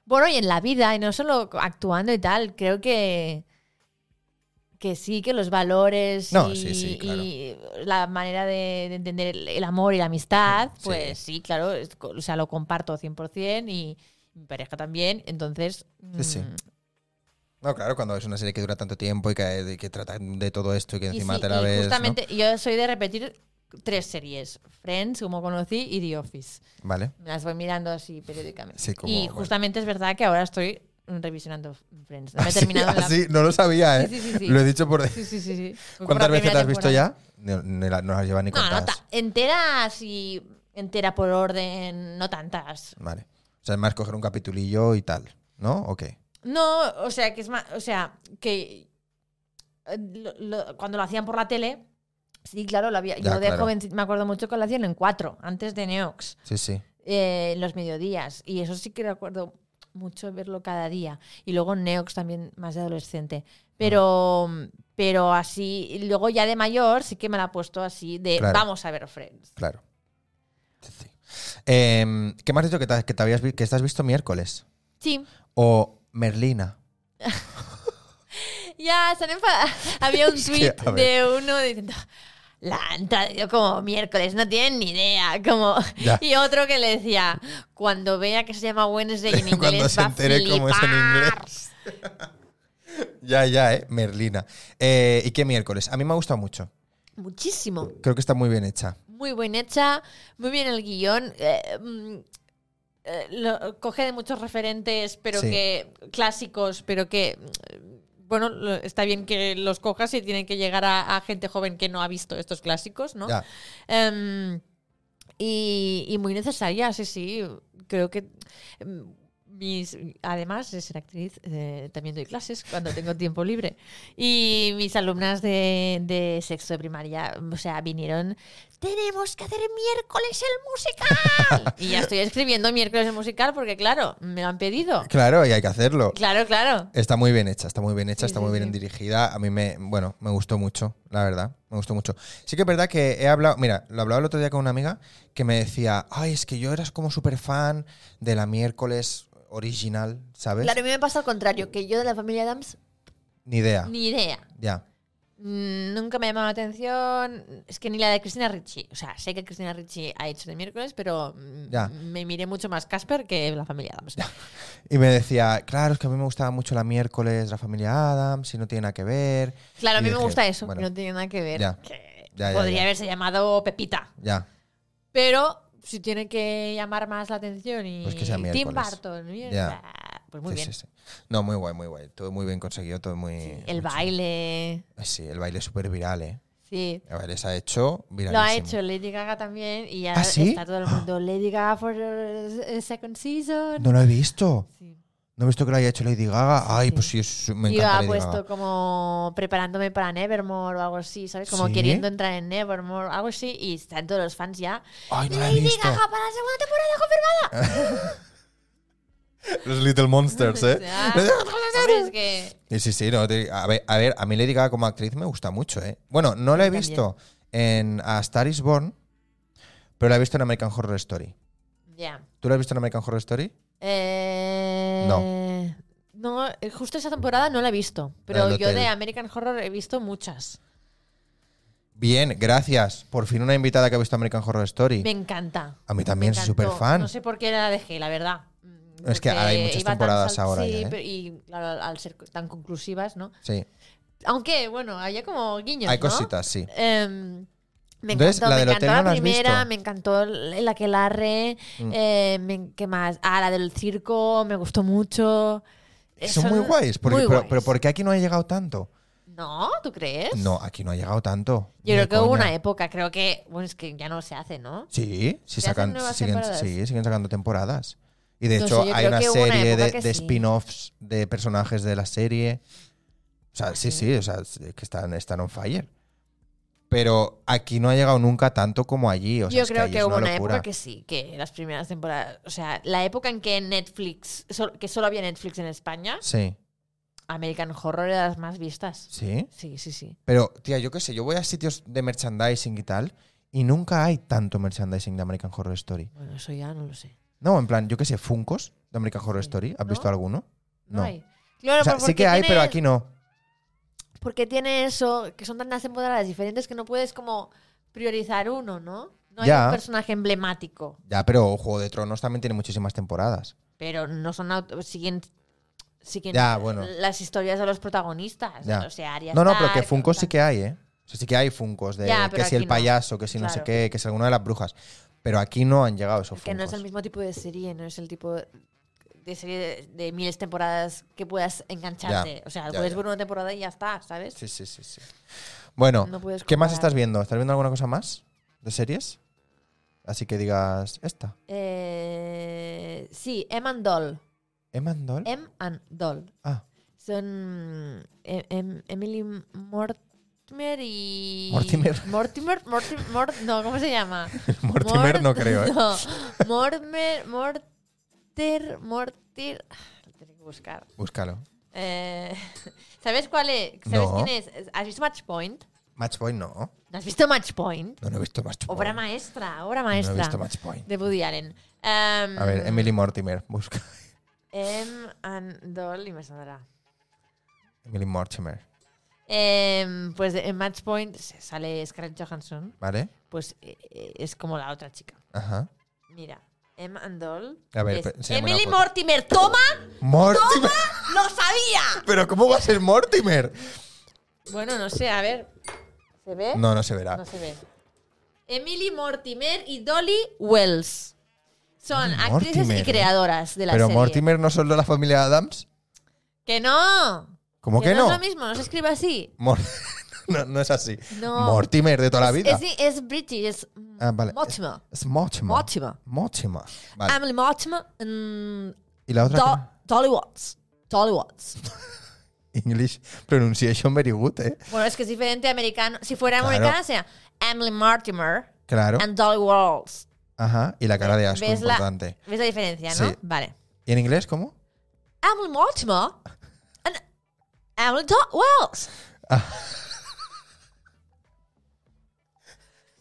Bueno, y en la vida, y no solo actuando y tal, creo que. Que sí, que los valores
No,
y,
sí, sí, claro.
y la manera de, de entender el, el amor y la amistad,
Sí.
pues sí, claro, es co- o sea, lo comparto 100% y mi pareja también, entonces...
Sí, sí.
mm,
No, claro, cuando es una serie que dura tanto tiempo y que, y que trata de todo esto y que
y
encima
sí,
te la
y
ves. ¿no?
justamente yo soy de repetir tres series, Friends, como conocí, y The Office.
Vale.
Me las voy mirando así periódicamente.
Sí, como-
y
bueno.
justamente es verdad que ahora estoy revisionando Friends. No me he
Así,
terminado la-
así, Ah, no lo sabía, ¿eh?
Sí, sí, sí, sí.
Lo he dicho por.
Sí, sí, sí, sí. Fue Pues por
¿Cuántas
la
veces te
primera
has visto
temporada.
ya? No, ni la- no las llevas ni
No, no,
contadas.
ta- entera así, entera por orden, no tantas.
Vale. O sea, es más coger un capitulillo y tal, ¿no? ¿O qué?
No, o sea, que es más, o sea, que eh, lo- lo- cuando lo hacían por la tele, sí, claro, lo había,
Ya,
yo de
claro.
joven me acuerdo mucho que lo hacían en cuatro, antes de Neox,
Sí, sí.
eh, en los mediodías, y eso sí que recuerdo mucho verlo cada día, y luego en Neox también más de adolescente,
Mm.
pero, pero así, y luego ya de mayor sí que me la ha puesto así de,
Claro.
vamos a ver Friends.
Claro. Sí, sí. Em, ¿Qué me has dicho que te, que te habías vi- que te has visto miércoles?
Sí.
O Merlina.
Ya, están enfadados. Había un tweet
a ver.
de uno diciendo. La han traído como miércoles, no tienen ni idea. Como...
Ya.
Y otro que le decía, cuando vea que se llama Wednesday en inglés,
Cuando se
va
entere
a
cómo es en
flipar".
inglés. Ya, ya, ¿eh? Merlina. Eh, ¿Y qué miércoles? A mí me ha gustado mucho.
Muchísimo.
Creo que está muy bien hecha.
Muy bien hecha, muy bien el guión. eh, mm, eh, lo- coge de muchos referentes, pero
Sí.
que clásicos, pero que. mm, Bueno, lo- está bien que los cojas y tienen que llegar a, a gente joven que no ha visto estos clásicos, ¿no?
Ya.
Em, y, y muy necesaria, sí, sí. Creo que em, mis, además de ser actriz, eh, también doy clases cuando tengo tiempo libre. Y mis alumnas de, de sexto de primaria, o sea, vinieron, tenemos que hacer miércoles el musical. y ya estoy escribiendo miércoles el musical porque, claro, me lo han pedido.
Claro, y hay que hacerlo.
Claro, claro.
Está muy bien hecha, está muy bien hecha,
Sí,
está
sí,
muy bien
sí.
dirigida. A mí me, bueno, me gustó mucho, la verdad, me gustó mucho. Sí que es verdad que he hablado, mira, lo hablaba el otro día con una amiga que me decía, ay, es que yo eras como súper fan de la miércoles original, ¿sabes?
Claro, a mí me pasa al contrario, que yo de la familia Adams,
Ni idea.
ni idea.
Ya,
Mm, Nunca me ha llamado la atención. Es que ni la de Cristina Ricci. O sea, sé que Cristina Ricci ha hecho de miércoles, pero mm,
Ya.
me miré mucho más Casper que la familia Adams.
Y me decía, claro, es que a mí me gustaba mucho la miércoles, la familia Adams, si no tiene nada que ver.
Claro, a
Y
mí me
dije,
gusta eso,
bueno,
que no tiene nada que ver.
Ya.
Que
Ya, ya,
podría
ya.
haberse llamado Pepita.
Ya,
Pero si tiene que llamar más la atención y
Pues que sea
Tim
miércoles.
Burton. y-
Ya.
Pues muy
sí,
bien.
sí, sí. No, muy guay, muy guay. Todo muy bien conseguido, todo muy. muy
El baile.
chulo. Sí, el baile súper viral, ¿eh?
Sí.
El baile se ha hecho viral.
Lo ha hecho Lady Gaga también y ya
¿Ah, sí?
está todo el mundo Lady Gaga for the second season.
No lo he visto.
Sí.
No he visto que lo haya hecho Lady Gaga. Ay,
sí.
pues sí, es- me
Yo
encanta.
ha
Lady
puesto
Gaga.
como preparándome para Nevermore o algo así, ¿sabes? Como
¿Sí?
queriendo entrar en Nevermore, algo así, y están todos los fans ya.
Ay, no lo he
Lady
visto. Ah,
Gaga para la segunda temporada confirmada.
Los Little Monsters, ¿eh?
O sea, hombre, es que-
Y sí, sí, no, te- a, ver, a ver, a mí Lady Gaga como actriz me gusta mucho, ¿eh? Bueno, no la he
también.
visto en A Star is Born, pero la he visto en American Horror Story.
Ya.
¿Tú la has visto en American Horror Story?
Eh, No, eh, justo esa temporada no la he visto, pero
del
yo
hotel.
de American Horror he visto muchas.
Bien, gracias. Por fin una invitada que ha visto American Horror Story.
Me encanta.
A mí
Me
también, soy
encantó.
superfan.
No sé por qué la dejé, la verdad. Mm,
Es que
porque
ahora hay muchas
iba tan
temporadas
sal-
ahora
Sí,
ya, ¿eh?
pero- y claro, al ser tan conclusivas, ¿no?
Sí.
Aunque, bueno, había como guiños.
Hay
¿no?
cositas, sí.
Em, Me
Entonces,
encantó,
la
me
del
encantó
hotel no
la
la has
primera,
visto. Mm.
me encantó la que larre, ¿qué más? Ah, la del circo, me gustó mucho. Eh,
Son muy guays, porque,
muy
pero,
guays.
pero ¿por qué aquí no ha llegado tanto?
¿No? ¿Tú crees?
No, aquí no ha llegado tanto. Ni
Yo creo
de
que hubo
coña.
una época, creo que, bueno, es que ya no se hace, ¿no?
Sí, sí
¿Se hacen
sacan,
nuevas
siguen,
temporadas?
sí, siguen sacando temporadas. Y de
No
hecho
sé, yo
hay
creo
una
que hubo una
serie de,
época que
de
sí.
spin-offs de personajes de la serie. O sea, sí, sí, o sea, es que están, están on fire. Pero aquí no ha llegado nunca tanto como allí. O sea,
Yo
es
creo
allí
que
es
hubo una
locura.
época que sí, que las primeras temporadas, o sea, la época en que Netflix, sol- que solo había Netflix en España,
Sí,
American Horror era las más vistas.
sí.
Sí, sí, sí.
Pero, tía, yo qué sé, yo voy a sitios de merchandising y tal, y nunca hay tanto merchandising de American Horror Story.
Bueno, eso ya no lo sé.
No, en plan, yo qué sé, Funcos de American Horror
Sí.
Story. ¿Has
¿No?
visto alguno?
No,
No.
hay. Claro,
o sea,
por-
sí
porque
que hay, pero
tiene-
aquí no.
Porque tiene eso, que son tantas temporadas diferentes que no puedes como priorizar uno, ¿no? No hay
Ya.
un personaje emblemático,
Ya, pero Juego de Tronos también tiene muchísimas temporadas.
pero no son auto- siguen, siguen
Ya, bueno.
las historias de los protagonistas.
Ya.
O sea, Arya
No, no,
Stark,
pero que Funko sí
tal.
que hay, ¿eh? O sea, sí que hay Funkos de
Ya,
que
pero
si el
aquí no.
payaso, que si no sé
Claro.
qué, que si alguna de las brujas. Pero aquí no han llegado esos
Que no es
Funkos.
el mismo tipo de serie, no es el tipo de serie de, de miles de temporadas que puedas engancharte.
Ya,
O sea,
ya,
puedes
ya.
ver una temporada y ya está, ¿sabes?
Sí, sí, sí, sí. Bueno,
No puedes
¿qué más
comparar.
estás viendo? ¿Estás viendo alguna cosa más de series? Así que digas esta.
Eh, sí, M and Doll.
Emandol.
M and Doll.
ah,
Son eh, em- Emily Mortimer y.
Mortimer.
Mortimer, Mortimer, Mort- no, ¿cómo se llama?
Mortimer no creo, ¿eh?
No. Mortimer, Morter, Mortir. Ah, Lo tengo que buscar.
Búscalo.
Eh, ¿Sabes cuál es? ¿Sabes
No.
quién es? ¿Has visto Match Point?
Matchpoint no.
¿No has visto Match Point?
No, no he visto Matchpoint.
Obra maestra, obra
No
maestra.
he visto Matchpoint.
De Woody Allen. Em,
A ver, Emily Mortimer, busca.
Em and Doll y me saldrá.
Emily Mortimer,
Em, pues en Match Point se- sale Scarlett Johansson.
¿vale?
Pues eh, eh, es como la otra chica.
Ajá.
Mira, Em and Doll.
A ver,
es
pe- enséñame
Emily
una foto.
Mortimer, toma,
¡Mortimer!
lo sabía.
¿Pero cómo va a ser Mortimer?
Bueno, no sé, a ver. ¿Se ve?
No, no se verá.
¿Eh? No se ve. Emily Mortimer y Dolly Wells. Son
Mm,
actrices
Mortimer,
y
¿eh?
creadoras de la
Pero
serie.
Mortimer no son de la familia Adams.
¡Que no!
¿Cómo que, no?
es lo mismo, no se escribe así.
Mor- no, no es así.
No.
Mortimer de toda la vida.
Es, es british, es
Ah, vale.
Mortimer.
Es Mortimer.
Mortimer.
Mortimer. Vale.
Emily Mortimer mm,
y la otra.
Do- Dolly Watts. Dolly Watts.
English pronunciation very good, ¿eh?
Bueno, es que es diferente americano. Si fuera
Claro.
americana sería Emily Mortimer
Claro.
and Dolly Watts.
Ajá. Y la cara de asco
¿Ves la-
importante.
¿Ves la diferencia, no?
Sí.
Vale.
¿Y en inglés cómo?
Emily Mortimer and Emily Do- Wells.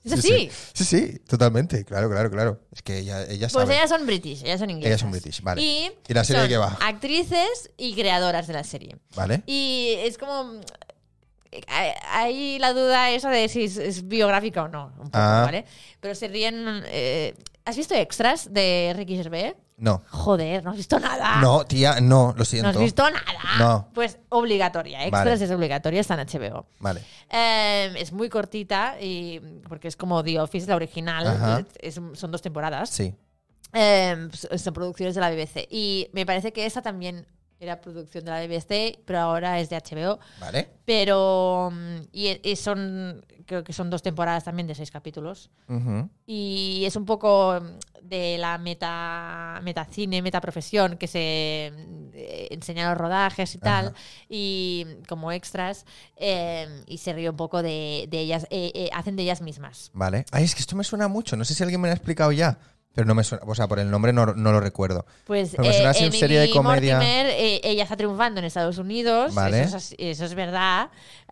Es así.
Sí, sí, totalmente. Claro, claro, claro. Es que ella, ella
Pues
sabe.
ellas son british, ellas son inglesas.
Ellas son british, vale.
Y,
¿Y la serie
son
de qué va?
Actrices y creadoras de la serie.
¿Vale?
Y es como. hay- Hay la duda esa de si es, es biográfica o no, un poco,
Ah.
¿vale? Pero se ríen. eh, ¿Has visto extras de Ricky Gervais?
No.
Joder, no has visto nada.
No, tía, no, lo
No
siento.
has visto nada.
No.
Pues obligatoria. Extras
Vale.
es obligatoria, está en HBO.
Vale.
Eh, es muy cortita y porque es como The Office, la
Ajá.
original. es- son dos temporadas.
Sí.
Eh, son producciones de la BBC. Y me parece que esta también era producción de la BBC, pero ahora es de HBO.
¿Vale?
Pero. mm, Y, y son. Creo que son dos temporadas también de seis capítulos.
Ujú.
Y es un poco mm, de la meta metacine, metaprofesión que se mm, eh, enseña en los rodajes y tal,
Ajá.
y mm, como extras, eh, y se ríe un poco de, de ellas, eh, eh, hacen de ellas mismas.
Vale. Ay, es que esto me suena mucho. No sé si alguien me lo ha explicado ya. Pero no me suena. O sea, por el nombre no, no lo recuerdo.
Pues
Pero me suena así en
Emily
serie de comedia.
Mortimer, eh, ella está triunfando en Estados Unidos,
Vale.
eso, es, así- eso es verdad.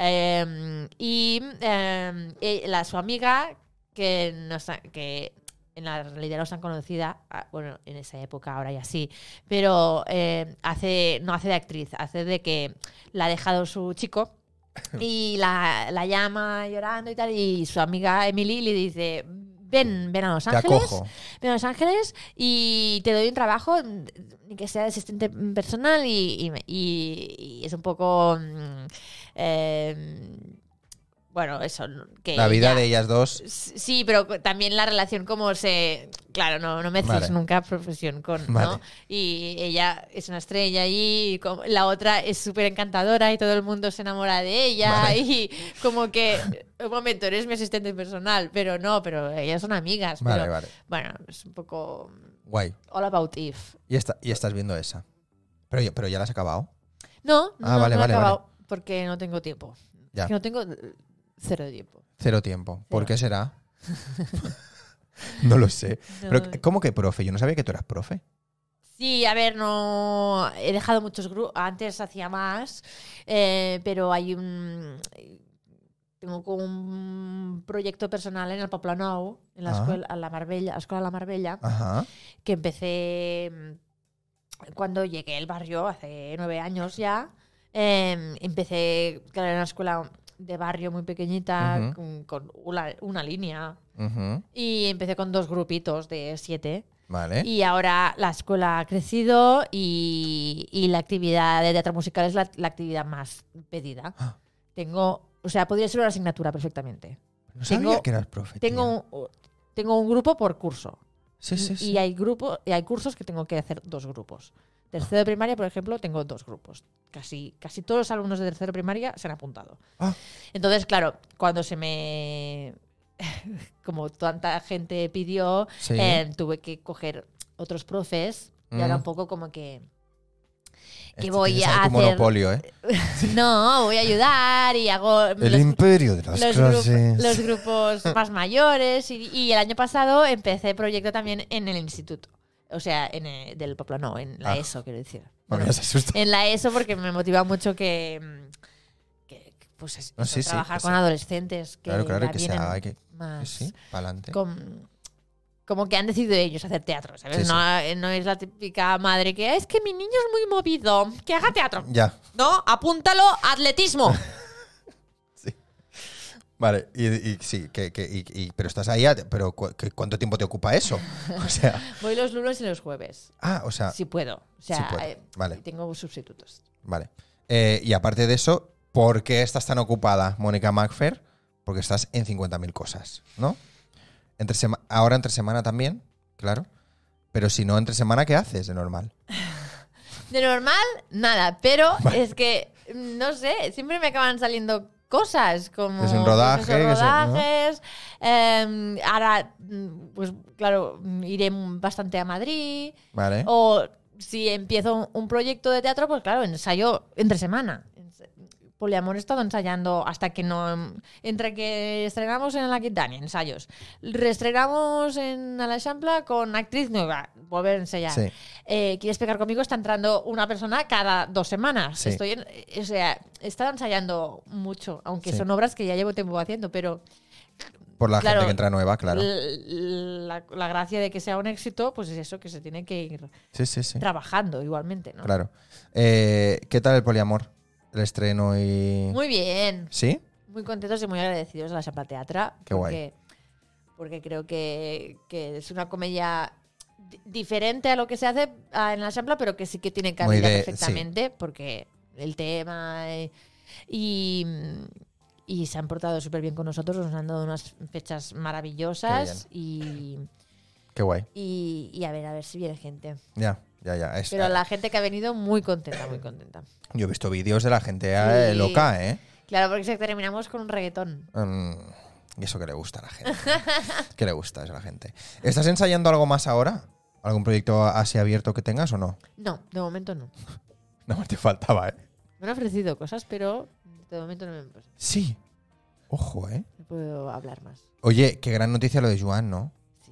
Eh, y eh, eh, la, su amiga, que, no está- que en la realidad no es tan conocida, ah, bueno, en esa época ahora ya sí, pero eh, hace, no hace de actriz, hace de que la ha dejado su chico. Y la, la llama llorando y tal, y su amiga Emily le dice, ven, ven a Los
Te
Ángeles,
acojo.
Ven a Los Ángeles y te doy un trabajo, mm, que sea de asistente personal y, y me- y- y es un poco... mm, eh, Bueno, eso. Que
La vida
eh, ya-
de ellas dos.
Sí, pero co- también la relación como se... Claro, no, no mezcles
Vale.
nunca profesión con...
Vale.
¿no? Y ella es una estrella y co- la otra es súper encantadora y todo el mundo se enamora de ella
Vale.
y como que... Un momento, eres mi asistente personal, pero no, pero ellas son amigas.
Vale,
pero-
vale.
Bueno, es un poco... mm,
Guay.
All about if.
Y, esta- y estás viendo esa. Pero, ya- pero ya la has acabado.
No, no,
Ah,
no,
vale,
no lo he
vale, vale.
acabado porque no tengo tiempo.
Ya.
Es que no tengo eh, cero tiempo.
Cero tiempo. ¿Por
Cero.
qué será? no lo sé.
No,
Pero, ¿Cómo que profe? Yo no sabía que tú eras profe.
Sí, a ver, no he dejado muchos grupos, antes hacía más, eh, pero hay un... Tengo como un proyecto personal en el Poblenou, en la
Ah.
escuela, a la Marbella, a la escuela de la Marbella,
Ajá.
que empecé mm, cuando llegué al barrio, hace nueve años ya. Em, empecé, claro, en una escuela de barrio muy pequeñita,
Ujú.
con, con una, una línea,
Ujú.
y empecé con dos grupitos de siete.
Vale.
Y ahora la escuela ha crecido y, y la actividad de teatro musical es la, la actividad más pedida.
Ah.
Tengo, o sea, podría ser una asignatura perfectamente.
no sabía
tengo-
que eras profe. tía.
Tengo un, tengo un grupo por curso.
Sí, sí,
Y-
sí.
Y hay grupo, y hay cursos que tengo que hacer dos grupos. Tercero de primaria, por ejemplo, tengo dos grupos. Casi, casi todos los alumnos de tercero de primaria se han apuntado.
Ah.
Entonces, claro, cuando se me como tanta gente pidió,
Sí.
eh, tuve que coger otros profes y ahora
Mm.
un poco como que
Este
voy
tienes
a
ahí tu
hacer-
monopolio, ¿eh?
no, voy a ayudar y hago
El
los,
imperio de las
los grup-
clases.
los grupos más mayores y, y el año pasado empecé proyecto también en el instituto. O sea, en el, del Popla, no, en la
Ah.
ESO, quiero decir.
Bueno,
Bueno,
ya se asusta.
en la ESO porque me motiva mucho que, mm, que- que, pues es-
No,
eso,
Ah, sí, sí,
trabajar
que
con
sea-
adolescentes que
Claro, claro,
ya
que
vienen
sea. Que,
más
sí, para adelante.
com- como que han decidido ellos hacer teatro, ¿sabes?
Sí, sí.
No, eh, no es la típica madre que es que mi niño es muy movido, que haga teatro.
Ya.
No, apúntalo, atletismo.
Vale, y, y sí, que, que- y- y- pero estás ahí, a- pero cu- que- ¿cuánto tiempo te ocupa eso? O sea,
Voy los lunes y los jueves,
ah, o sea,
si puedo. O sea,
si puedo.
eh,
Vale.
tengo sustitutos.
vale. Eh, y aparte de eso, ¿por qué estás tan ocupada, Mónica Macfer? Porque estás en 50.000 cosas, ¿no? Entre sema- ahora entre semana también, claro. Pero si no, entre semana, ¿qué haces de normal?
De normal, nada, pero
Vale.
es que, no sé, siempre me acaban saliendo cosas como
Que es un rodaje,
pues eso,
que es un- ¿no?
rodajes. em, ahora, mm, pues claro, mm, iré bastante a Madrid.
Vale.
O si empiezo un- un proyecto de teatro, pues claro, ensayo entre semana. Ense- Poliamor he estado ensayando hasta que no. Entre que estrenamos en la Quintana, ensayos. Reestrenamos en la Champla con actriz nueva, volver a ensayar.
Sí.
Eh, ¿Quieres pegar conmigo? Está entrando una persona cada dos semanas.
Sí.
Estoy en- o sea, he estado ensayando mucho, aunque
Sí.
son obras que ya llevo tiempo haciendo, pero
Por la
claro,
gente que entra nueva, claro.
l- la, la gracia de que sea un éxito, pues es eso, que se tiene que ir
Sí, sí, sí.
trabajando igualmente, ¿no?
Claro. Eh, ¿Qué tal el poliamor? El estreno y.
Muy bien,
¿Sí?
muy contentos y muy agradecidos a la Chapla Teatra.
Qué guay.
Porque, porque creo que, que es una comedia di- diferente a lo que se hace ah, en la Chapla, pero que sí que tiene
Muy
cabida
de-
perfectamente, porque el tema eh, y... y se han portado súper bien con nosotros, nos han dado unas fechas maravillosas y,
Qué guay.
y, y a ver, a ver si viene gente.
Ya, ya, ya. Es- eh,
Pero la gente que ha venido muy contenta, muy contenta.
Yo he visto vídeos de la gente eh,
Sí.
loca, ¿eh?
Claro, porque si terminamos con un reggaetón.
Mm, y eso que le gusta a la gente. que le gusta eso a la gente. ¿Estás ensayando algo más ahora? ¿Algún proyecto así abierto que tengas o no?
No, de momento no.
Nada más te faltaba, ¿eh?
Me han ofrecido cosas, pero de momento no me, pues,
Sí. Ojo, ¿eh?
no puedo hablar más.
Oye, qué gran noticia lo de Joan, ¿no?
Sí.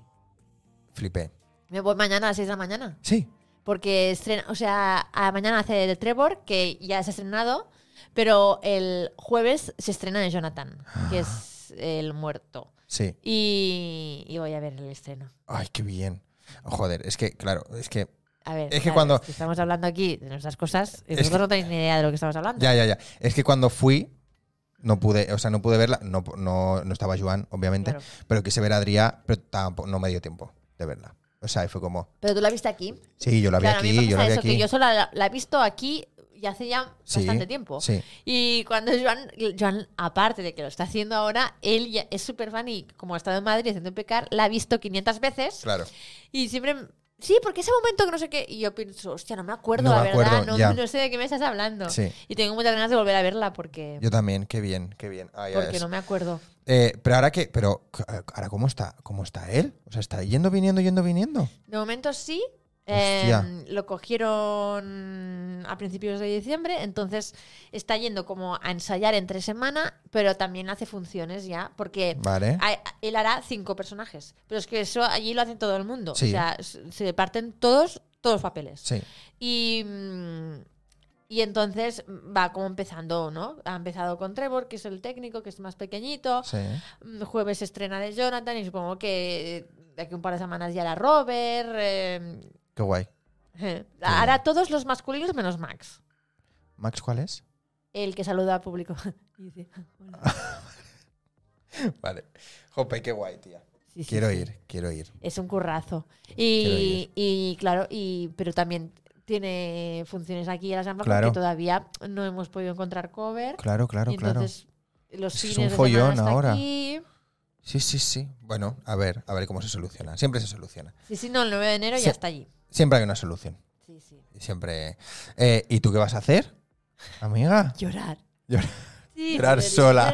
Flipé.
Me voy mañana a las 6 de la mañana.
Sí.
Porque estrena, o sea, a- mañana hace el Trevor, que ya se ha estrenado, pero el jueves se estrena en Jonathan, que es el muerto.
Sí.
Y, y voy a ver el estreno.
Ay, qué bien. Joder, es que, claro, es que
A ver,
Es que
claro,
cuando-
estamos hablando aquí de nuestras cosas, y
Es
vosotros
que-
no tenéis ni idea de lo que estamos hablando.
Ya, ya, ya. Es que cuando fui, no pude, o sea, no pude verla. No, no, no estaba Joan, obviamente.
Claro.
Pero quise ver a Adrián, pero tampoco, no me dio tiempo de verla. O sea, y fue como,
Pero tú la viste aquí.
sí, yo la vi
Claro, a mí me
aquí, yo la
pasa
vi
eso, que
aquí.
yo solo la, la he visto aquí y y hace ya
Sí,
bastante tiempo.
sí.
Y cuando Joan, Joan, aparte de que lo está haciendo ahora, él ya es súper fan y como ha estado en Madrid haciendo pecar, la ha visto 500 veces.
Claro.
Y siempre. Sí, porque ese momento que no sé qué. Y yo pienso, hostia, no me acuerdo,
No
la
me
verdad.
acuerdo, ya.
no, no sé de qué me estás hablando.
Sí.
Y tengo muchas ganas de volver a verla porque,
Yo también, qué bien, qué bien. Ah, ya
porque
ves.
no me acuerdo.
Eh, pero ahora que, pero eh, ahora cómo está, cómo está él? O sea, está yendo, viniendo, yendo, viniendo.
De momento sí.
Hostia.
eh, lo cogieron a principios de diciembre, entonces está yendo como a ensayar entre semana, pero también hace funciones ya, porque
Vale.
a- a- él hará cinco personajes, pero es que eso allí lo hacen todo el mundo,
Sí.
o sea, s- se parten todos, todos los papeles.
Sí.
Y, mm, y entonces va como empezando, ¿no? Ha empezado con Trevor, que es el técnico, que es más pequeñito,
Sí.
Mm, Jueves se estrena de Jonathan y supongo que eh, de aquí un par de semanas ya hará Robert. eh,
Qué guay.
eh.
bueno.
hará todos los masculinos menos Max,
Max, ¿cuál es?
el que saluda al público. Y dice, "Ah, "Hola".
Vale. Jope, qué guay, tía.
Sí, sí,
Quiero
sí.
ir, quiero ir.
Es un currazo.
Quiero
Y,
ir.
y, claro, y pero también tiene funciones aquí en las ambas
Claro.
porque todavía no hemos podido encontrar cover.
Claro, claro,
Y
claro.
entonces los
Es que
fines
es un
de
follón
semana está
ahora.
aquí.
Sí, sí, sí. Bueno, a ver, a ver cómo se soluciona. Siempre se soluciona.
Sí, sí, no, el 9 de enero
Sí.
ya está allí.
Siempre hay una solución.
Sí, sí.
Siempre. Eh, ¿Y tú qué vas a hacer, amiga?
Llorar.
Llorar.
Sí.
Llorar sola.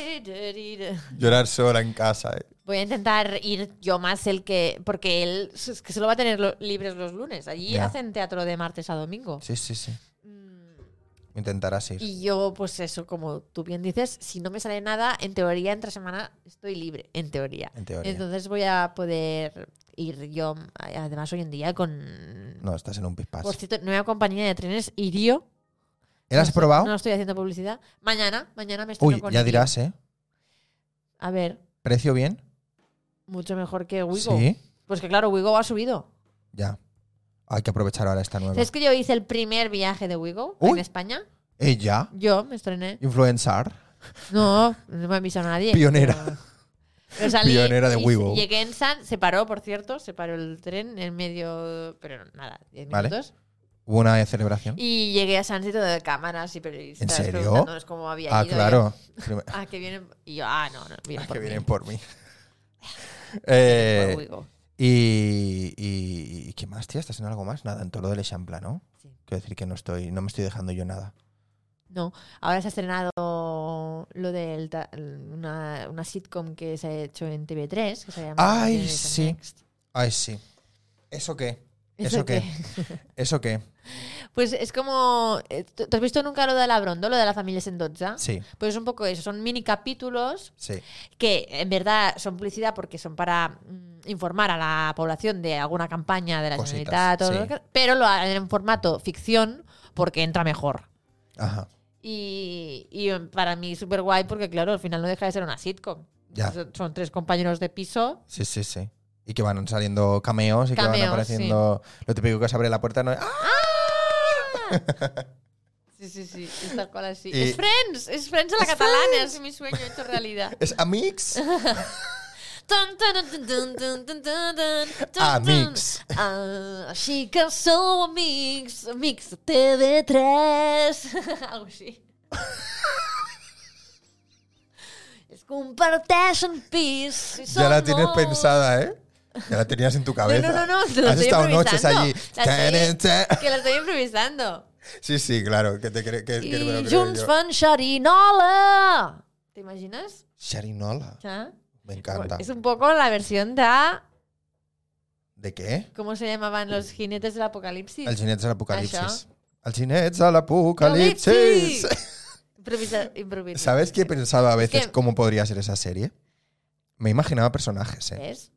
Voy
Llorar sola en casa. eh.
a intentar ir yo más el que. Porque él es que solo va a tener lo- libres los lunes. Allí
Ya.
hacen teatro de martes a domingo.
Sí, sí, sí.
Mm,
Intentarás ir.
Y yo, pues eso, como tú bien dices, si no me sale nada, en teoría, entre semana estoy libre. En teoría.
En teoría.
Entonces voy a poder ir yo. Además, hoy en día con.
No, estás en un pispás.
Por cierto, nueva compañía de trenes, Irio.
¿Eh, ¿Lo has
No,
probado?
No estoy haciendo publicidad. Mañana, mañana me estoy
Uy, ya dirás, ¿eh?
A ver,
¿Precio bien?
mucho mejor que Wigo.
Sí.
Pues que claro, Wigo ha subido.
Ya. Hay que aprovechar ahora esta nueva.
¿Sabes que yo hice el primer viaje de Wigo
Uy.
en España?
Ella,
Yo me estrené.
influencer.
No, no me ha avisado nadie.
Pionera.
pero- pero salí
Pionera de
y
Wigo.
Llegué en San, se paró, por cierto, se paró el tren en medio, pero nada, 10
Vale.
minutos.
Hubo una celebración.
Y llegué a San todo de cámaras y periodistas.
¿En serio?
preguntándonos cómo había
Ah,
ido. Y yo,
claro. Prim-
ah, que vienen. Y yo, ah, no, no, vienen
Ah,
por
que
mí,
vienen por mí.
por
Eh,
Wigo.
y, y, y qué más, tía? ¿Estás en algo más? Nada, en todo lo del Echampla, ¿no?
Sí.
Quiero decir que no estoy, no me estoy dejando yo nada.
No, ahora se ha estrenado lo de una, una sitcom que se ha hecho en TV3, que se llama
Ay,
Generation
sí.
Next.
Ay, sí. ¿Eso qué?
¿Eso
¿Eso qué? ¿Eso qué?
Pues es como... eh, ¿Tú tú has visto nunca lo de la Brondo, lo de la familia Sendoza?
Sí,
Pues es un poco eso, son mini capítulos
sí.
que en verdad son publicidad porque son para mm, informar a la población de alguna campaña de la
Cositas,
Generalitat, todo lo
sí.
que- pero lo hacen en formato ficción porque entra mejor.
Ajá.
Y, y para mí súper guay porque, claro, al final no deja de ser una sitcom.
Ya.
Son, son tres compañeros de piso.
Sí, sí, sí. Y que van saliendo cameos y que
Cameos,
van apareciendo. Lo típico que se abre la puerta no. ¡Ah!
Sí, sí, sí, es tal cual así.
Y-
Es Friends, es Friends a la
¡Es
catalana,
Friends!
es mi sueño hecho realidad.
¡Es Amix!
Tun, tun, tun, tun, tun, tun, tun, tun, tun.
Amix.
Ah, she can so mix, mix TV3. Algo así. es comparteixen pis. y
Ya la
somos-
tienes pensada, ¿eh? Ya la tenías en tu cabeza.
No, no, no, no. te lo
Has
estoy
estado noches
improvisando.
allí.
La estoy- que lo estoy improvisando.
Sí, sí, claro. Que te cre- que, que me lo
I
creo
junts
yo.
fan xerinola. T'imagines?
Sharinola.
Ja.
Me encanta.
Es un poco la versión de...
¿De qué?
¿Cómo se llamaban los jinetes del apocalipsis?
Al Ginets al Apocalipsis.
Això.
Al Ginets al Apocalipsis.
Improvisa, improvisa.
¿Sabes qué he pensado a veces
que-
cómo podría ser esa serie? Me imaginaba personajes, ¿eh?
¿Ves?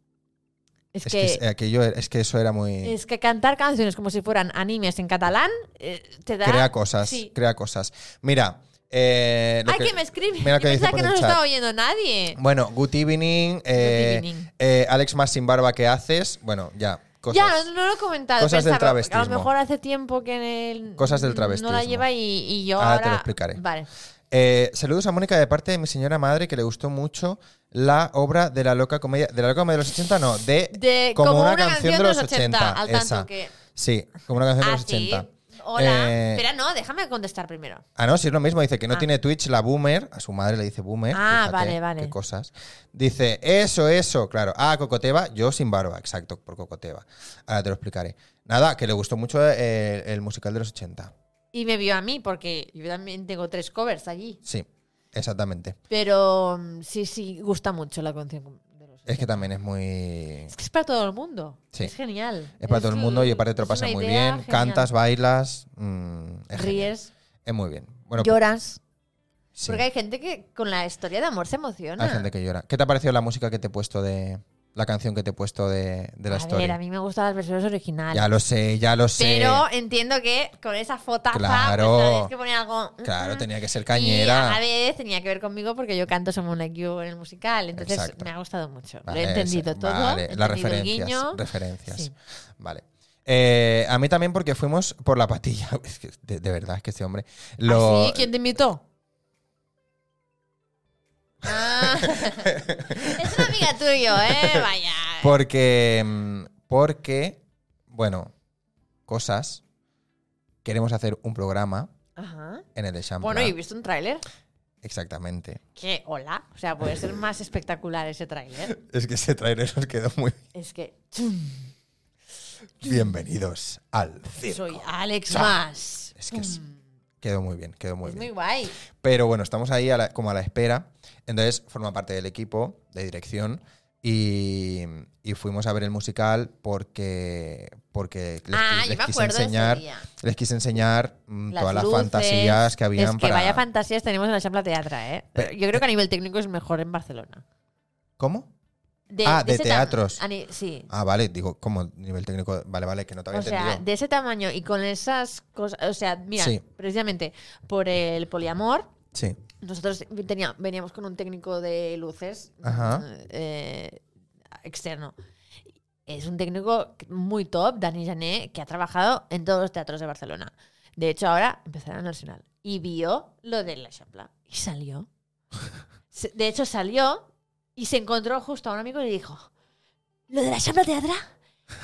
Es,
Es que,
que,
es- eh, aquello, es que eso era muy...
es que cantar canciones como si fueran animes en catalán eh, te da...
Crea cosas,
Sí.
crea cosas. Mira, eh, lo
¡Ay, que, me escribe!
mira lo que
Yo
dice
pensaba
por
que no
el
lo
chat.
estaba oyendo nadie.
Bueno, good evening. eh,
evening.
eh, Alex más sin barba, ¿qué haces? Bueno, ya, cosas.
Ya, no, no lo he comentado.
Cosas del
pensaba,
travestismo.
A lo mejor hace tiempo que el-
Cosas del
no la
travestismo.
lleva y, y yo
Ahora
ahora...
te lo explicaré.
Vale.
Eh, saludos a Mónica de parte de mi señora madre que le gustó mucho la obra de la loca comedia. ¿De la loca comedia de los 80? No, de,
De, como, una, canción de los 80. al tanto
esa.
que...
Sí, como una canción de
Ah,
los
sí.
80.
Hola.
Eh,
Espera, no, déjame contestar primero.
Ah, no, sí, es lo mismo. Dice que no
Ah.
tiene Twitch la boomer. A su madre le dice boomer.
Ah,
fíjate
vale, vale.
Qué cosas. Dice, eso, eso. Claro. Ah, Cocoteva, yo sin barba. Exacto, por Cocoteva. Ahora te lo explicaré. Nada, que le gustó mucho eh, el musical de los 80.
Y me vio a mí, porque yo también tengo tres covers allí.
Sí, exactamente.
Pero mm, sí, sí, gusta mucho la canción de los.
Es que también es muy.
Es que es para todo el mundo.
Eh. Sí.
Es genial.
Es para todo el mundo y aparte te lo
es una
pasa muy
idea
bien.
genial.
Cantas, bailas. mm, es genial.
ríes,
Es muy bien. Bueno, pues,
lloras.
sí,
Porque hay gente que con la historia de amor se emociona.
hay gente que llora. ¿Qué te ha parecido la música que te he puesto de. La canción que te he puesto de, de la
a
historia?
ver, a mí me gustan las versiones originales.
Ya lo sé, ya lo sé.
Pero entiendo que con esa fotaza
Claro.
pues, tenías que poner algo.
Claro, tenía que ser
Y mm, a
cañera.
veces tenía que ver conmigo porque yo canto Somos Like You en el musical. Entonces
Exacto.
me ha gustado mucho.
Vale,
Lo he entendido
ese-
todo.
Vale,
he
las
entendido el
referencias.
guiño.
Referencias.
Sí.
Vale. Eh, a mí también porque fuimos por la patilla. Es que de, de verdad, es que este hombre. Lo,
¿Ah, sí? ¿Quién te invitó? Ah, es una amiga tuyo, ¿eh? Vaya.
Porque. mm, Porque. Bueno, cosas. Queremos hacer un programa
Ajá.
en el Eixample.
Bueno, y he visto un tráiler.
Exactamente.
Que, hola. O sea, puede ser más espectacular ese tráiler.
Es que ese trailer nos quedó muy.
Es que
Bienvenidos al circo.
soy Alex Más.
Es que es- Quedó muy bien, quedó muy
es
bien.
muy guay.
Pero bueno, estamos ahí a la- como a la espera. Entonces forma parte del equipo de dirección y, y fuimos a ver el musical porque, porque les, qui-
Ah, yo
les
me
quise
acuerdo de ese
enseñar,
día.
les quise enseñar mm,
Las
todas
luces.
las fantasías que habían
Es que
para...
vaya fantasías tenemos en la Champla Teatra, ¿eh?
Pero-
Yo creo que a nivel técnico es mejor en Barcelona.
¿Cómo? Ah, de
ese tama-
teatros.
a ni- sí.
Ah, vale, digo, como nivel técnico, vale, vale, que no te había
O sea,
entendido.
de ese tamaño y con esas cosas, o sea, mira,
Sí.
precisamente por el poliamor,
Sí,
nosotros tenía- veníamos con un técnico de luces
Ajá.
eh, externo. Es un técnico muy top, Dani Jané, que ha trabajado en todos los teatros de Barcelona. De hecho, ahora empezará en Nacional. Y vio lo de la Champla. Y salió. Se- De hecho, salió y se encontró justo a un amigo y le dijo: Lo de la Champla Teatra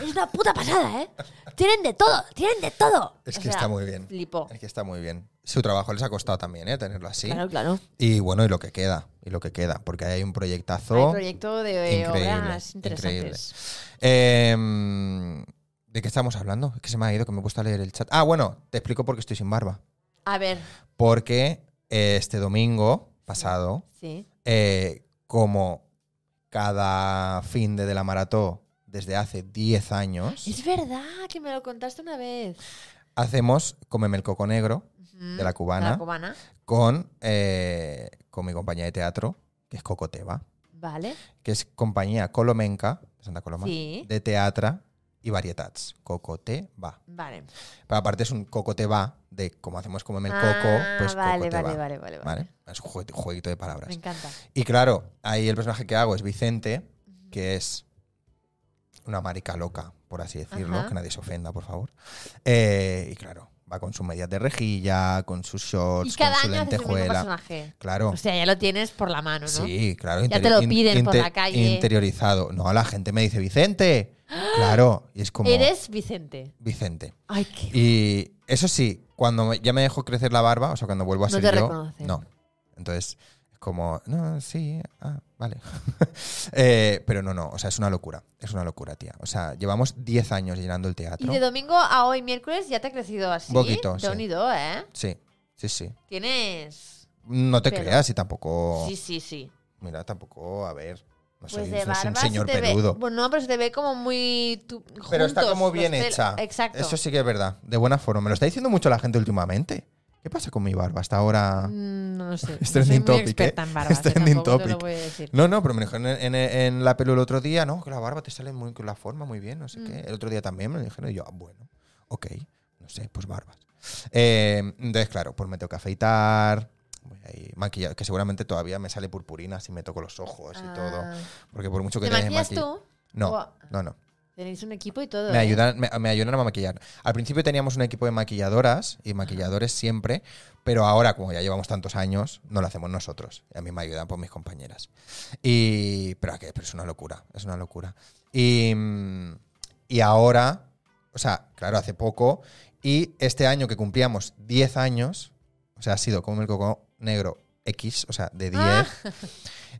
es una puta pasada, ¿eh? Tienen de todo, tienen de todo.
es
O
que
sea,
está muy bien.
Flipó.
Es que está muy bien. Su trabajo les ha costado también, ¿eh? Tenerlo así.
Claro, claro.
Y bueno, y lo que queda, y lo que queda, porque ahí hay un proyectazo.
Hay proyecto de eh,
Increíble,
obras interesantes.
Em, ¿De qué estamos hablando? Es que se me ha ido, que me he puesto a leer el chat. Ah, bueno, te explico por qué estoy sin barba.
A ver,
Porque eh, este domingo pasado,
sí.
eh, como cada fin de, de la maratón desde hace 10 años,
Es verdad que me lo contaste una vez.
hacemos Cómeme el Coco Negro
Ujú.
de la
De
cubana
la cubana.
con, eh, con mi compañía de teatro, que es Cocoteva,
Vale.
que es compañía colomenca, de Santa Coloma,
Sí.
de teatra y varietats. Cocoteva.
Vale.
Pero aparte es un coco te va, de como hacemos comerme el coco,
Ah,
pues
vale,
coco te
vale,
va.
vale, vale, vale.
¿Vale? Es un jueguito, jueguito de
Me
palabras.
encanta.
Y claro, ahí el personaje que hago es Vicente, que es una marica loca, por así decirlo,
Ajá.
que nadie se ofenda, por favor. Eh, y claro, va con sus medias de rejilla, con sus shorts,
Y cada
con su
año haces el mismo
lentejuela.
personaje.
Claro.
O sea, ya lo tienes por la mano, ¿no?
Oh. Sí, claro.
Ya
interi-
te lo
in-
piden por
inter-
la calle. ¡Ah!
Interiorizado. No, la gente me dice, Vicente. Claro. Y es como,
Eres Vicente.
Vicente.
Ay, qué.
Y eso sí, cuando me- ya me dejo crecer la barba, o sea, cuando vuelvo a
No
ser
te
yo,
reconocen.
no. Entonces, es como, no, sí, ah, vale. Eh, pero no, no, o sea, es una locura, es una locura, tía. O sea, llevamos 10 años llenando el
Y
teatro.
de domingo a hoy, miércoles, ya te ha crecido así.
Un poquito,
De
sí.
un y dos, ¿eh?
Sí, sí, sí.
Tienes.
No te
Pero-
creas y tampoco,
Sí, sí, sí.
mira, tampoco, a ver, no soy,
Pues de
no soy
barba
un
se
señor
te ve-
peludo.
Bueno, no, pero se te ve como muy. tu-
pero está
juntos
como
los
bien
pelos.
hecha.
Exacto.
Eso sí que es verdad, de buena forma. Me lo está diciendo mucho la gente últimamente. ¿Qué pasa con mi barba hasta ahora?
Mm, No lo sé.
Es
no soy
trending
muy
topic,
experta
¿eh?
en barbas,
Es trending
tampoco te lo
topic.
voy a decir.
No, no, pero me dijo en, en- en la pelu el otro día, no, que la barba te sale muy con la forma muy bien, no
Mm.
sé qué. El otro día también me lo dijeron y yo, ah, bueno, ok, no sé, pues barbas. Eh, entonces, claro, pues me tengo que afeitar, voy ahí, maquillar, que seguramente todavía me sale purpurina si me toco los ojos pues y todo.
Ah.
Porque por mucho que
¿Te
te
maquillas tú?
No,
Guau.
no, no.
Tenéis un equipo y todo.
Me
¿eh?
ayudan, me, me ayudan a maquillar. Al principio teníamos un equipo de maquilladoras y maquilladores siempre, pero ahora, como ya llevamos tantos años, no lo hacemos nosotros. A mí me ayudan por mis compañeras. Y, pero, ¿a qué? Pero es una locura, es una locura. Y, mm, y ahora, o sea, claro, hace poco Y este año que cumplíamos 10 años, o sea, ha sido como el coco negro X, o sea, de 10.
Ah.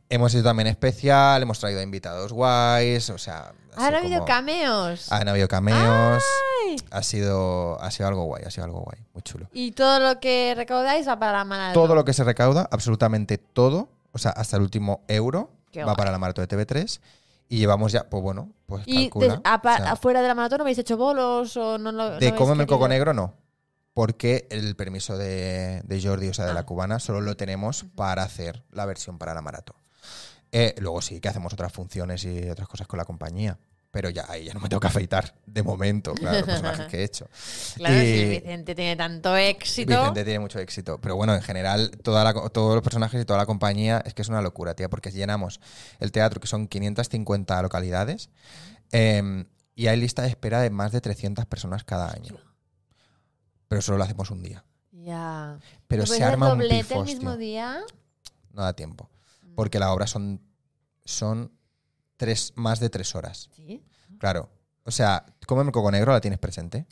Hemos hecho también especial, hemos traído invitados guays, o sea. así
Ahora Ah, ha habido
como- Ah.
cameos.
Han habido cameos.
Ay.
Ha sido, ha sido algo guay, ha sido algo guay, muy chulo.
Y todo lo que recaudáis va para la mano.
Todo lo que se recauda, absolutamente todo, o sea, hasta el último euro,
Qué
va
guay.
para la maratón de TV3. Y llevamos ya, pues bueno, pues
Y de-
calcula.
apa-
o sea,
afuera de la maratón no habéis hecho bolos o no lo
de
no habéis
cómeme el coco
querido?
negro, no. Porque el permiso de, de Jordi, o sea,
Ah.
de la cubana, solo lo tenemos para hacer la versión para la maratón. Eh, luego sí que hacemos otras funciones y otras cosas con la compañía. Pero ya ahí ya no me tengo que afeitar, de momento, claro, los personajes que he hecho.
Claro,
Y-
si Vicente tiene tanto éxito.
Vicente tiene mucho éxito. Pero bueno, en general, toda la co- todos los personajes y toda la compañía es que es una locura, tía, porque llenamos el teatro, que son 550 localidades, eh, y hay lista de espera de más de 300 personas cada año. Pero solo lo hacemos un día.
Ya.
Pero
¿No podéis
se
hacer
arma un
doblete
pifos,
Pues el mismo
tío.
día?
No da tiempo. Porque la obra son, son tres, más de tres horas.
Sí.
Claro. O sea, ¿cómo el coco negro la tienes presente?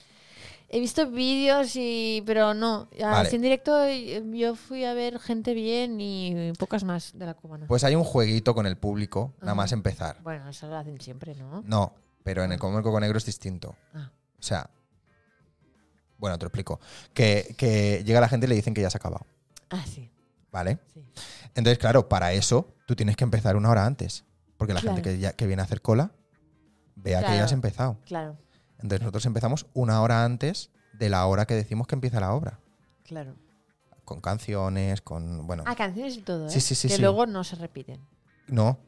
He visto vídeos y pero no, así
Vale.
en directo eh, yo fui a ver gente bien y pocas más de la cubana.
Pues hay un jueguito con el público, nada
Ajá.
más empezar.
bueno, eso lo hacen siempre, ¿no?
No, pero en el Como el Coco Negro es distinto.
Ah.
O sea. Bueno, te lo explico. Que, que llega la gente y le dicen que ya se ha acabado.
Ah, sí.
¿Vale?
sí.
Entonces, claro, para eso tú tienes que empezar una hora antes. Porque la gente
Claro.
que, ya- que viene a hacer cola vea que
Claro.
ya has empezado.
Claro,
Entonces, nosotros empezamos una hora antes de la hora que decimos que empieza la obra.
claro.
Con canciones, con. Bueno.
Ah, canciones y todo, ¿eh?
Sí, sí, sí,
Que
sí.
luego no se repiten.
No.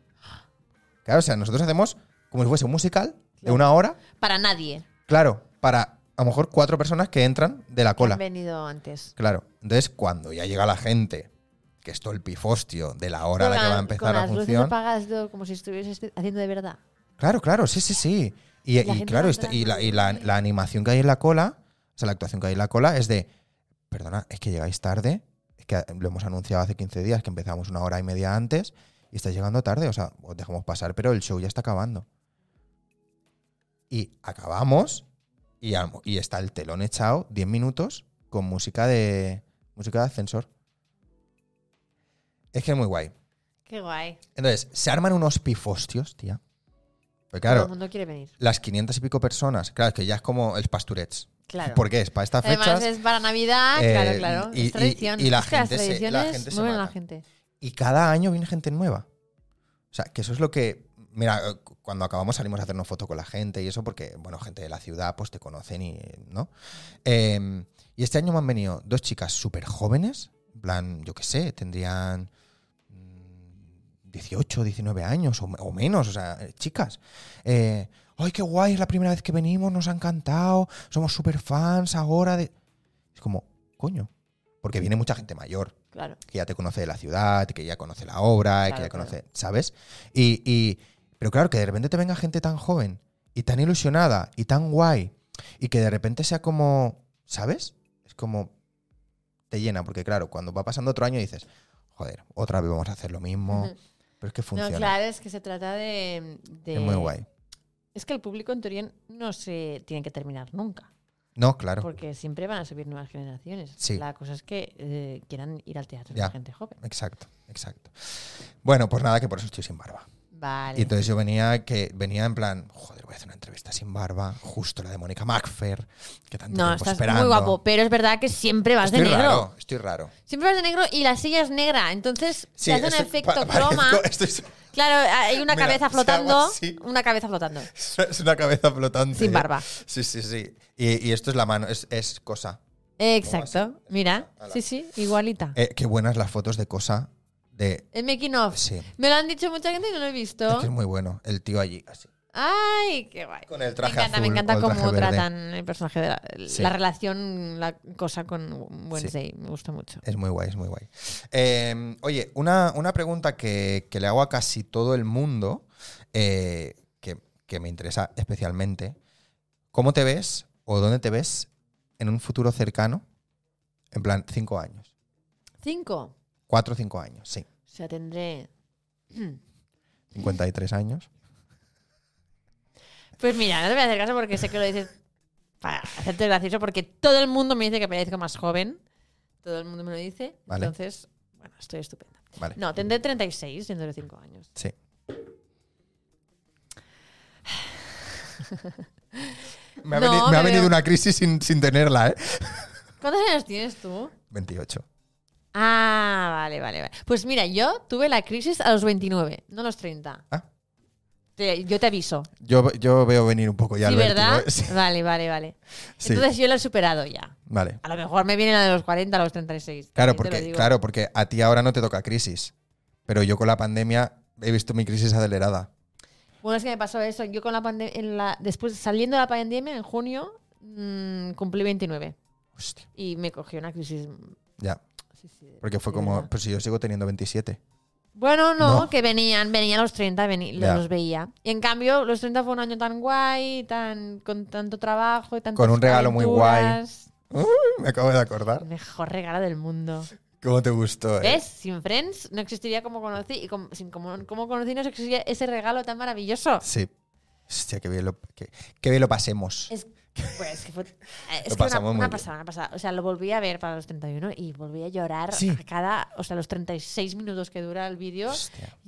Claro, o sea, nosotros hacemos como si fuese un musical de
Claro.
una hora.
Para nadie.
Claro, para a lo mejor cuatro personas que entran de la
que
cola.
Han venido antes.
Claro. Entonces, cuando ya llega la gente, que es todo el pifostio de la hora a la que va a
Con- con
empezar la
las luces
función.
apagadas, todo como si estuvieses haciendo de verdad.
Claro, claro, sí, sí, sí. Y,
La
y
gente
claro,
va
este- y, la, y la- la animación que hay en la cola, o sea, la actuación que hay en la cola es de, perdona, es que llegáis tarde, es que lo hemos anunciado hace 15 días, que empezamos una hora y media antes, y estáis llegando tarde, o sea, os dejamos pasar, pero el show ya está acabando. Y acabamos, y, a- y está el telón echado 10 minutos con música de, música de ascensor. Es que es muy guay.
Qué guay.
Entonces, se arman unos pifostios, tía. Pues claro,
Todo el mundo quiere venir.
las 500 y pico personas, claro, es que ya es como el pasturets.
Claro.
Porque es para estas
Además
fechas
es para Navidad,
eh,
claro, claro.
y- y-
es tradición.
y la
Es que
gente
las
se- la
tradiciones
gente se
mueven a la
mata.
gente.
y cada año viene gente nueva. O sea, que eso es lo que. Mira, eh, cu- cuando acabamos salimos a hacernos fotos con la gente y eso, porque, bueno, gente de la ciudad pues te conocen y. ¿No? Eh, y este año me han venido dos chicas súper jóvenes, en plan, yo qué sé, tendrían mm, 18, 19 años o, me- o menos, o sea, eh, chicas. Eh, ¡Ay, qué guay! Es la primera vez que venimos, nos ha encantado, somos súper fans ahora. De... Es como, coño, porque viene mucha gente mayor
Claro.
que ya te conoce de la ciudad, que ya conoce la obra, que
Claro,
ya
claro.
conoce, ¿sabes? Y, y- pero claro, que de repente te venga gente tan joven y tan ilusionada y tan guay y que de repente sea como, ¿sabes? Es como te llena, porque claro, cuando va pasando otro año dices, joder, otra vez vamos a hacer lo mismo,
Ujú.
pero es que funciona.
No, claro, es que se trata de, de-
Es muy guay.
Es que el público en teoría no se tiene que terminar nunca,
No, claro.
porque siempre van a subir nuevas generaciones.
Sí.
La cosa es que eh, quieran ir al teatro
Ya.
la gente joven.
Exacto, exacto. Bueno, pues nada, que por eso estoy sin barba. Y
Vale.
entonces yo venía que venía en plan, joder, voy a hacer una entrevista sin barba, justo la de Mónica Macfer, que tanto
No,
tiempo
estás
pues, esperando.
muy guapo, pero es verdad que siempre vas
Estoy
de negro.
raro, estoy raro.
Siempre vas de negro y la silla es negra, entonces
Sí,
te hace
estoy-
un efecto
pa- parezco-
croma.
estoy-
Claro, hay una
Mira,
cabeza
si hago
flotando,
así.
una cabeza flotando.
es una cabeza flotante.
Sin barba.
Sí, sí, sí. Y, y esto es la mano, es, es cosa.
Exacto. Mira,
Ala.
sí, sí, igualita.
Eh, qué buenas las fotos de cosa de...
El making of.
Sí.
Me lo han dicho mucha gente y no lo he
Es
visto.
que es muy bueno, el tío allí, así.
Ay, qué guay.
Con el traje
me encanta,
azul
me
o
encanta
el
cómo
traje verde.
tratan el personaje de la,
Sí.
la relación, la cosa con Wednesday. Me gusta mucho.
Es muy guay, es muy guay. Eh, oye, una, una pregunta que, que le hago a casi todo el mundo, eh, que, que me interesa especialmente. ¿Cómo te ves o dónde te ves en un futuro cercano? En plan, cinco años.
Cinco.
Cuatro o cinco años, sí.
O sea, tendré.
53 años.
Pues mira, no te voy a hacer caso porque sé que lo dices para hacerte gracioso, porque todo el mundo me dice que parezco más joven. Todo el mundo me lo dice.
Vale.
Entonces, bueno, estoy estupenda.
Vale.
No, tendré 36 dentro de 5 años.
Sí. Me ha,
No,
veni- me
me
ha venido
veo-
una crisis sin, sin tenerla, ¿eh?
¿Cuántos años tienes tú?
28.
Ah, vale, vale, vale. Pues mira, yo tuve la crisis a los 29, no a los 30.
Ah.
Te- yo te aviso.
Yo, yo veo venir un poco ya
¿Sí,
el vértigo,
verdad?
¿eh? Sí,
Vale, vale, vale.
sí.
Entonces yo lo he superado ya.
Vale.
A lo mejor me viene la de los 40, a los 36.
Claro
también te lo
porque,
digo.
claro, porque a ti ahora no te toca crisis. Pero yo con la pandemia he visto mi crisis acelerada.
Bueno, es que me pasó eso. Yo con la pandemia, después saliendo de la pandemia, en junio, mm, cumplí 29.
Hostia.
Y me cogió una crisis. mm,
Ya.
sí, sí,
Porque fue
sí,
como,
¿verdad?
pues si yo sigo teniendo 27.
Bueno, no,
No.
que venían, venían los 30, veni-
Ya.
los veía. Y en cambio, los 30 fue un año tan guay, tan con tanto trabajo, y tantas
Con un regalo muy guay.
aventuras.
Me acabo de acordar.
El mejor regalo del mundo.
¿Cómo te gustó? eh?
¿Ves? Sin Friends no existiría como conocí y como, sin como, como conocí no existiría ese regalo tan maravilloso.
Sí. Hostia, qué bien lo, qué- qué bien lo pasemos.
Es, pues, que fue, es que
pasamos
una,
muy
una
bien.
pasada, una pasada. O sea, lo volví a ver para los 31 y volví a llorar
Sí.
a cada, o sea, los 36 minutos que dura el vídeo.
Hostia.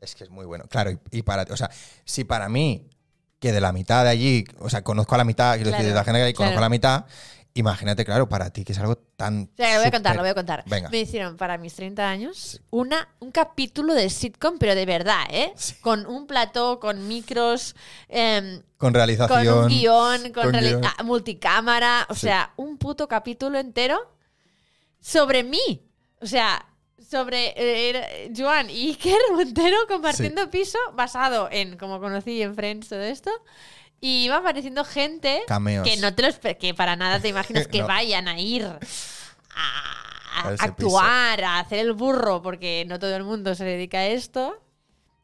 Es que es muy bueno. Claro, y, y para, o sea, si para mí, que de la mitad de allí, o sea, conozco a la mitad, quiero decir,
Claro,
de la gente que hay, conozco
claro.
a la mitad, imagínate, claro, para ti que es algo tan.
O sea, lo voy a
súper-
contar, lo voy a contar.
Venga.
Me hicieron para mis 30 años una, un capítulo de sitcom, pero de verdad, ¿eh?
Sí.
Con un plató, con micros, em,
Con realización.
con un guión, con,
con
reali-
guión.
ah, multicámara, o
Sí.
sea, un puto capítulo entero sobre mí. O sea, sobre eh, era- Joan y Iker Montero compartiendo piso basado en como conocí en Friends todo esto. Y iba apareciendo gente
Cameos.
que no te lo esper- que para nada te imaginas que
No.
vayan a ir a,
A
a
ese
actuar, a hacer el burro, porque no todo el mundo se dedica a esto.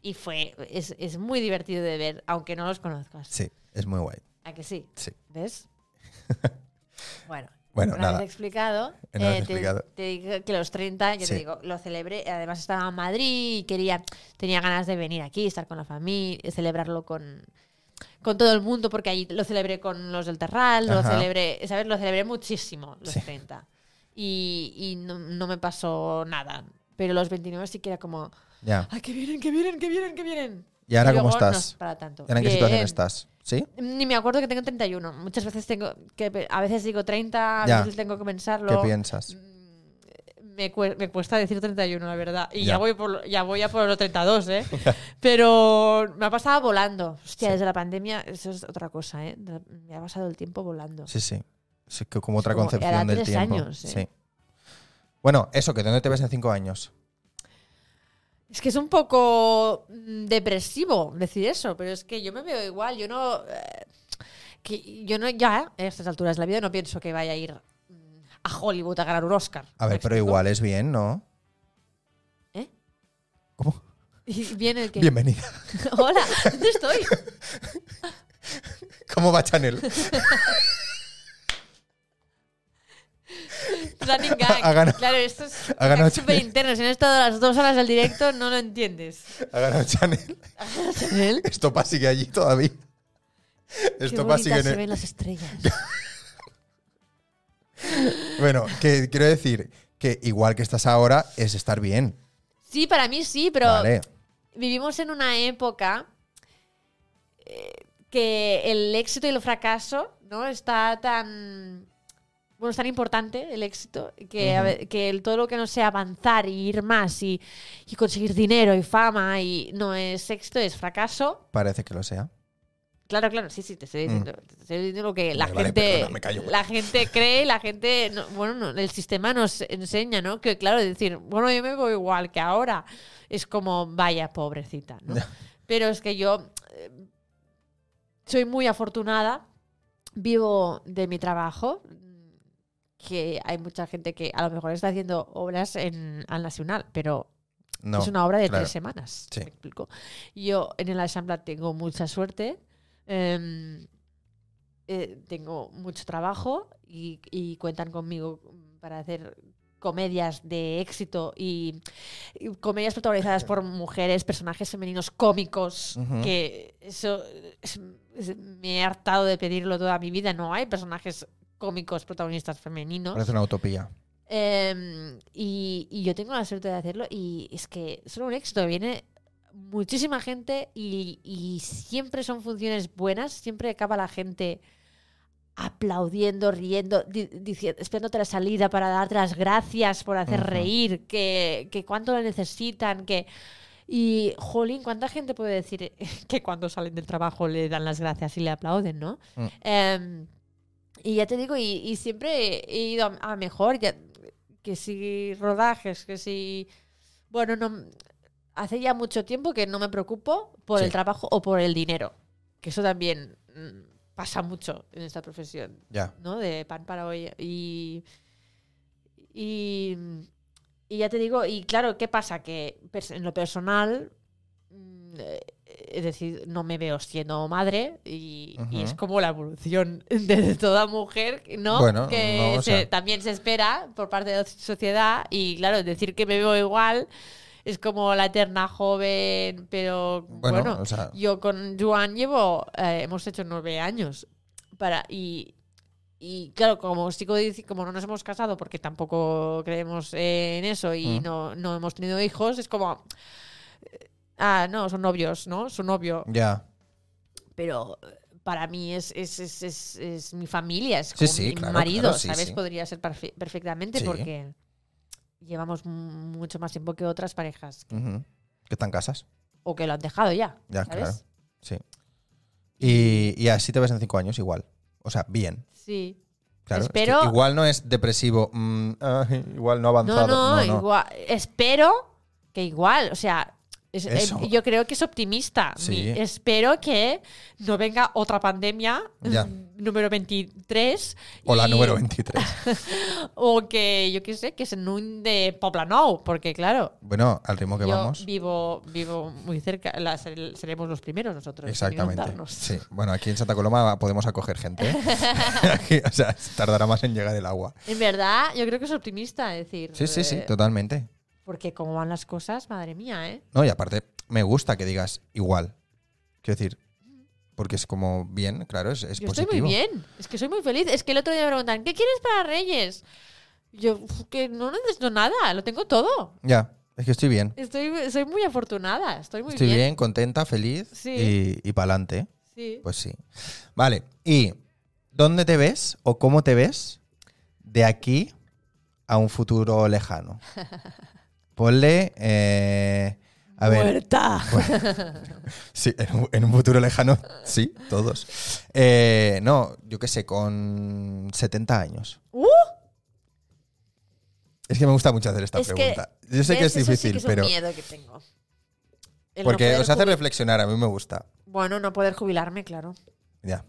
Y fue, es, es muy divertido de ver, aunque no los conozcas.
Sí, es muy guay.
¿A que sí?
Sí.
¿Ves? bueno,
Bueno,
una
nada.
vez explicado,
Una vez
eh, te-
explicado.
Te, digo que los 30, yo
Sí.
te digo, lo celebré. Además estaba en Madrid y quería, tenía ganas de venir aquí, estar con la familia, celebrarlo con, con todo el mundo, porque ahí lo celebré con los del Terral, lo
Ajá.
celebré, ¿sabes? Lo celebré muchísimo, los
Sí.
30. Y, y no, no me pasó nada. Pero los 29 sí que era como,
Ya.
¡ay, que vienen, que vienen, que vienen, que vienen!
¿Y ahora
luego
cómo
no
estás?
es para tanto.
¿En qué situación
Bien.
estás? ¿Sí?
Ni me acuerdo que tengo 31. Muchas veces tengo que pe- a veces digo 30, a
Ya.
veces tengo que
¿Qué
pensarlo.
piensas?
Mm. me, cue- me cuesta decir 31, la verdad. Y
Ya.
ya, voy por lo- ya voy a por los 32, ¿eh? Pero me ha pasado volando. Hostia,
Sí.
desde la pandemia, eso es otra cosa, ¿eh? De- Me ha pasado el tiempo volando.
Sí, sí. Es que como otra
como-
concepción
hará
del
tres
tiempo.
años, ¿eh?
Sí. Bueno, eso, que ¿dónde te ves en cinco años?
Es que es un poco mm, depresivo decir eso, pero es que yo me veo igual. Yo no. eh, que yo no, ya a estas alturas de la vida no pienso que vaya a ir mm, a Hollywood a ganar un Oscar.
A ver,
¿Me
pero
explico?
igual es bien, ¿no?
¿Eh?
¿Cómo?
Y viene el que.
Bienvenida.
Hola, ¿dónde estoy?
¿Cómo va Chanel?
Running gag.
Ha ganado-
claro, esto es
ha ganado
súper interno. Si no he estado las dos horas del directo, no lo entiendes.
Ha ganado Chanel. Estopa sigue allí todavía. Estopa sigue en
se
el-
ven las estrellas.
Bueno, que quiero decir que igual que estás ahora es estar bien.
Sí, para mí sí, pero
vale.
vivimos en una época eh, que el éxito y el fracaso no está tan bueno es tan importante el éxito que, a
Ujú.
ve- que el, todo lo que no sea avanzar y ir más y, y conseguir dinero y fama y no es éxito es fracaso
Parece que lo sea.
claro claro sí sí te estoy diciendo, te estoy diciendo lo que la
Vale, vale,
gente
perdona, Mm. me callo.
la gente cree la gente no- bueno no, el sistema nos enseña no que claro decir bueno yo me voy igual que ahora es como vaya pobrecita no pero es que yo eh, soy muy afortunada, vivo de mi trabajo, que hay mucha gente que a lo mejor está haciendo obras en, al Nacional, pero
No.
es una obra de
claro.
tres semanas.
Sí.
¿Me explico? Yo en el Asambla tengo mucha suerte, em, eh, tengo mucho trabajo y, y cuentan conmigo para hacer comedias de éxito y, y comedias protagonizadas por mujeres, personajes femeninos cómicos,
Ujú.
que eso es- es- me he hartado de pedirlo toda mi vida. No hay personajes cómicos protagonistas femeninos.
Parece una utopía.
Em, y, y yo tengo la suerte de hacerlo y es que son un éxito. Viene muchísima gente y, y siempre son funciones buenas, siempre acaba la gente aplaudiendo, riendo, di- dici- esperándote la salida para darte las gracias por hacer
Ujú.
reír, que, que cuánto la necesitan, que... Y, jolín, ¿cuánta gente puede decir que cuando salen del trabajo le dan las gracias y le aplauden, no?
Mm.
Em, y ya te digo, y, y siempre he ido a, a mejor, ya- que si rodajes, que si... Bueno, no, hace ya mucho tiempo que no me preocupo por
Sí.
el trabajo o por el dinero, que eso también mm, pasa mucho en esta profesión,
Ya.
¿no? De pan para hoy. Y, y, y ya te digo, y claro, ¿qué pasa? Que pers- en lo personal, mm, eh, es decir, no me veo siendo madre y, y
Ujú.
es como la evolución de toda mujer, ¿no?
Bueno,
que
no, o
se-
sea.
también se espera por parte de la sociedad y claro, decir que me veo igual. Es como la eterna joven, pero
Bueno,
bueno
o sea,
yo con Juan llevo, eh, hemos hecho nueve años. Para, y, y claro, como os digo, dice- como no nos hemos casado porque tampoco creemos eh, en eso y
Mm.
no, no hemos tenido hijos, es como. eh, Ah, no, son novios, ¿no? Su novio.
ya.
Pero eh, para mí es, es, es, es- es mi familia, es
Sí,
como
sí,
mi
claro,
marido,
claro, sí,
¿sabes?
sí.
Podría ser perfe- perfectamente
Sí.
porque llevamos m- mucho más tiempo que otras parejas
Ujú. Que están casas.
o que lo han dejado ya.
Ya,
¿sabes?
claro. Sí. Y, y así te ves en cinco años igual. O sea, bien.
Sí.
Claro. Es que
Espero-
igual no es depresivo. mm, ay, igual no ha
No,
avanzado.
no,
no, no.
Igual, espero que igual, o sea, es- eh,
Eso.
yo creo que es optimista.
Sí.
Mi- espero que no venga otra pandemia mm,
Ya.
número 23.
O la
y-
número 23.
O que, yo qué sé, que se inunde Poblenou, porque claro,
Bueno, al ritmo que
yo
vamos.
vivo vivo muy cerca, la- ser- seremos los primeros nosotros. en
Exactamente.
inundarnos.
Sí. Bueno, aquí en Santa Coloma podemos acoger gente. ¿eh? Aquí, o sea, tardará más en llegar el agua.
En verdad, yo creo que es optimista es decir.
Sí, sí, sí,
eh,
totalmente.
Porque como van las cosas, madre mía, ¿eh?
No, y aparte, me gusta que digas igual. Quiero decir, porque es como bien, claro, es, es
Yo
positivo.
estoy muy bien, es que soy muy feliz. Es que el otro día me preguntan, ¿qué quieres para Reyes? Yo, "Uf, que no necesito nada, lo tengo todo.
Ya, es que estoy bien.
Estoy, soy muy afortunada, estoy muy
estoy bien.
bien.
contenta, feliz
Sí.
y, y pa'lante.
Sí.
Pues sí. Vale, ¿y dónde te ves o cómo te ves de aquí a un futuro lejano? Ponle. eh, a ver.
¡Muerta!
Sí, en un, en un futuro lejano, sí, todos. Eh, no, yo qué sé, con 70 años.
¡Uh!
Es que me gusta mucho hacer esta
Es que,
pregunta. yo sé que es
¿Ves? Eso sí
difícil,
que es un
pero.
miedo que tengo. El no
Porque
poder
os hace
jubi-
reflexionar, a mí me gusta.
Bueno, no poder jubilarme, claro.
Ya.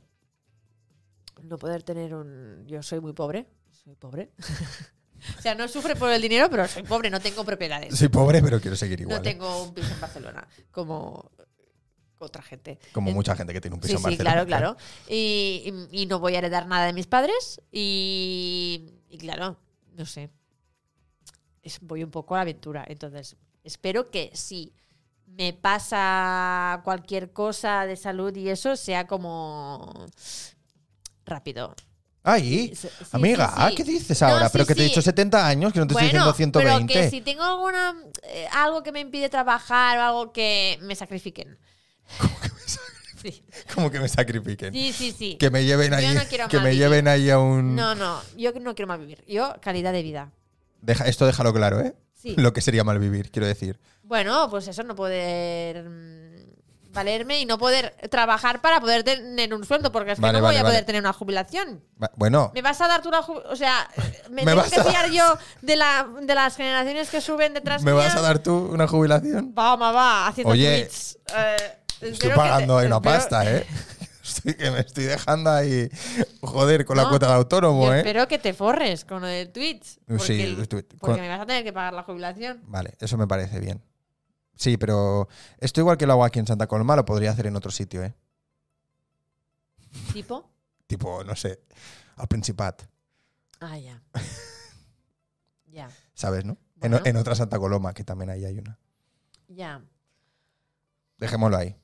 No poder tener un... Yo soy muy pobre, soy pobre. o sea, no sufre por el dinero, pero soy pobre, no tengo propiedades.
Soy pobre, pero quiero seguir igual.
no
¿eh?
tengo un piso en Barcelona, como otra gente.
Como
En-
mucha gente que tiene un piso
eh, sí,
en
sí,
Barcelona.
claro, claro. Y, y- y no voy a heredar nada de mis padres. Y, y claro, no sé. Es- voy un poco a la aventura. Entonces, espero que si me pasa cualquier cosa de salud y eso, sea como rápido.
Ahí.
Sí, sí,
Amiga, ah,
sí, sí.
¿qué dices
No,
ahora?
sí,
pero que te he
sí.
dicho 70 años, que no te
bueno,
estoy diciendo 120.
pero que si tengo alguna eh, algo que me impide trabajar o algo que me sacrifiquen. Sí,
Como que me sacrifiquen.
sí, sí. sí.
Que me lleven
Yo
ahí,
no quiero
que
mal
me
vivir.
lleven ahí a un.
No, no, yo no quiero más vivir. Yo, calidad de vida.
Deja- esto déjalo claro, ¿eh?
Sí.
Lo que sería mal vivir, quiero decir.
Bueno, pues eso, no poder mm, valerme y no poder trabajar para poder tener un sueldo, porque es que
Vale,
no
vale,
voy a
vale.
poder tener una jubilación.
Va- Bueno,
¿Me vas a dar tú la jubilación? O sea, ¿me,
Me
tengo
vas
que
a dar-
fiar yo de, la, de las generaciones que suben detrás
¿me vas
mía?
a dar tú una jubilación?
Vamos, va, haciendo
Oye,
tweets. Eh,
Estoy
espero que
pagando
te-
ahí una
espero-
pasta, ¿eh? Estoy, que me estoy dejando ahí, joder, con la
No,
cuota de
yo
autónomo, ¿eh?
Espero que te forres con lo de tweets.
Sí,
Porque,
el tweet.
porque
Con-
me vas a tener que pagar la jubilación.
Vale, eso me parece bien. Sí, pero esto igual que lo hago aquí en Santa Coloma, lo podría hacer en otro sitio, ¿eh?
¿Tipo?
Tipo, no sé, al Principat.
Ah, ya. Ya. Ya,
¿Sabes, no?
Bueno.
En, en otra Santa Coloma, que también ahí hay una.
ya.
Dejémoslo ahí.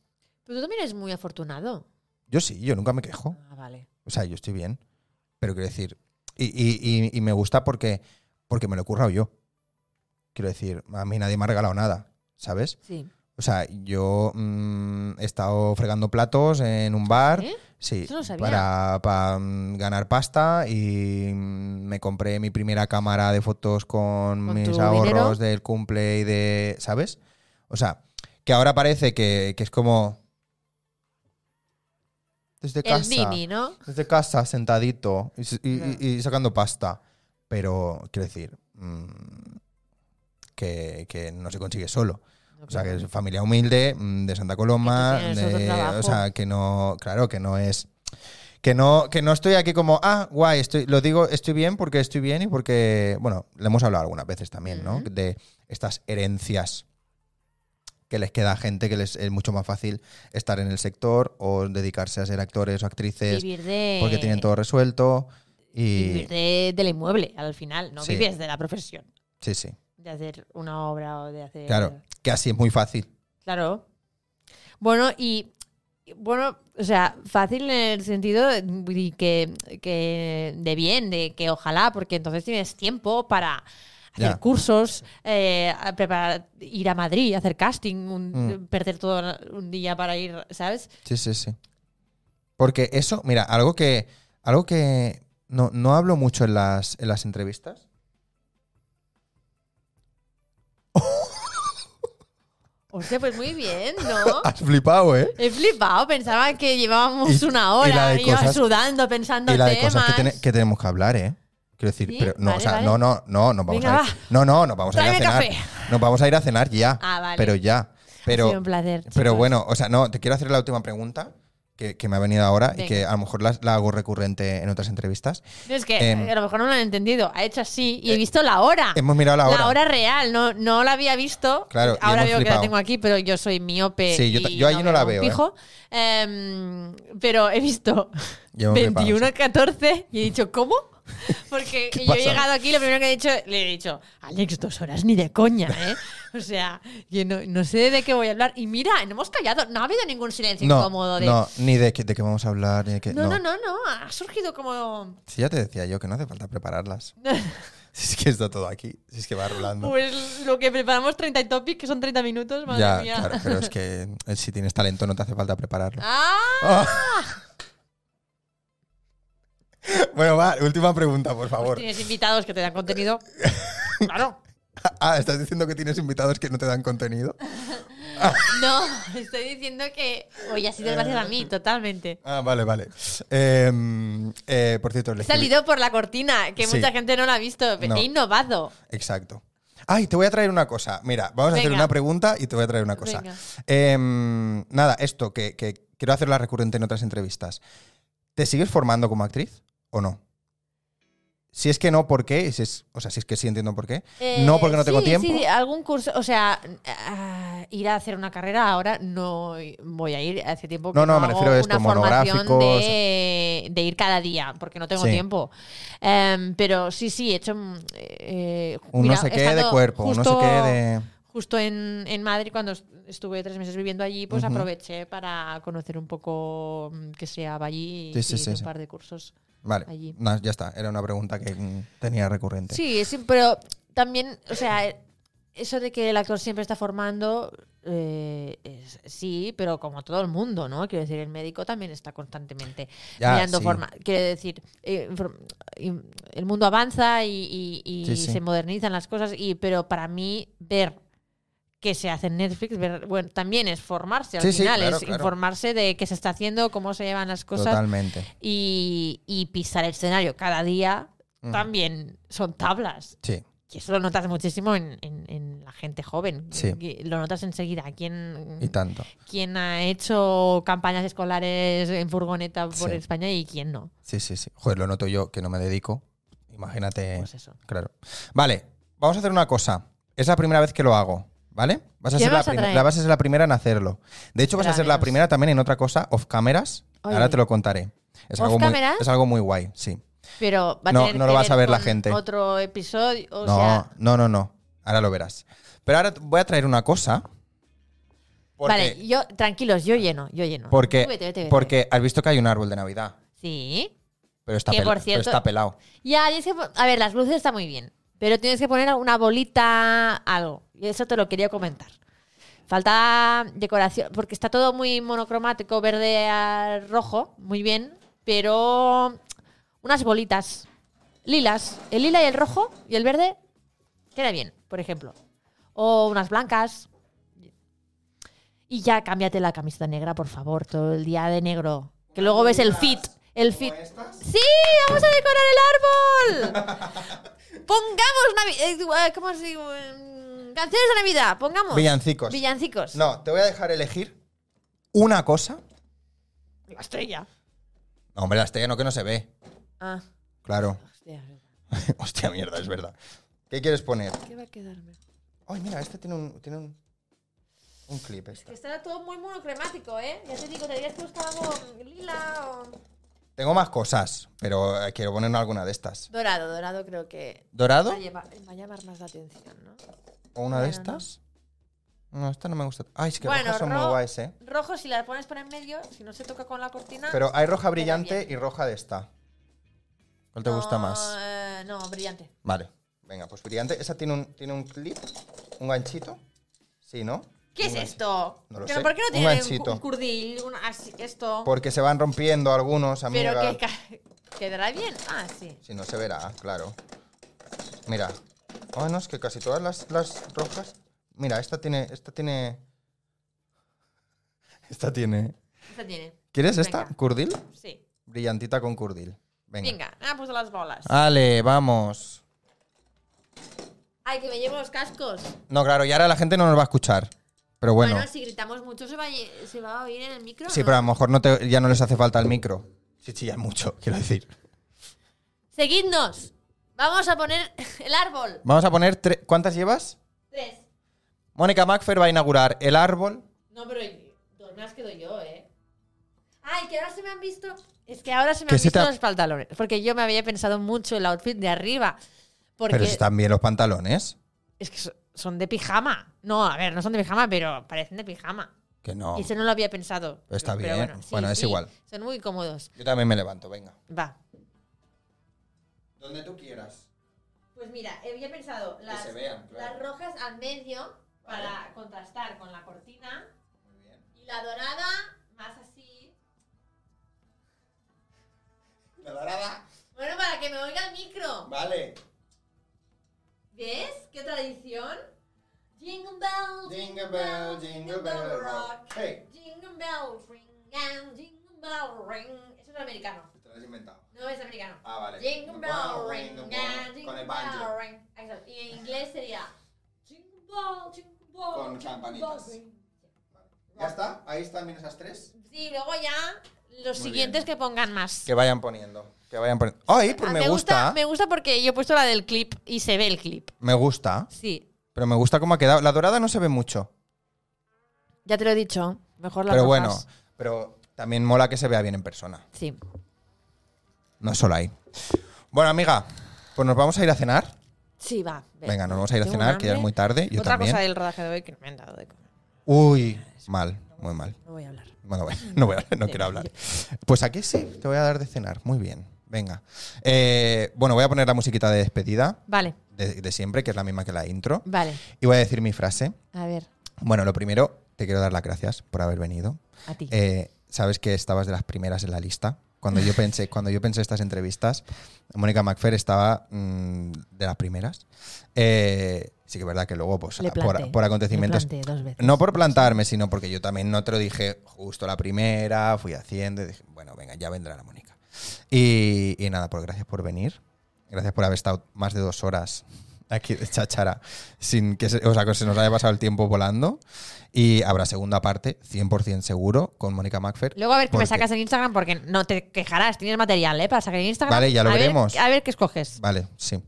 Pero tú también eres muy afortunado.
Yo sí, yo nunca me quejo.
Ah, vale.
O sea, yo estoy bien. Pero quiero decir, y, y- y- y me gusta porque, porque me lo he currado yo. Quiero decir, a mí nadie me ha regalado nada, ¿sabes?
Sí.
O sea, yo mm, he estado fregando platos en un bar.
¿Eh?
Sí,
Eso no sabía.
para, para, mm, ganar pasta y mm, me compré mi primera cámara de fotos con,
¿Con
mis
tu
ahorros
dinero?
del cumple y de... ¿Sabes? O sea, que ahora parece que, que es como... Desde
El
casa.
Dini, ¿no?
Desde casa, sentadito y, s- y-
Claro.
y- y sacando pasta. Pero, quiero decir, mm, que, que no se consigue solo. O sea, que es familia humilde, mm, de Santa Coloma,
Que tú tienes otro
de-
trabajo.
o sea, que no, claro, que no es que no que no estoy aquí como, ah, guay, estoy lo digo, estoy bien porque estoy bien y porque, bueno, le hemos hablado algunas veces también, ¿no?
Ujú.
De estas herencias que les queda a gente que les es mucho más fácil estar en el sector o dedicarse a ser actores o actrices
Vivir de...
porque tienen todo resuelto y
Vivir de- del inmueble, al final. No
Sí.
vives de la profesión.
sí, sí.
De hacer una obra o de hacer...
Claro, que así es muy fácil.
Claro. Bueno, y y bueno, o sea, fácil en el sentido de que, que de bien, de que ojalá, porque entonces tienes tiempo para hacer
Ya.
cursos, eh, a preparar, ir a Madrid, hacer casting, un-
Mm.
perder todo un día para ir, ¿sabes?
Sí, sí, sí. Porque eso, mira, algo que, algo que no, no hablo mucho en las, en las entrevistas.
Hostia, pues muy bien, ¿no?
Has flipado, ¿eh?
He flipado, pensaba que llevábamos
Y-
una
y la
hora,
de
iba
cosas-
sudando, pensando
Y la de
temas.
cosas que, tiene- que tenemos que hablar, ¿eh? Quiero decir,
Sí,
pero no,
vale,
o sea,
vale.
no, no, no, nos vamos
Venga,
a ir.
va.
No, no, nos vamos a ir a
Tráeme
cenar. Nos vamos a ir a cenar ya.
Ah, vale.
Pero ya.
Ha
Pero,
sido un placer.
pero
chicos.
bueno, o sea, no, te quiero hacer la última pregunta que, que me ha venido ahora y
Venga.
que a lo mejor la, la hago recurrente en otras entrevistas.
Es que
Em, eh,
a lo mejor no lo han entendido. Ha hecho así y he visto la hora.
Hemos mirado la hora.
La hora real, no, no la había visto.
Claro, y
Ahora
hemos
veo
flipado.
que la tengo aquí, pero yo soy miope.
Sí, yo ta-
y
yo allí no la
un
veo, ¿eh?
pijo. Em, pero he visto
Y hemos flipado,
21 a 14 y he dicho, ¿cómo? Porque
¿Qué
yo
pasa?
he llegado aquí, lo primero que he dicho, le he dicho, Alex, dos horas ni de coña, ¿eh? O sea, yo no, no sé de qué voy a hablar. Y mira, no hemos callado, no ha habido ningún silencio
No,
incómodo de.
no, ni de, qué- de qué vamos a hablar, ni de qué.
no, no, no, no, ha surgido como.
Si ya te decía yo que no hace falta prepararlas. Si es que está todo aquí, si es que va rulando.
Pues lo que preparamos 30 y topic, que son 30 minutos, madre
Ya,
mía.
claro, pero es que eh, si tienes talento no te hace falta prepararlo.
¡Ah!
Bueno, va, última pregunta, por
Pues
favor.
tienes invitados que te dan contenido. Claro.
Ah, ¿estás diciendo que tienes invitados que no te dan contenido?
No, estoy diciendo que. Oye, ha
Eh,
sido gracias a mí, totalmente.
Ah, vale, vale. Eh, eh, por cierto,
He
le
salido por la cortina, que
Sí.
mucha gente no la ha visto.
No.
He innovado.
Exacto. Ay, te voy a traer una cosa. Mira, vamos a hacer
Venga.
una pregunta y te voy a traer una cosa.
Venga.
Em, nada, esto, que, que quiero hacerla recurrente en otras entrevistas. ¿Te sigues formando como actriz o no? Si es que no, ¿por qué? Y Si es, o sea, si es que sí entiendo por qué. no porque no tengo
Eh, sí,
tiempo.
Sí, algún curso. O sea, ah, ir a hacer una carrera ahora no voy a ir. Hace tiempo que
No,
no,
no, me
hago
refiero a esto,
una formación
monográficos.
de, de ir cada día, porque no tengo
Sí.
tiempo. Em, pero sí, sí, he hecho. mm, eh,
Un
mira,
no sé
he
qué de
estado
cuerpo, un no sé
justo-
qué de.
Justo en, en Madrid, cuando est- estuve tres meses viviendo allí, pues
Ujú.
aproveché para conocer un poco mm, que se daba allí y
Sí, sí,
hice
sí,
un
sí.
par de cursos.
Vale,
allí.
no, ya está. Era una pregunta que mm, tenía recurrente.
Sí, sí, pero también, o sea, eh, eso de que el actor siempre está formando, eh, es- sí, pero como todo el mundo, ¿no? Quiero decir, el médico también está constantemente
Ya,
mirando
sí.
forma. Quiero decir, eh, inform- in- el mundo avanza y, y- y
Sí, sí.
se modernizan las cosas, y pero para mí ver que se hace en Netflix, ver- bueno, también es formarse al
Sí, sí,
final,
claro,
es
claro.
informarse de qué se está haciendo, cómo se llevan las cosas
Totalmente.
y, y pisar el escenario cada día
Ujú.
también son tablas.
Sí,
Que eso lo notas muchísimo en, en- en la gente joven.
Sí.
Que Lo notas enseguida. ¿Quién,
y tanto.
quién ha hecho campañas escolares en furgoneta por
Sí.
España y quién no?
Sí, sí, sí. Joder, lo noto yo que no me dedico. Imagínate.
Pues eso.
Claro. Vale, vamos a hacer una cosa. Es la primera vez que lo hago, ¿vale? Vas a,
¿Qué
ser la,
vas a
prim-
traer?
la vas a ser la primera en hacerlo. De hecho, vas a ser la
Gracias.
primera también en otra cosa, off cameras.
Ay,
Ahora
ay.
te lo contaré. Es
¿Off
algo, muy,
cameras?
es algo muy guay, sí.
Pero va a
No,
tener
no
que
lo vas a ver la
con
gente.
Otro episodio. O
no,
sea,
no, no, no. Ahora lo verás. Pero ahora voy a traer una cosa. Porque,
vale, yo, tranquilos, yo lleno, yo lleno.
porque,
Tú vete, vete, vete.
porque has visto que hay un árbol de Navidad.
Sí.
Pero está,
Que,
pel-
por
pero
cierto-
está pelado.
Ya, tienes que. po- A ver, las luces están muy bien. Pero tienes que poner alguna bolita, algo. Y eso te lo quería comentar. Falta decoración, porque está todo muy monocromático, verde a rojo, muy bien. Pero unas bolitas. Lilas. El lila y el rojo y el verde queda bien, por ejemplo. O unas blancas. Y ya cámbiate la camiseta negra, por favor, todo el día de negro. Que luego ves el fit. El fit. ¡Sí! ¡Vamos a decorar el árbol! Pongamos Navidad. ¿Cómo se digo? Em, Canciones de Navidad, pongamos.
Villancicos.
Villancicos.
No, te voy a dejar elegir una cosa.
La estrella.
No, hombre, la estrella no que no se ve.
Ah,
Claro.
hostia.
Hostia, mierda, es verdad. ¿Qué quieres poner?
¿Qué va a quedarme?
Ay, mira, este tiene un, tiene un, un clip. este.
Estará todo muy monocromático, ¿eh? Ya te digo, tendrías que buscar algo lila o.
Tengo más cosas, pero eh, quiero poner alguna de estas.
Dorado, dorado creo que
¿Dorado?
va a, llevar, va a llamar más la atención, ¿no?
¿O una de
Bueno, no.
estas? No, esta no me gusta. Ay, es que
Bueno,
rojas son muy
ro-
guays, ¿eh?
Rojo, si la pones por en medio, si no se toca con la cortina.
Pero hay roja
queda
brillante
bien.
y roja de esta. ¿Cuál te
No,
gusta más?
eh, no, brillante.
Vale, venga, pues brillante. Esa tiene un, tiene un clip, un ganchito. Sí, ¿no?
¿Qué
Un
es
ganchi-
esto?
No lo
¿Pero
sé.
por qué no
Un
tiene un,
ganchito.
un curdil, un así, esto?
Porque se van rompiendo algunos,
Pero
amiga.
que ca- quedará bien. Ah, sí.
Si no se verá, claro. Mira. Ah, no, es que casi todas las, las rojas. Mira, esta tiene. Esta tiene. Esta tiene.
Esta tiene.
¿Quieres esta?
Venga.
¿Curdil?
Sí.
Brillantita con curdil. Venga.
Venga, ah, pues las bolas.
Ale, vamos.
Ay, que me llevo los cascos.
No, claro, y ahora la gente no nos va a escuchar. Pero bueno.
Bueno, si gritamos mucho, ¿se va, a- se va a oír en el micro?
sí,
no?
pero a lo mejor no te- ya no les hace falta el micro. Sí, chillan mucho, quiero decir.
Seguidnos. Vamos a poner el árbol.
Vamos a poner. tre- ¿Cuántas llevas?
Tres.
Mónica Macfer va a inaugurar el árbol.
No, pero dos más quedo yo, ¿eh? Ay, que ahora se me han visto. Es que ahora se me
Que
han
se
visto
te ha-
los pantalones. Porque yo me había pensado mucho el outfit de arriba. Porque
Pero si están bien los pantalones.
es que so- son de pijama. No, a ver, no son de pijama, pero parecen de pijama.
Que no.
Y eso no lo había pensado.
Pero Oh. está
Pero
bien. Bueno, es igual.
Son muy cómodos.
Yo también me levanto, venga.
Va.
Donde tú quieras.
Pues mira, había pensado las,
se vean, claro.
las rojas al medio para contrastar con la cortina
Muy bien.
y la dorada más así.
La dorada.
Bueno, para que me oiga el micro.
Vale.
¿Ves? ¿Qué tradición? Jingle bell,
Jingle bell, jingle bell rock. Hey.
Jingle bell ring and jingle bell ring. Eso es americano.
Te lo has inventado.
No es americano.
Ah, vale.
Jingle bell ring and
Con
jingle
el
bell
banjo.
ring. Exacto. Y en inglés sería jingle bell, jingle bell.
Con
jingle bell
campanitas.
ring.
¿Ya está? Ahí están bien esas tres.
Sí, luego ya los
Muy
siguientes que pongan más.
Que vayan poniendo. Que vayan poniendo. ¡Ay! Pues
Ah,
me gusta.
Me gusta porque yo he puesto la del clip y se ve el clip.
Me gusta.
Sí.
Pero me gusta cómo ha quedado. La dorada no se ve mucho.
Ya te lo he dicho. Mejor las
Pero
rojas.
bueno. Pero también mola que se vea bien en persona.
Sí.
No solo ahí. Bueno, amiga. Pues nos vamos a ir a cenar.
Sí, va. ve.
Venga, nos vamos a ir a
Tengo
cenar,
un
que ya es
hambre.
muy tarde. Yo
Otra
también.
cosa del rodaje de hoy que no me han dado de comer.
Uy, mal, muy mal.
No voy a hablar.
Bueno, bueno, no, voy a- no quiero hablar. Pues aquí sí, te voy a dar de cenar. Muy bien, venga. Eh, bueno, voy a poner la musiquita de despedida
Vale,
de, de siempre, que es la misma que la intro.
vale.
Y voy a decir mi frase.
A ver,
Bueno, lo primero, te quiero dar las gracias por haber venido.
a ti.
Eh, Sabes que estabas de las primeras en la lista. Cuando yo pensé, cuando yo pensé estas entrevistas, Mónica McFer estaba mm, de las primeras. Eh, sí que es verdad que luego, pues,
Le planté,
por, por acontecimientos,
le planté dos veces.
no por plantarme, sino porque yo también no te lo dije justo la primera, fui haciendo y dije, bueno, venga, ya vendrá la Mónica. Y, y nada, pues gracias por venir. Gracias por haber estado más de dos horas aquí de chachara sin que se, o sea, que se nos haya pasado el tiempo volando. Y habrá segunda parte, 100% seguro, con Mónica Macfer.
Luego a ver qué me
porque-
sacas en Instagram porque no te quejarás. Tienes material, ¿eh? Para sacar en Instagram.
Vale, ya lo
A ver-
veremos.
a ver qué escoges.
Vale, sí.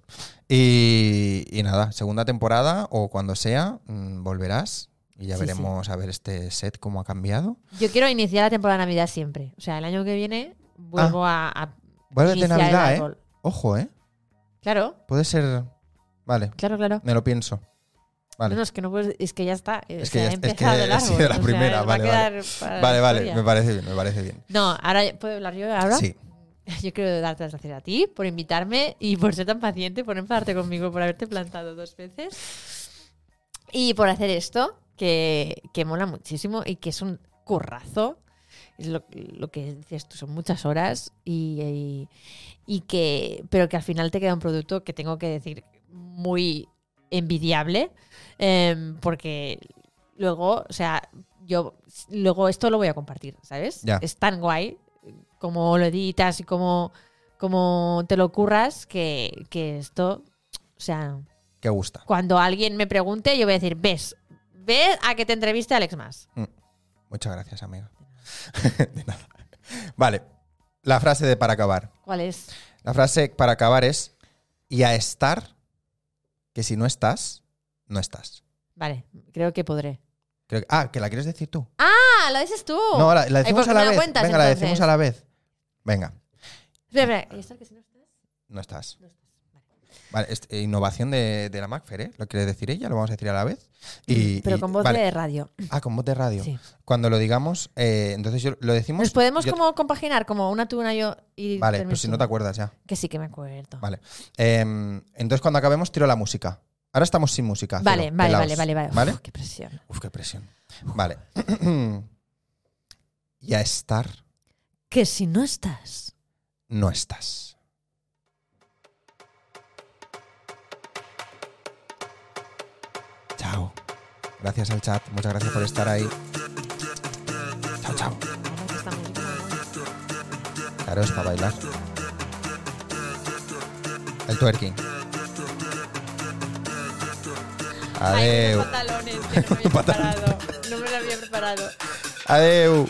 Y, y nada, segunda temporada o cuando sea, mm, volverás y ya
Sí, sí.
veremos a ver este set cómo ha cambiado.
Yo quiero iniciar la temporada de Navidad siempre. O sea, el año que viene vuelvo a, a
Vuelves Ah. de
iniciar el
Navidad, ¿eh?
árbol.
Ojo, ¿eh?
Claro,
Puede ser. Vale,
claro, claro.
me lo pienso. Vale.
No, no, es que no puedes, es que ya está. eh,
Es
Es
que
que
ya- es que
empezado el
ha
árbol,
sido la
o sea,
primera,
va a
vale, vale.
quedar para la
Vale, vale,
historia.
me parece bien, me parece bien.
No, ahora puedo hablar yo ahora.
Sí.
Yo quiero darte las gracias a ti por invitarme y por ser tan paciente, por enfadarte conmigo, por haberte plantado dos veces y por hacer esto que, que mola muchísimo y que es un currazo. Es lo, lo que dices tú, son muchas horas y, y- y que, pero que al final te queda un producto que tengo que decir muy envidiable em, porque luego, o sea, yo luego esto lo voy a compartir, ¿sabes?
Ya.
Es tan guay como lo editas y como, como te lo curras que, que esto, o sea,
Que gusta.
cuando alguien me pregunte, yo voy a decir, ves, ves a que te entreviste Alex Más.
Muchas gracias, amiga. de nada. Vale. La frase de para acabar.
¿Cuál es?
La frase para acabar es y a estar, que si no estás, no estás.
Vale, creo que podré.
Creo que- ah, que la quieres decir tú.
Ah, lo dices tú.
no, la, la
Ay, ¿por
decimos
qué
a la
me la
vez.
cuentas,
Venga, la
entonces?
decimos a la vez. Venga,
Espera, espera, ¿y esto que si no estás?
no estás.
No estás. Vale.
Vale, es- eh, innovación de, de la Macfer, ¿eh? Lo quiere decir ella, lo vamos a decir a la vez. Y,
Pero
y-
con voz
vale.
de radio.
Ah, con voz de radio.
Sí.
Cuando lo digamos, eh, entonces yo, lo decimos.
Nos podemos
yo-
como compaginar, como una tú, una yo y.
Vale,
termino
pero si
tú.
no te acuerdas ya.
Que sí que me acuerdo.
Vale. Eh, entonces cuando acabemos, tiro la música. Ahora estamos sin música. cero,
Vale, vale,
pelaos.
vale, vale, vale. Uf, qué presión.
Uf, qué presión. Vale. y a estar,
Que si no estás.
no estás. Chao. Gracias al chat. Muchas gracias por estar ahí. Chao, chao.
Ahora que estamos grabando.
Claro, es para bailar. El twerking.
Ay,
Adeu.
unos pantalones que no me había preparado. No me lo había preparado.
Adeu.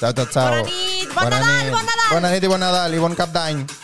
Chao, chao, chao.
Bona nit, bon Nadal, bon Nadal.
Bona nit i bon Nadal i bon Cap d'Any.